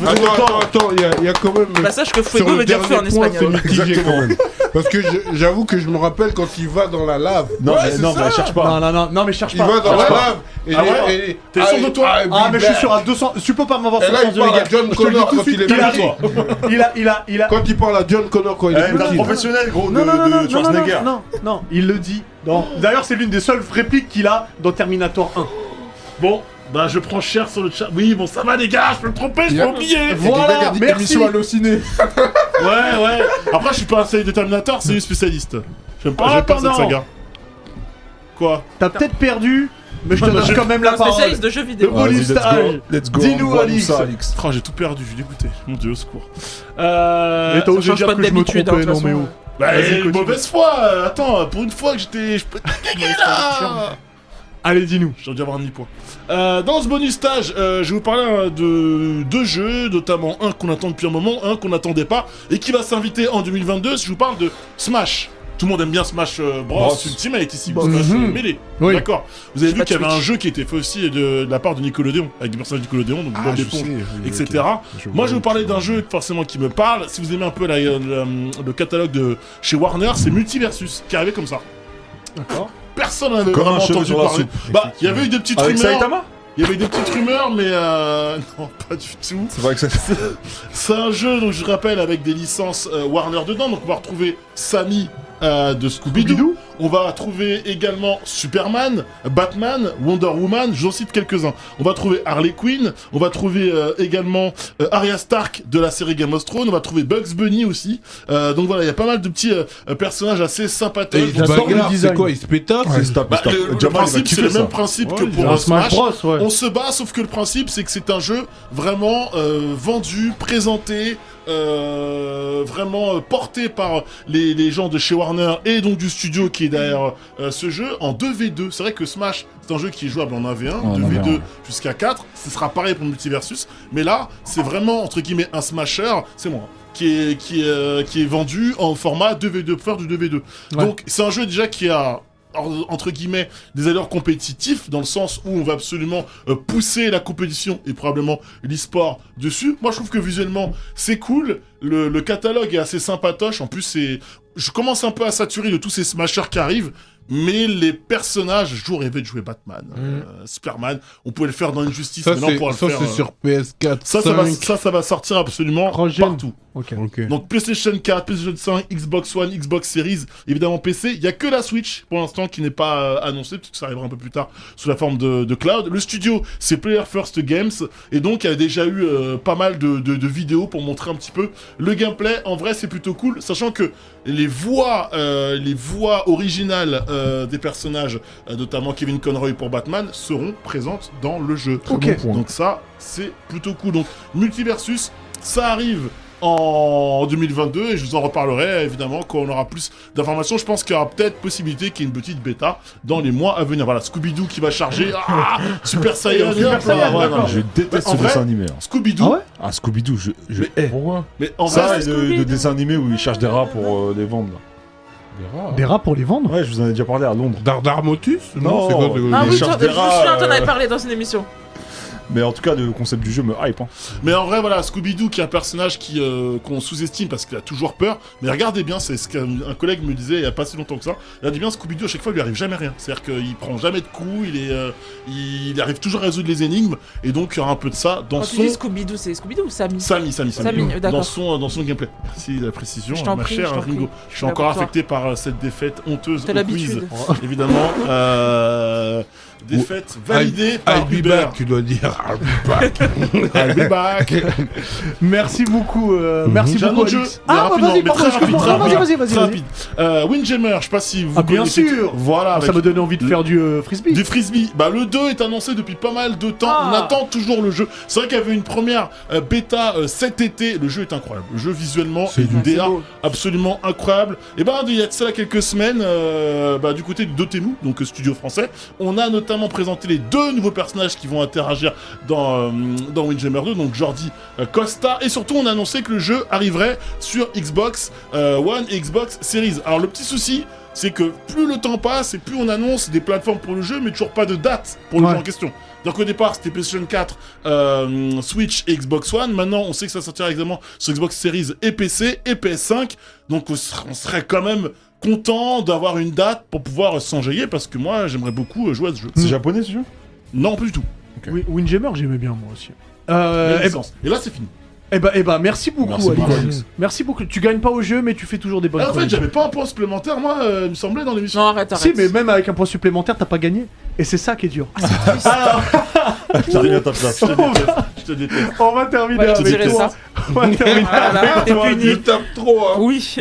A: bah,
E: Attends, attends, attends, il y a- il y a quand même.
C: Bah, sache que Fuego
E: Sur
C: veut
E: le
C: dire feu en
E: dernier point, c'est
C: espagnol.
E: mitigé quand même. Parce que je- j'avoue que je me rappelle quand il va dans la lave.
B: Non,
E: Ouais,
B: mais
E: c'est
B: non,
E: ça.
B: mais cherche pas.
A: Non, non, non, non, mais cherche
E: Il
A: pas.
E: va
A: cherche
E: dans la
A: pas.
E: lave. et-
D: Ah ouais
E: et-
D: T'es sûr de
E: I-
D: toi
E: I be
A: Ah, mais je suis
E: back.
A: sûr à 200. Tu peux pas m'avoir
E: Et
A: fait
E: là,
A: sens
E: il
A: de les
E: parle
A: gars.
E: à John
A: Je te le dis
E: Connor
A: tout de
E: quand il est
A: suite, il a-
E: petit.
A: Il a, il a, il a.
E: Quand il parle à John Connor quand il est
B: Eh, t'as un
E: petit.
B: professionnel, gros, de
A: Non, non, non, non,
B: de
A: non, non,
B: Schwarzenegger.
A: non, non, non, il le dit. dans- D'ailleurs, c'est l'une des seules répliques qu'il a dans Terminator 1.
D: Bon, bah, je prends cher sur le chat. Oui, bon, ça va, les gars, je peux me tromper, je
F: Il y a-
D: peux oublier.
F: Et
A: Voilà,
F: Gaga dit,
A: merci.
F: Émission hallucinée.
D: Ouais, ouais. Après, je suis pas un série de Terminator, c'est une spécialiste. J'aime pas,
A: Ah,
D: j'aime pas cette
A: attends,
D: saga. Quoi
A: T'as peut-être perdu, mais je te donne quand même la
C: Un
A: parole.
C: spécialiste de jeux
A: Le
C: vidéo.
B: Vas-y,
A: bonus
B: let's go.
A: stage.
B: Let's go.
A: Dis-nous,
B: envoie-nous
A: Alix.
B: ça, Alix.
D: Oh, j'ai tout perdu, je suis dégoûté. Mon dieu, au secours. Euh.
A: Mais t'as osé
C: change
A: dire
C: pas
A: que je me
C: d'habitude, hein,
A: trompais,
C: de toute
A: non mais
C: façon.
A: où
D: Bah,
A: Vas-y,
D: eh,
A: continue.
D: mauvaise foi euh, Attends, pour une fois que j'étais. Je peux te gagner là
A: Allez, dis-nous.
D: J'aurais dû avoir un demi-point. Euh, dans ce bonus stage, euh, je vais vous parler hein, de deux jeux, notamment un qu'on attend depuis un moment, un qu'on n'attendait pas, et qui va s'inviter en 2022. Je vous parle de Smash. Tout le monde aime bien Smash euh, Bros,
B: Bros.
D: Ultimate ici,
F: Bros.
D: Smash
F: Mhm.
D: euh, Melee.
F: Oui.
D: D'accord. Vous avez
C: C'est
D: vu
C: pas
D: qu'il y avait un
C: Twitch.
D: jeu qui était fait aussi de, de la part de Nickelodeon, avec des personnages de Nickelodeon,
F: Ah,
D: donc Bob
E: Ah, je
D: l'éponge,
E: sais, je-
D: etc.
E: ok.
D: Moi, je vais vous parler d'un jeu forcément qui me parle. Si vous aimez un peu la- euh, le, le catalogue de chez Warner, c'est Multiversus qui arrivait comme ça.
B: D'accord.
D: Personne n'avait
B: Comme un
D: vraiment
B: cheveu
D: entendu
B: sur la
D: parler.
B: soupe,
D: Bah, il y avait eu des petites
B: Avec
D: rumeurs.
B: Saitama
D: Il y avait eu des petites rumeurs, mais euh, non, pas du tout.
B: C'est vrai que c'est.
D: C'est un jeu, donc je rappelle, avec des licences euh, Warner dedans. Donc on va retrouver Sammy euh, de Scooby-Doo. on va trouver également Superman, Batman, Wonder Woman, j'en cite quelques-uns. On va trouver Harley Quinn, on va trouver euh, également euh, Arya Stark de la série Game of Thrones, on va trouver Bugs Bunny aussi. Euh, donc voilà, il y a pas mal de petits euh, euh, personnages assez
E: Et
D: sympathiques.
E: il
D: Bah,
E: se bagarre, c'est quoi Il se pétasse
B: Ouais, stop,
D: bah,
B: stop.
D: le, le
B: Jamal, il va
D: principe, c'est
B: kiffer
D: le
B: ça.
D: même principe que
E: Ouais,
D: pour
E: il a
D: un
E: un
D: Smash.
A: Bros, ouais.
D: On se bat, sauf que le principe, c'est que c'est un jeu vraiment euh, vendu, présenté, euh, vraiment euh, porté par les, les gens de chez Warner et donc du studio qui est derrière euh, ce jeu en 2v2. C'est vrai que Smash, c'est un jeu qui est jouable en 1v1,
G: En
D: 2v2
G: 1v1, ouais.
D: jusqu'à 4. Ce sera pareil pour Multiversus. Mais là, c'est vraiment, entre guillemets, un Smasher. C'est moi. hein, Qui est, qui, est, euh, qui est vendu en format 2v2, pour faire du 2v2. Donc c'est un jeu déjà qui a en- entre guillemets des allures compétitifs dans le sens où on va absolument euh, pousser la compétition et probablement l'e-sport dessus. Moi je trouve que visuellement c'est cool, le, le catalogue est assez sympatoche, en plus c'est je commence un peu à saturer de tous ces smashers qui arrivent. Mais les personnages, je rêvais de jouer Batman, euh, Superman, on pouvait le faire dans Injustice,
E: Mm. Ça,
D: mais là on
E: c'est
D: pourra le
E: ça,
D: faire.
E: c'est
D: euh,
E: sur PS4.
D: ça, ça, va, ça, ça va sortir absolument
A: Prochaine.
D: partout.
A: Ok.
E: Ok.
D: Donc PlayStation 4, PlayStation 5, Xbox One, Xbox Series, évidemment PC. Il y a que la Switch pour l'instant qui n'est pas euh, annoncée, peut-être que ça arrivera un peu plus tard sous la forme de, de cloud. Le studio, c'est Player First Games, et donc il y a déjà eu euh, pas mal de, de- de vidéos pour montrer un petit peu le gameplay. En vrai, c'est plutôt cool, sachant que les voix, euh, les voix originales euh, des personnages, euh, notamment Kevin Conroy pour Batman, seront présentes dans le jeu.
F: Ok. bon point.
D: Donc ça, c'est plutôt cool. Donc Multiversus, ça arrive en 2022 et je vous en reparlerai évidemment quand on aura plus d'informations. Je pense qu'il y aura peut-être possibilité qu'il y ait une petite bêta dans les mois à venir. Voilà, Scooby-Doo qui va charger. Ah, Super Saiyan,
A: Super
D: hop là,
A: Saiyan,
D: voilà.
A: d'accord.
B: Ah, Je déteste
D: En
B: ce
D: vrai-
B: dessin animé. hein.
D: Scooby-Doo,
A: Ah ouais
B: Ah, Scooby-Doo, je, je
A: eh,
B: hais.
F: Pourquoi
D: mais en
B: Ça,
D: vrai,
B: et le, le dessin animé où ils cherchent des rats pour euh, les vendre. là.
F: Des rats.
A: Des rats pour les vendre
B: Ouais, je vous en ai déjà parlé à Londres.
E: Dardar Motus
B: Non.
E: c'est quoi, c'est quoi
C: Ah
B: les
C: oui,
B: chars
C: tiens,
B: des
C: je me
B: rats,
C: souviens, t'en
B: euh.
C: avais parlé dans une émission.
B: Mais en tout cas, le concept du jeu me hype. Hein.
D: mais en vrai, voilà, Scooby-Doo qui est un personnage qui euh, qu'on sous-estime parce qu'il a toujours peur. Mais regardez bien, c'est ce qu'un un collègue me disait il y a pas si longtemps que ça. Il a dit bien Scooby-Doo à chaque fois il lui arrive jamais rien. C'est-à-dire qu'il prend jamais de coups, il est, euh, il, il arrive toujours à résoudre les énigmes et donc il y aura un peu de ça dans
C: Quand Ah, tu
D: son
C: dis Scooby-Doo, c'est Scooby-Doo ou Sammy
D: Samy, Samy, Samy.
C: Samy, euh, d'accord.
D: dans, son, euh, dans son gameplay. Merci de la précision,
C: Je t'en
D: ma
C: prie,
D: chère
C: je t'en
D: Ringo.
C: prie.
D: Je
C: Je
D: suis
C: suis
D: encore
C: là pour
D: affecté par euh, cette défaite honteuse
C: T'as
D: au quiz.
C: l'habitude.
D: Évidemment, euh, défaite validée
E: I'll
D: par
E: be
D: Uber.
E: back, tu dois dire.
D: I'll be back.
A: Merci beaucoup, euh, merci
D: J'ai un
A: beaucoup,
D: autre jeu.
A: Alex. Ah,
D: mais
A: bah
D: rapidement,
A: vas-y,
D: mais très
A: pardon,
D: rapide,
A: excuse-moi.
D: très
A: Ah, Vas-y,
D: rapide,
A: vas-y,
D: très
A: vas-y.
D: rapide. Euh, Windjammer, je sais pas si vous
A: Ah, bien
D: connaissez-
A: sûr.
D: Voilà,
A: Ça
D: avec
A: me donnait envie de faire du euh, frisbee.
D: Du frisbee. Bah le 2 est annoncé depuis pas mal de temps.
A: Ah.
D: On attend toujours le jeu. C'est vrai qu'il y avait une première euh, bêta euh, cet été. Le jeu est incroyable. Le jeu visuellement
E: C'est
D: et du
A: C'est
D: DA
A: beau.
D: absolument incroyable. Et ben il y a de cela quelques semaines, euh, bah, du côté de Dotemu, donc euh, studio français, on a notamment présenté les deux nouveaux personnages qui vont interagir dans, euh, dans Windjammer 2, donc Jordi euh, Costa, et surtout on a annoncé que le jeu arriverait sur Xbox euh, One et Xbox Series. Alors le petit souci, c'est que plus le temps passe et plus on annonce des plateformes pour le jeu, mais toujours pas de date pour le
A: Ouais.
D: jeu en question. Donc au départ c'était PlayStation 4, euh, Switch et Xbox One. Maintenant on sait que ça sortira exactement sur Xbox Series et PC et PS5. Donc on ser- on serait quand même content d'avoir une date pour pouvoir s'enjailler parce que moi j'aimerais beaucoup euh, jouer à ce jeu.
A: Mm.
B: C'est japonais ce jeu
D: Non, pas du tout.
A: Oui, Windjammer, j'aimais bien moi aussi. Euh,
D: Les
A: eh
D: licences. Et là c'est fini.
A: Eh bah, eh bah, merci beaucoup,
B: Merci beaucoup,
A: Alex.
B: Alex.
A: Merci beaucoup. Tu gagnes pas au jeu, mais tu fais toujours des bonnes
D: Ah, en fait
A: chroniques.
D: j'avais pas un point supplémentaire moi, euh, il me semblait dans l'émission.
C: Non, arrête,
A: Si,
C: arrête.
A: mais même avec un point supplémentaire, t'as pas gagné. Et Ah, c'est ça qui est dur.
B: J'arrive à ta place.
D: Je te déteste. Je te déteste.
A: On va terminer
C: Ouais, je
A: avec
C: dirais
A: toi.
C: ça.
A: On va terminer
C: Ah, là,
A: avec
C: t'es
A: toi.
C: puni.
A: Dis-
E: Il tape trop, hein.
C: Oui.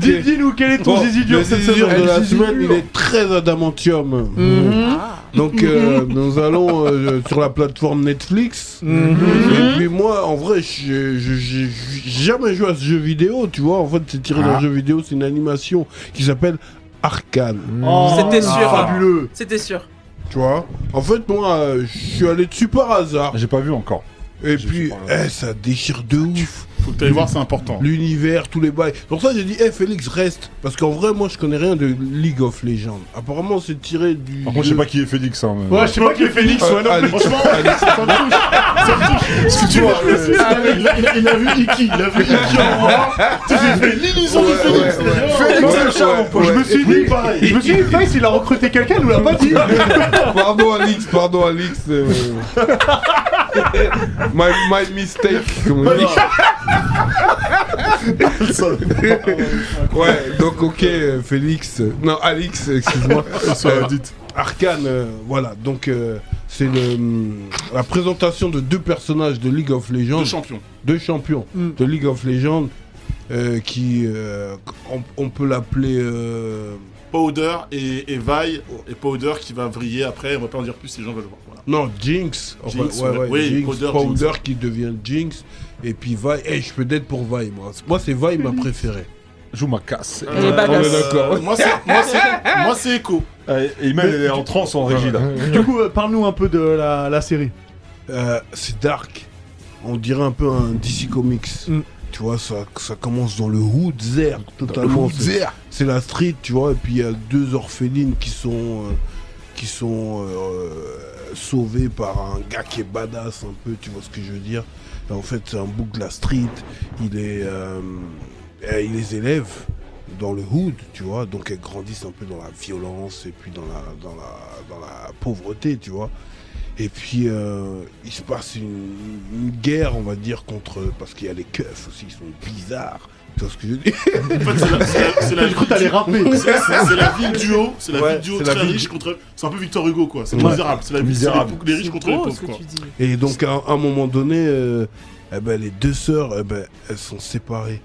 A: dis- Dis-nous, quel est ton
E: Bon,
A: zizi dur
E: le
A: cette
E: zizi dur
A: semaine
E: de la
A: Le zizi
E: semaine,
A: dur.
E: il est très adamantium. Mm.
C: Ah.
E: Donc, euh, nous allons euh, sur la plateforme Netflix.
C: Mhm.
E: Et puis, moi, en vrai, j'ai j'ai- j'ai- j'ai jamais joué à ce jeu vidéo, tu vois. En fait, c'est tiré d'un jeu vidéo, c'est une animation qui s'appelle Arcane.
A: Oh,
C: C'était sûr.
A: Fabuleux.
C: C'était sûr.
E: Tu vois En fait, moi,
A: Ah.
E: euh, je suis allé dessus par hasard.
B: J'ai pas vu encore.
E: Et
B: Je
E: puis,
B: suis pas là.
E: eh, ça déchire de ouf.
D: Faut que t'ailles voir, c'est important.
E: l'univers, tous les bails. Pour ça, j'ai dit, eh Félix, reste. Parce qu'en vrai, moi, je connais rien de League of Legends. Apparemment, c'est tiré du.
B: Par contre, je sais pas qui est Félix. Hein, mais-
A: Ouais, je sais pas qui est Félix,
E: Euh,
A: ouais, non, mais franchement,
D: Excuse-moi, euh, il, a, il a- il a vu Iki, il a vu Iki en noir. Tu t'es fait l'illusion de Félix.
A: Félix
F: Ouais,
A: le chat,
F: ouais,
A: mon pote. je
F: ouais.
A: me suis dit, je me suis dit, Face, il a recruté quelqu'un, il nous l'a pas dit.
F: Pardon Alix, pardon Alix. euh, my, my mistake, comme on dit. Ouais, donc ok, euh, Félix. euh, Non, Alix, excuse-moi.
E: Euh, Arcane, euh, voilà. Donc, euh, c'est le, hum, la présentation de deux personnages de League of Legends,
D: Deux
E: deux, champions
D: champions.
A: Mm.
E: de League of Legends, euh, qui, euh, on, on peut l'appeler. euh,
D: Powder et, et Vaille. Et Powder qui va vriller après. On va pas en dire plus si les gens veulent voir. Voilà.
E: non, Jinx.
D: Jinx, oui,
E: Jinx,
D: Powder,
E: Powder qui devient Jinx. Et puis Vi. Eh, je peux d'être pour Vi, moi. Moi, c'est Vi ma préférée.
B: Joue ma casse.
C: Elle est badass.
D: euh, moi, c'est- moi, c'est- moi, c'est Echo.
B: Euh, Et Iman, elle est en transe en régie là.
A: Du coup, euh, parle-nous un peu de la, la série.
E: Euh, c'est dark. On dirait un peu un DC Comics.
A: Mm.
E: Tu vois, ça, ça commence dans le hood zère totalement. C'est- C'est la street, tu vois. Et puis il y a deux orphelines qui sont euh, qui sont euh, sauvées par un gars qui est badass un peu. Tu vois ce que je veux dire Et En fait, c'est un bouc de la street. Il est euh, euh, il les élève dans le hood, tu vois. Donc elles grandissent un peu dans la violence et puis dans la dans la dans la pauvreté, tu vois. Et puis, euh, il se passe une, une guerre, on va dire, contre. Parce qu'il y a les keufs aussi, ils sont bizarres. Tu vois ce que je veux dire
D: En fait, c'est la- c'est la- c'est la
A: J'ai cru que t'allais
D: vie
A: rapper.
D: du- c'est- c'est- c'est la vie du haut. C'est la
E: Ouais,
D: vie du haut
E: c'est la
D: très
E: vie
D: riche contre. C'est un peu Victor Hugo, quoi. C'est
E: Ouais.
D: misérable. C'est la vie
B: Misérable.
D: c'est les, les riches contre les
C: beau,
D: pauvres,
C: ce que
D: quoi.
C: tu dis.
E: Et donc, à, un- à un moment donné, euh, eh ben, les deux sœurs, eh ben, elles sont séparées.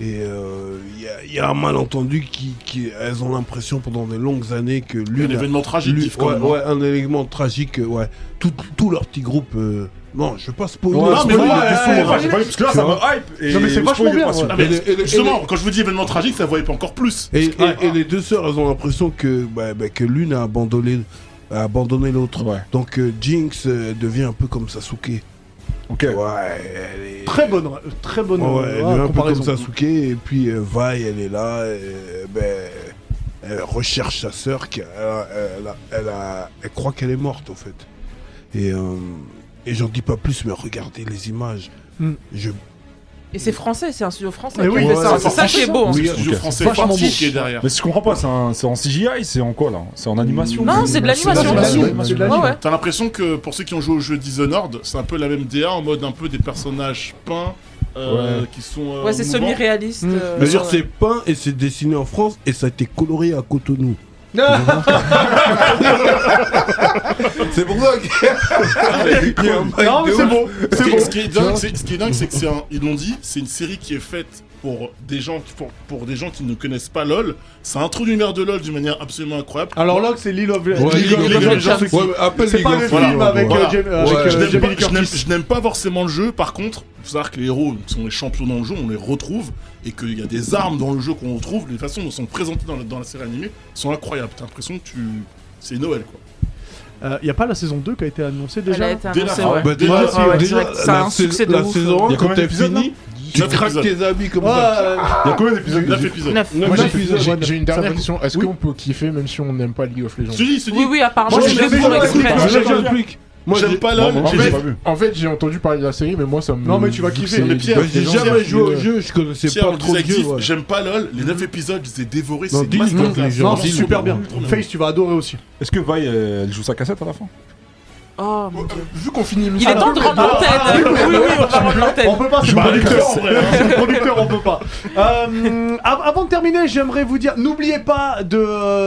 E: Et euh, il y a- il y, a un malentendu qui, qui- Elles ont l'impression pendant des longues années que
D: Un
E: l'une. a-
D: événement tragique,
E: l'une-
D: Yves, quand
E: ouais,
D: même. hein.
E: ouais, un élément tragique, euh, ouais. Tout, tout leur petit groupe. euh, Non, je vais pas spoiler. hein.
B: Ouais,
D: mais
B: spoiler,
D: ouais,
B: mais
D: ouais,
B: spoiler,
D: ouais,
B: j'ai pas vu, parce que là,
E: Tu
B: ça me
E: vois.
B: hype. et
A: Non, mais c'est
B: le
A: vachement
B: spoil est
A: bien,
B: pas sûr.
D: Ah, mais
E: Et les- et les-
D: justement, quand je vous dis événement tragique, ça voyait pas encore plus.
E: Et,
D: Parce que-
E: et- et les deux sœurs, elles ont l'impression que, bah, bah, que l'une a abandonné, a abandonné l'autre.
B: Ouais.
E: Donc euh, Jinx euh, devient un peu comme Sasuke.
B: Ok.
E: Ouais, hein, elle est,
A: Très bonne, euh, très bonne
E: Ouais,
A: euh, ouais,
E: elle devient un peu comme
A: comparaison.
E: Sasuke. Et puis euh, Vi, elle est là. euh, ben, elle recherche sa sœur. qui- Elle, a- elle a- elle a- elle croit qu'elle est morte, en fait. Et, euh, et j'en dis pas plus, mais regardez les images.
A: Hmm.
E: Je
C: Et c'est français, c'est un studio français.
A: Eh
C: qui
A: oui, ouais,
C: fait ça.
D: c'est
C: C'est ça qui est beau. hein.
D: C'est le
B: Oui,
D: studio
B: ok.
D: français
B: Vachement
D: Farsi
B: bon.
D: qui est derrière.
B: Mais si je comprends pas, c'est en, c'est en CGI, c'est en quoi là C'est en animation
C: Non, c'est de l'animation.
A: de l'animation,
B: Ouais,
A: c'est de
B: ouais.
A: l'animation.
C: Ouais, ouais.
D: T'as l'impression que pour ceux qui ont joué au jeu Dishonored, c'est un peu la même DA en mode un peu des personnages peints euh, qui sont. euh,
C: Ouais, c'est
D: mouvants.
C: semi-réaliste.
A: Mmh.
C: euh,
E: veux dire,
C: ouais.
E: c'est peint et c'est dessiné en France et ça a été coloré à Cotonou. C'est pour ça qu'il y a un bail
A: Non, mais
E: de
A: c'est
E: ouf.
A: bon, c'est bon.
D: Ce qui est dingue, c'est ce qui est dingue, c'est que c'est un- ils l'ont dit, c'est une série qui est faite pour des gens qui- pour, pour des gens qui ne connaissent pas LoL. Ça introduit l'univers de LoL d'une manière absolument incroyable.
A: Alors là, c'est Lilo of
E: Ouais,
A: Lilo of
E: League of
A: Legends.
E: Legends.
A: ceux qui-
E: Ouais, mais appelle
A: C'est
E: League
A: pas
E: of
A: le
E: Legends.
A: film avec
E: Voilà.
A: euh, Jim- avec,
E: Ouais,
A: euh,
D: Je n'aime
A: Jamie
D: pas-
A: Lee
D: je n'aime-
A: Curtis.
D: je n'aime pas forcément le jeu, par contre, faut savoir que les héros sont les champions dans le jeu, on les retrouve, et qu'il y a des armes dans le jeu qu'on retrouve, les façons dont sont présentées dans la, dans la série animée sont incroyables. T'as l'impression que tu. C'est Noël quoi.
A: Euh, y a pas la saison 2 qui a été annoncée
C: Elle
A: déjà
C: a
A: là
C: été
D: Dès
C: annoncée,
D: là-
C: Ah ouais.
E: Bah, déjà,
A: Ouais,
E: si,
A: ouais,
E: déjà,
C: c'est vrai que ça a
E: la
C: un
E: sais-
C: succès de
E: la
C: ouf.
E: saison
B: Il y
E: 1,
B: a combien
E: quand t'es
B: d'épisodes, non
E: fini, tu
D: Neuf
E: craques
D: épisodes.
E: tes habits comme
A: Ouais,
E: ça.
A: euh,
B: Il y a combien d'épisodes
D: Neuf
B: déjà
D: épisodes.
C: Neuf.
E: Neuf
F: Moi, j'ai-
E: épisodes.
F: j'ai j'ai une
A: Ça
F: dernière
A: vaut-
F: question. Est-ce qu'on peut kiffer même si on n'aime pas League of Legends
D: Je te dis, je te dis,
C: Oui, oui, apparemment,
D: Moi,
C: Bah, je
D: j'ai
C: vais
D: jamais
C: pour
D: joué à
C: exprès.
D: League of
E: Je
D: Legends.
E: j'explique. Moi,
D: j'aime
E: j'ai-
D: pas
B: Moi,
D: LoL,
B: moi,
D: j'ai-
B: j'ai pas vu.
F: En fait, j'ai entendu parler de la série, mais moi, ça me.
A: Non, mais tu vas kiffer.
F: C'est-
D: Mais Pierre,
E: Bah, j'ai
F: les gens,
E: jamais
F: c'est-
E: joué au jeu, je connaissais
D: Pierre,
E: pas
D: le
E: trop
D: plus
E: le jeu.
D: actif,
E: ouais.
D: j'aime pas LoL, les 9 épisodes, je les ai dévorés,
E: Non,
D: c'est
E: dis-le,
D: masterclass.
E: dis-le.
A: Non,
D: Vraiment,
A: c'est super bien.
D: Trop
A: Face, tu vas adorer aussi.
B: Est-ce que Vi, euh, elle joue sa cassette à la fin
C: Oh, mon Dieu.
F: Vu qu'on finit
C: Il est temps de rendre l'antenne. Ah, Oui, oui, on va rendre
A: On
C: l'antenne.
A: peut pas, c'est le
D: Bah,
A: producteur.
D: c'est vrai, hein.
A: C'est le producteur, on peut pas. Euh, av- avant de terminer, j'aimerais vous dire, n'oubliez pas de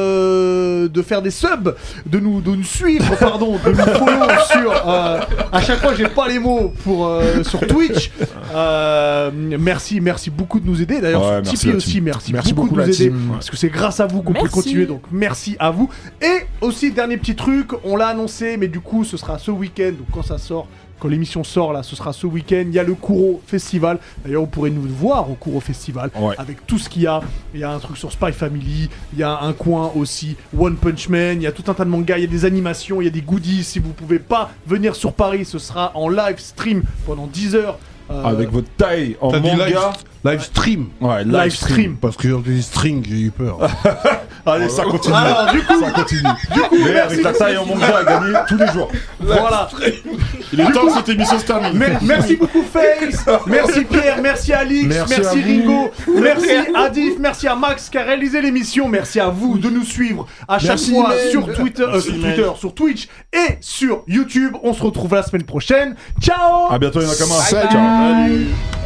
A: euh, de faire des subs, de nous de nous suivre, pardon, de nous follow sur. euh, à chaque fois, j'ai pas les mots pour euh, sur Twitch. Euh, merci, merci beaucoup de nous aider. D'ailleurs,
B: Ouais,
A: sur
B: merci
A: Tipeee
B: la
A: aussi,
B: team.
A: merci,
F: Merci
A: beaucoup,
F: beaucoup,
A: de
F: la
A: nous aider
F: team.
A: parce que c'est grâce à vous qu'on peut
C: Merci.
A: continuer. Donc merci à vous. Et aussi dernier petit truc, on l'a annoncé, mais du coup, ce sera ce week-end. Donc quand ça sort, quand l'émission sort là, ce sera ce week-end. Il y a le Kouro Festival. D'ailleurs, vous pourrez nous voir au Kouro Festival
B: Ouais.
A: avec tout ce qu'il y a. Il y a un truc sur Spy Family. Il y a un coin aussi One Punch Man. Il y a tout un tas de mangas. Il y a des animations. Il y a des goodies. Si vous pouvez pas venir sur Paris, ce sera en live stream pendant 10 heures. euh,
B: Avec votre taille en
E: T'as dit live,
B: manga.
E: live stream.
B: Ouais, live,
A: Live
B: stream.
A: stream.
E: Parce que quand tu dis string, j'ai eu peur.
B: Allez, ça continue.
A: Alors, du coup,
B: Ah, ça continue. Mais avec la taille en manga à gagner tous les jours.
A: voilà.
D: Il est temps que cette émission se termine.
A: Mer- merci beaucoup Face, merci Pierre, merci Alix,
F: Merci
A: merci,
F: à vous.
A: Ringo, merci Adif, merci à Max qui a réalisé l'émission, merci à vous de nous suivre à chaque
F: Merci,
A: fois
F: Imen.
A: sur Twitter, euh,
D: Merci,
A: sur,
D: Imen.
A: Twitter, sur Twitch et sur YouTube. On se retrouve la semaine prochaine. Ciao
B: À bientôt, Yanakama.
F: Salut.
B: Ciao.
C: Bye.
D: Salut.